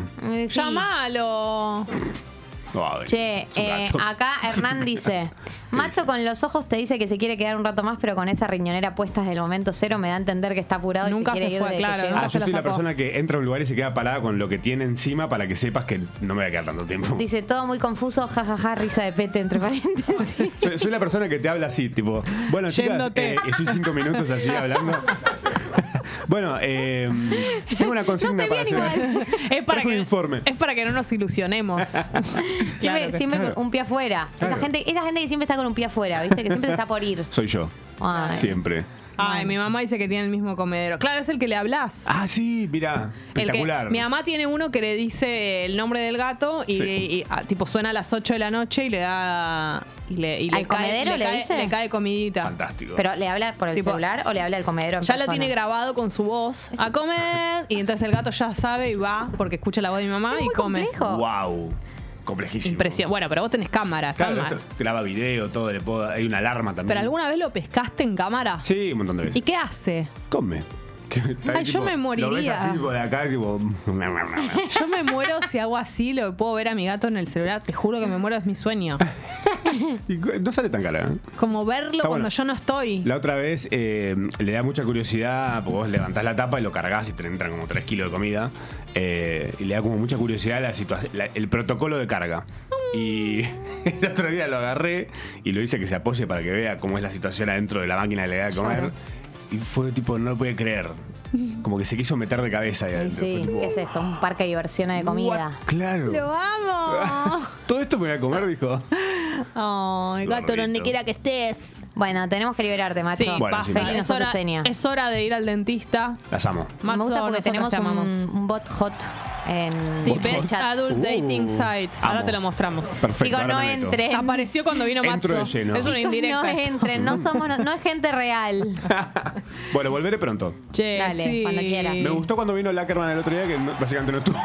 Llamalo.
Ay,
Che,
es un
eh,
gato.
acá Hernán dice, Macho con los ojos te dice que se quiere quedar un rato más, pero con esa riñonera puesta desde el momento cero me da a entender que está apurado
Nunca
y se
se
quiere ir
fue,
de
claro,
que llegue".
Ah, yo soy la persona que entra a un lugar y se queda parada con lo que tiene encima para que sepas que no me voy a quedar tanto tiempo.
Dice, todo muy confuso, jajaja, risa de pete, entre paréntesis.
Soy, soy la persona que te habla así, tipo, bueno, chicas,
Yéndote.
eh, estoy cinco minutos así hablando. Bueno, eh, tengo una consigna para hacer.
Es para,
Traje un
que,
informe.
es para que no nos ilusionemos.
Siempre,
Claro que-
siempre
Claro.
con un pie afuera.
Claro.
Esa, gente, esa gente que siempre está con un pie afuera, ¿viste? Que siempre se está por ir.
Soy yo.
Ay.
Siempre.
Ay, mi mamá dice que tiene el mismo comedero. Claro, es el que le hablas.
Ah, sí, mira,
El que,
espectacular.
mi mamá tiene uno que le dice el nombre del gato y,
Sí.
y, ah, tipo suena a las 8 de la noche y le da y le, y
¿Al
cae-
comedero le
cae,
dice?
le cae comidita.
Fantástico.
Pero le habla por el
Tipo,
celular o le habla al comedero. en
ya lo
persona?
tiene grabado con su voz a comer y entonces el gato ya sabe y va porque escucha la voz de mi mamá y come.
complejo.
Wow. complejísimo.
Impresión. Bueno, pero vos tenés cámara.
Claro,
cámara.
esto graba video, todo, le puedo, hay una alarma también.
¿Pero alguna vez lo pescaste en cámara?
Sí, un montón de
¿Y
veces.
qué hace?
Come.
Ay, yo me
Lo ves
moriría.
así tipo, de acá, tipo.
Yo me muero si hago así, lo puedo ver a mi gato en el celular. Te juro que me muero, es mi sueño.
Y cu- no sale tan cara. ¿eh?
Como verlo
Está
cuando
bueno.
yo no estoy.
La otra vez eh, le da mucha curiosidad, porque vos levantás la tapa y lo cargas y te entran como 3 kilos de comida. eh, y le da como mucha curiosidad la situa- la- el protocolo de carga. Y el otro día lo agarré y lo hice que se apoye para que vea cómo es la situación adentro de la máquina que le da de comer.
Claro.
Y fue tipo, no lo podía creer. Como que se quiso meter de cabeza ahí
Sí,
adentro. Fue
sí.
tipo,
¿Qué es esto? Un parque de diversiones de comida.
Claro.
¡Lo amo!
Todo esto me voy a comer, dijo.
Ay, gato,
Gordito.
donde quiera que estés.
Bueno, tenemos que liberarte, macho.
Sí,
Bueno,
basta.
sí, dale.
Es, hora,
Seña.
es hora de ir al dentista.
Las amo.
Me
Maxo,
gusta porque
nosotras
tenemos
te
un,
amamos.
un bot hot en
Sí,
el
Best
chat.
Adult Dating Site. Ahora
Uh, Amo.
te lo mostramos.
Perfecto, Chicos, ahora no me meto. entren.
Apareció cuando vino
Entro
Matzo.
de lleno.
Es una
Chicos,
indirecta.
no
esto.
entren, no somos, no, no es gente real.
Bueno, volveré pronto.
Che,
Dale,
sí.
cuando quieras.
Me gustó cuando vino Lackerman el otro día, que no- básicamente no estuvo.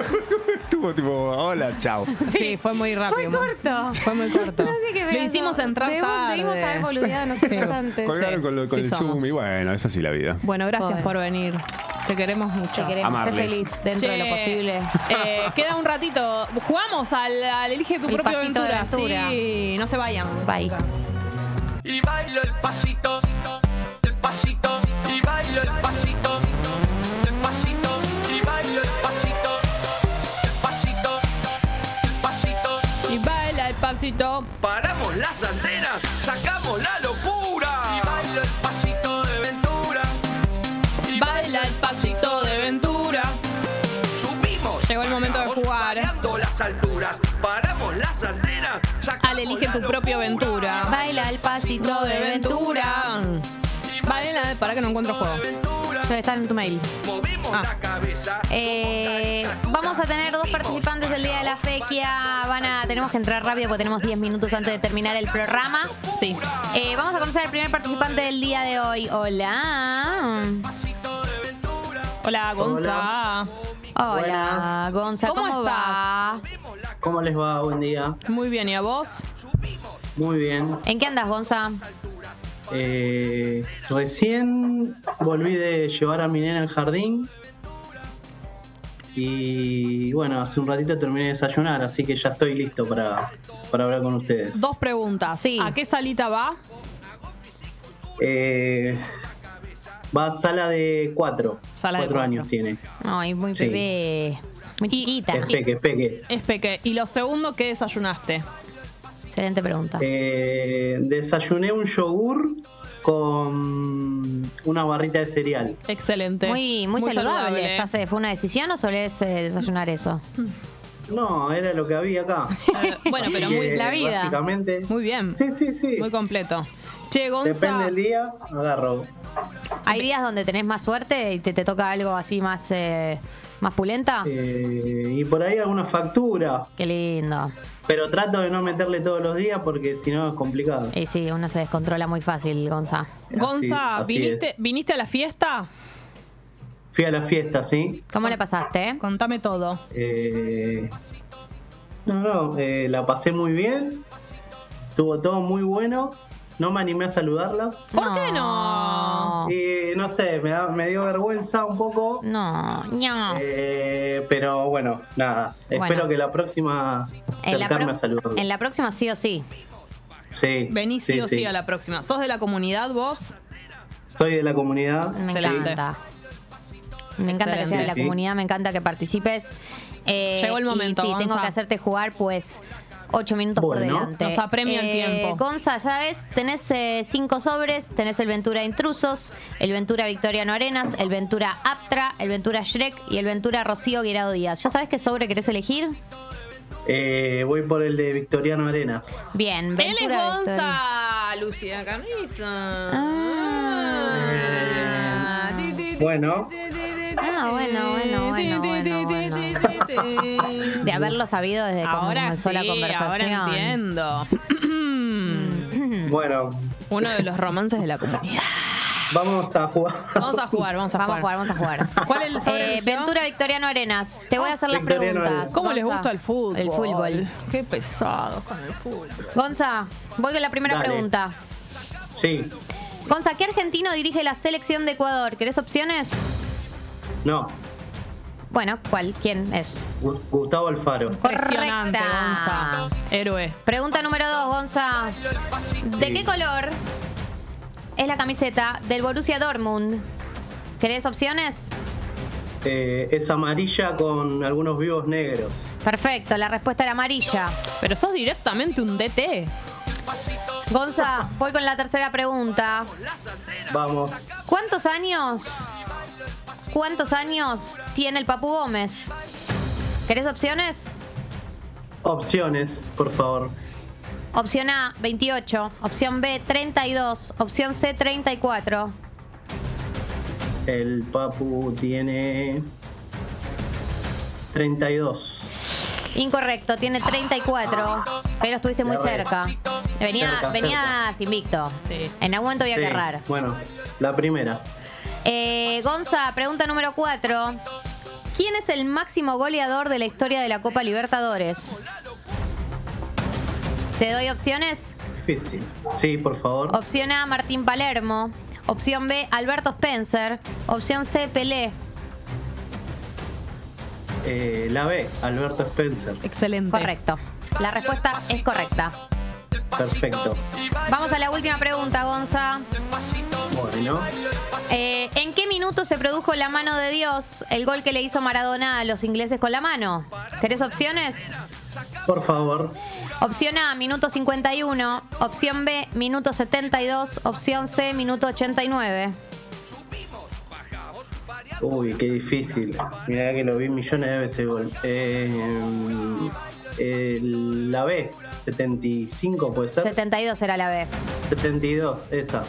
estuvo tipo, hola, chao.
Sí, fue muy rápido.
Fue
Max.
corto.
Fue muy corto. Lo hicimos entrar
Debimos-
tarde.
debimos haber boludeado nosotros antes.
Colgaron con, lo- con
sí
el
somos.
Zoom y bueno, es así la vida.
Bueno, gracias
Joder.
por venir. Te queremos mucho.
Te queremos, sé
Amarles.
feliz dentro de lo
Che,
posible.
eh, queda un ratito. Jugamos al, al Elige tu
El
propia
pasito de
aventura.
aventura.
Sí, no se vayan.
Bye.
Y bailo el pasito, el pasito, y bailo el pasito, el pasito, y bailo el pasito, el pasito, el pasito.
Y baila el pasito.
Paramos las antenas, sacamos la locura. Y bailo el pasito de ventura. Y
baila el pasito de ventura.
Subimos.
Llegó el momento de
bajamos,
jugar.
Variando las alturas, paramos las antenas, sacamos
Al Elige
la
tu propia aventura.
Baila el pasito de Ventura.
Baila, para que no encuentro juego.
Debe estar en tu mail.
Movemos
Ah.
la cabeza.
Eh, vamos a tener dos participantes el día de la fequia. Van a, tenemos que entrar rápido porque tenemos 10 minutos antes de terminar el programa.
Sí.
Eh, vamos a conocer al primer participante del día de hoy. Hola.
Hola, Gonza.
Hola, Gonza, ¿cómo,
¿Cómo
va?
¿Cómo les va? Buen día.
Muy bien, ¿y a vos?
Muy bien.
¿En qué andas, Gonza?
Eh, recién volví de llevar a mi nena al jardín. Y bueno, hace un ratito terminé de desayunar, así que ya estoy listo para, para hablar con ustedes.
Dos preguntas. ¿A qué salita va?
Eh, va a sala de cuatro.
Sala de
cuatro
cuatro.
años tiene.
Ay, muy
Sí.
bebé. Muy chiquita.
Es peque, es peque.
Es peque. ¿Y lo segundo, qué desayunaste?
Excelente pregunta.
Eh, desayuné un yogur con una barrita de cereal.
Excelente.
Muy, muy, saludable. Estás, eh, ¿Fue una decisión o solés eh, desayunar eso?
No, era lo que había acá.
Eh, Bueno, pero muy
Eh, Básicamente,
Muy bien.
Sí, sí, sí.
Muy completo. Che,
depende
Gonza.
del día, agarro.
¿Hay días donde tenés más suerte y te, te toca algo así más, eh, más pulenta?
eh, y por ahí alguna factura.
Qué lindo.
Pero trato de no meterle todos los días porque si no es complicado.
Y sí, uno se descontrola muy fácil, Gonza.
Gonza,
así
¿viniste,
es.
¿viniste a la fiesta?
Fui a la fiesta, ¿sí?
¿Cómo le pasaste?
Contame todo.
Eh, no, no, eh, la pasé muy bien. Estuvo todo muy bueno. No me animé a saludarlas.
¿Por qué no?
Y no sé, me, da- me dio vergüenza un poco.
No, no.
Eh, pero bueno, nada.
Bueno.
Espero que la próxima
En la,
acercarme a
pro-
saludarlas.
en la próxima sí o sí.
Sí.
Venís sí, o sí a la próxima. ¿Sos de la comunidad vos?
Soy de la comunidad.
Me
Excelente.
encanta. Me encanta que seas de la
Sí, sí.
comunidad, me encanta que participes. Eh,
Llegó el momento,
Y si tengo
Gonza.
que hacerte jugar, pues ocho minutos por
Bueno.
delante. Eh,
Nos apremia el tiempo.
Gonza, ya ves, tenés eh, cinco sobres, tenés el Ventura Intrusos, el Ventura Victoriano Arenas, el Ventura Aptra, el Ventura Shrek y el Ventura Rocío Guirado Díaz. ¿Ya sabes qué sobre querés elegir?
Eh, voy por el de Victoriano Arenas.
Bien,
Él es
Ventura Victoria.
Gonza, Lucía Camisa. Ah, ti, ti, ti,
Bueno,
Ah, bueno, bueno, bueno, bueno, bueno. De haberlo sabido desde que
Ahora
comenzó
sí,
la conversación.
ahora entiendo.
bueno,
Uno de los romances de la comunidad.
Vamos a jugar.
Vamos a jugar, vamos a
jugar. Vamos a jugar, vamos a jugar.
¿Cuál es el sobre
Eh,
eligió?
Ventura Victoriano Arenas, te voy a hacer las preguntas.
¿Cómo les
Gonza.
gusta el fútbol?
El fútbol.
Qué pesado con el fútbol.
Gonza, voy con la primera
Dale.
pregunta.
Sí,
Gonza, ¿qué argentino dirige la selección de Ecuador? ¿Querés opciones?
no.
Bueno, ¿cuál? ¿Quién es?
Gu- Gustavo Alfaro.
Impresionante, Gonza. Héroe.
Pregunta número dos, Gonza. ¿De qué color es la camiseta del Borussia Dortmund? ¿Querés opciones?
Eh, es amarilla con algunos vivos negros.
Perfecto, la respuesta era amarilla.
Pero sos directamente un DT.
Gonza, voy con la tercera pregunta.
Vamos.
¿Cuántos años? ¿Cuántos años tiene el Papu Gómez? ¿Querés opciones?
Opciones, por favor.
Opción A, 28. Opción B, 32. Opción C, 34.
El Papu tiene 32.
Incorrecto, tiene 34. Pero estuviste muy
Ya ves.
cerca. Venía,
Cerca,
venía invicto. En algún momento había que
Sí,
errar.
Bueno, la primera.
Eh, Gonza, pregunta número 4. ¿Quién es el máximo goleador de la historia de la Copa Libertadores? ¿Te doy opciones?
Difícil. Sí, por favor.
Opción A, Martín Palermo. Opción B, Alberto Spencer. Opción C, Pelé.
Eh, la B, Alberto Spencer.
Excelente.
Correcto. La respuesta es correcta.
Perfecto.
Vamos a la última pregunta, Gonza.
Bueno.
Eh, ¿En qué minuto se produjo la mano de Dios, el gol que le hizo Maradona a los ingleses con la mano? ¿Querés opciones?
Por favor.
Opción A, minuto 51. Opción B, minuto 72. Opción C, minuto 89.
Uy, qué difícil. Mirá que lo vi millones de veces gol. Eh, eh, la B, 75 puede ser.
72 era la B.
72, esa.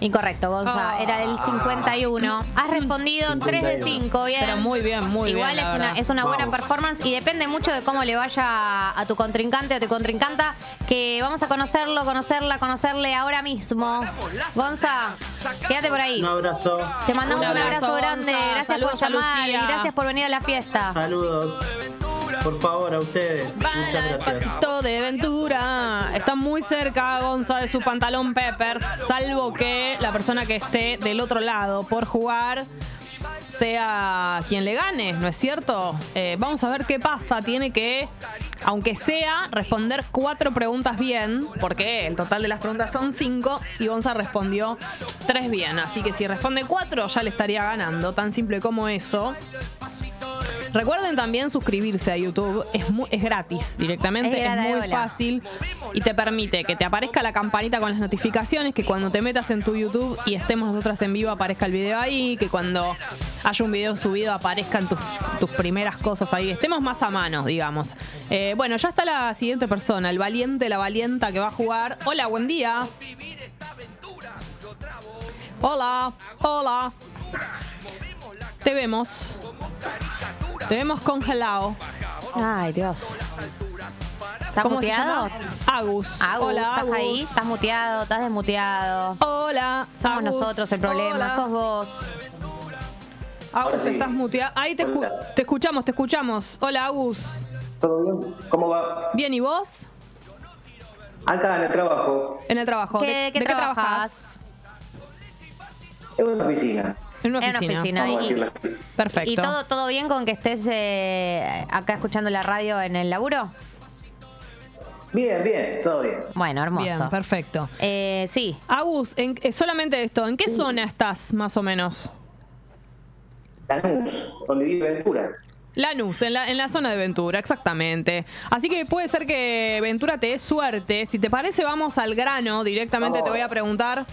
Incorrecto, Gonza.
Ah.
Era del 51. Has respondido 3 de 5. Bien.
Pero muy bien, muy
Igual
bien, la
es,
verdad.
una, es una buena
Vamos.
performance y depende mucho de cómo le vaya a tu contrincante o tu contrincanta, que vamos a conocerlo, conocerla, conocerle ahora mismo. Gonza, quédate por ahí.
Un abrazo.
Te mandamos un abrazo, grande.
Gonza.
Gracias
Saludos a
por llamar y
Lucía.
gracias por venir a la fiesta.
Saludos. Por favor, a ustedes. Muchas gracias.
Pasito de Ventura. Está muy cerca Gonza de su pantalón Peppers, salvo que la persona que esté del otro lado por jugar sea quien le gane, ¿no es cierto? Eh, vamos a ver qué pasa. Tiene que, aunque sea, responder cuatro preguntas bien, porque el total de las preguntas son cinco y Gonza respondió tres bien. Así que si responde cuatro ya le estaría ganando, tan simple como eso. Recuerden también suscribirse a YouTube, es, mu- es gratis directamente,
Es
es, muy
gratarola.
fácil y te permite que te aparezca la campanita con las notificaciones, que cuando te metas en tu YouTube y estemos nosotras en vivo aparezca el video ahí, que cuando haya un video subido aparezcan tus, tus primeras cosas ahí, estemos más a mano, digamos. Eh, bueno, ya está la siguiente persona, el valiente, la valienta que va a jugar. Hola, buen día. Hola, hola. Te vemos. Te vemos congelado.
Ay, Dios. ¿Estás
¿Cómo se
muteado?
llama? Agus.
Agus,
Hola,
¿estás
Agus.
ahí? ¿Estás muteado? ¿Estás desmuteado?
Hola.
Somos
Agus,
nosotros el problema,
hola.
sos vos.
Agus,
Sí.
estás muteado. Ahí te, escu-
Hola.
te escuchamos, te escuchamos. Hola, Agus.
¿Todo bien? ¿Cómo va?
Bien, ¿y vos?
Acá en el trabajo,
En el trabajo.
¿Qué-
¿De,
qué
de
trabajas?
en una oficina.
En una
En una
oficina.
oficina,
Vamos a
y-
decirlo así.
Perfecto.
¿Y todo, todo bien con que estés eh, acá escuchando la radio en el laburo?
Bien, bien, todo bien.
Bueno, hermoso.
Bien, perfecto.
Eh, sí.
Agus, en- eh, solamente esto, ¿en qué zona estás más o menos?
Lanús, donde vive Ventura.
Lanús, en la, en la zona de Ventura, exactamente. Así que puede ser que Ventura te dé suerte. Si te parece, vamos al grano. Directamente te voy a preguntar.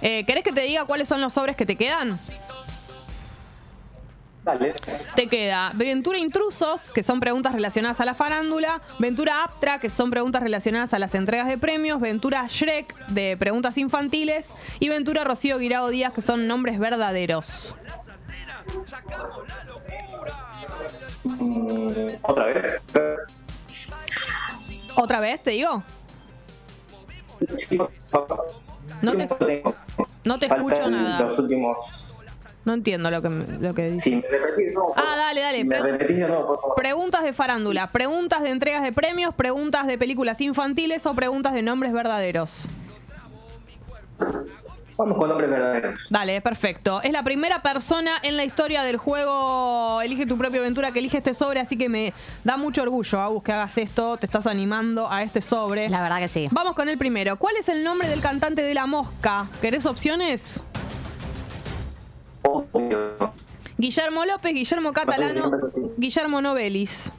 eh, ¿Querés que te diga cuáles son los sobres que te quedan?
Dale.
Te queda Ventura Intrusos, que son preguntas relacionadas a la farándula, Ventura Aptra, que son preguntas relacionadas a las entregas de premios, Ventura Shrek, de preguntas infantiles, y Ventura Rocío Guirao Díaz, que son nombres verdaderos.
Mm, Otra vez.
¿Otra vez te digo?
Sí, por favor.
No te, No te
Faltan
escucho nada.
Los últimos.
No entiendo lo que, me- lo que dice.
Si me repetís, no.
Ah, dale, dale.
Si me
Pre-
repetís, no, por favor.
Preguntas de farándula, preguntas de entregas de premios, preguntas de películas infantiles o preguntas de nombres verdaderos.
Vamos con nombres verdaderos.
Dale, perfecto. Es la primera persona en la historia del juego Elige tu propia aventura que elige este sobre, así que me da mucho orgullo, Agus, que hagas esto. Te estás animando a este sobre. La
verdad que sí.
Vamos con el primero. ¿Cuál es el nombre del cantante de La Mosca? ¿Querés opciones? Guillermo López, Guillermo Catalano, Guillermo Novelis.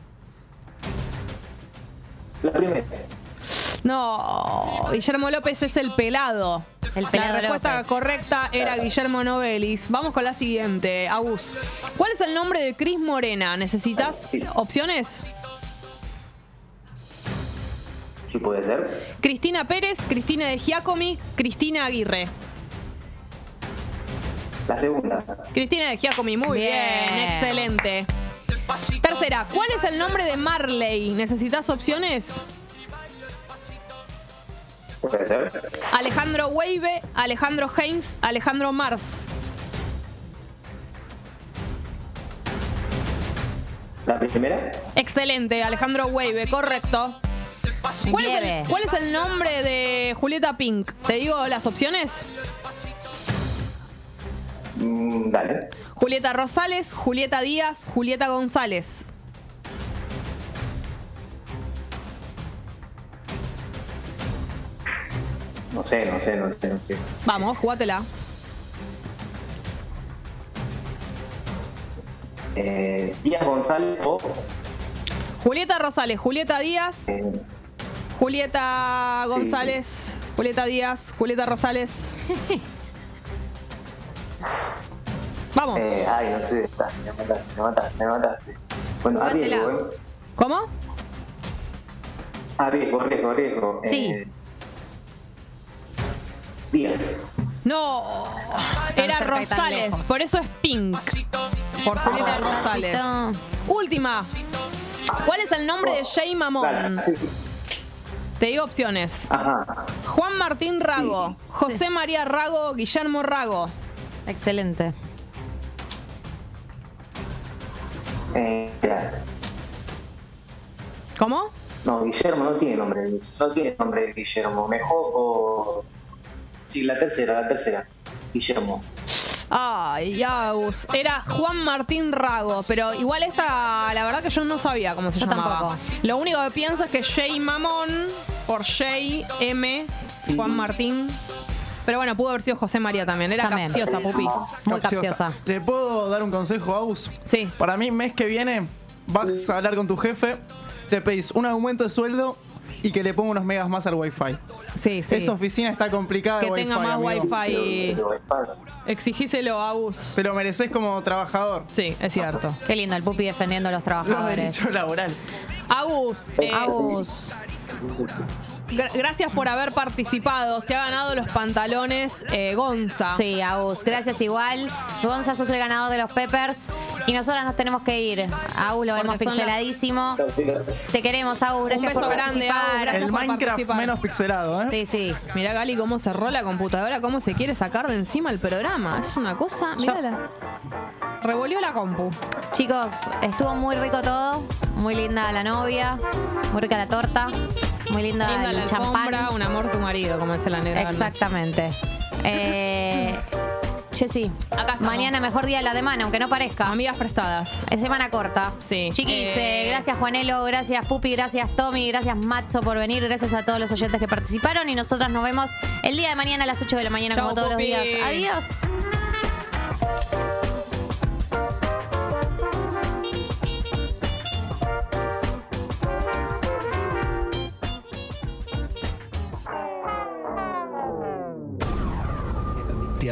La primera.
No, Guillermo López es el pelado.
El pelado
la respuesta
López.
correcta era Guillermo Novelis. Vamos con la siguiente, Agus. ¿Cuál es el nombre de Cris Morena? ¿Necesitas opciones?
Si puede ser.
Cristina Pérez, Cristina de Giacomi, Cristina Aguirre.
La segunda.
Cristina de Giacomi, muy bien, excelente. Tercera, ¿cuál es el nombre de Marley? ¿Necesitas opciones?
Puede ser.
Alejandro Weibe, Alejandro Haynes, Alejandro Mars.
La primera.
Excelente, Alejandro Weibe, correcto. ¿Cuál es, el, cuál es el nombre de Julieta Pink? ¿Te digo las opciones?
Mm, dale.
Julieta Rosales, Julieta Díaz, Julieta González.
No sé, no sé, no sé, no sé.
Vamos, jugátela.
Eh, Díaz González o.
Julieta Rosales, Julieta Díaz,
eh,
Julieta González, Julieta Díaz, Julieta Rosales. Vamos.
eh, ay, no sé. está, Me mataste, me mataste, me mataste. Bueno,
Jugátela.
arriesgo, ¿eh?
¿Cómo?
Arriesgo, arriesgo, arriesgo.
Sí.
Eh, Díaz.
No, era
cerca y tan
Rosales,
lejos.
por eso es Pink. Por Julieta Rosales. Última. ¿Cuál es el nombre de Jay Mamón? Te digo opciones.
Ajá.
Juan Martín Rago, José María Rago, Guillermo Rago.
Excelente.
Eh, ya.
¿Cómo?
No, Guillermo no tiene nombre de Guillermo. No tiene nombre de Guillermo. Mejor o. Sí, la tercera, la tercera. Guillermo.
Ay, Agus. Era Juan Martín Rago, pero igual esta, la verdad que yo no sabía cómo se llamaba.
tampoco.
Lo único que pienso es que Jay Mamón, por Jay M, Juan Martín. Pero bueno, pudo haber sido José María también. Era
También.
capciosa, pupi.
¿Le puedo dar un consejo, Aus?
Sí.
Para mí, mes que viene, vas a hablar con tu jefe, te pedís un aumento de sueldo y que le ponga unos megas más al wifi.
Sí, sí.
Esa oficina está complicada. de
Que tenga
wifi,
más
amigo.
wifi. Exigíselo, Agus.
Te lo mereces como trabajador.
Sí, es cierto.
Qué lindo el pupi defendiendo a los trabajadores.
laboral.
Agus. eh,
Agus.
gra- gracias por haber participado. Se ha ganado los pantalones eh, Gonza.
Sí, Agus, gracias igual. Gonza, sos el ganador de los Peppers y nosotras nos tenemos que ir. Agus lo vemos
Porque son
pixeladísimo. Te queremos, Agus, gracias
Un beso
por
grande,
participar.
Agus, gracias
El
por
Minecraft
participar.
menos pixelado, ¿eh?
Sí, sí.
Mirá, Gali, cómo cerró la computadora, cómo se quiere sacar de encima el programa. Es una cosa. Mírala. Revolvió la compu.
Chicos, estuvo muy rico todo, muy linda la novia, muy rica la torta, muy linda,
Linda
el
la
champán.
alfombra, un amor tu marido, como dice la negra. Galvez.
Exactamente. Eh, Jessy, mañana mejor día de la semana, aunque no parezca.
Amigas prestadas.
Es semana corta. Sí. Chiquis,
Eh,
eh, gracias Juanelo, gracias Pupi, gracias Tommy, gracias Macho por venir, gracias a todos los oyentes que participaron y nosotras nos vemos el día de mañana a las 8 de la mañana
Chau,
como todos
Pupi.
los días. Adiós.
Te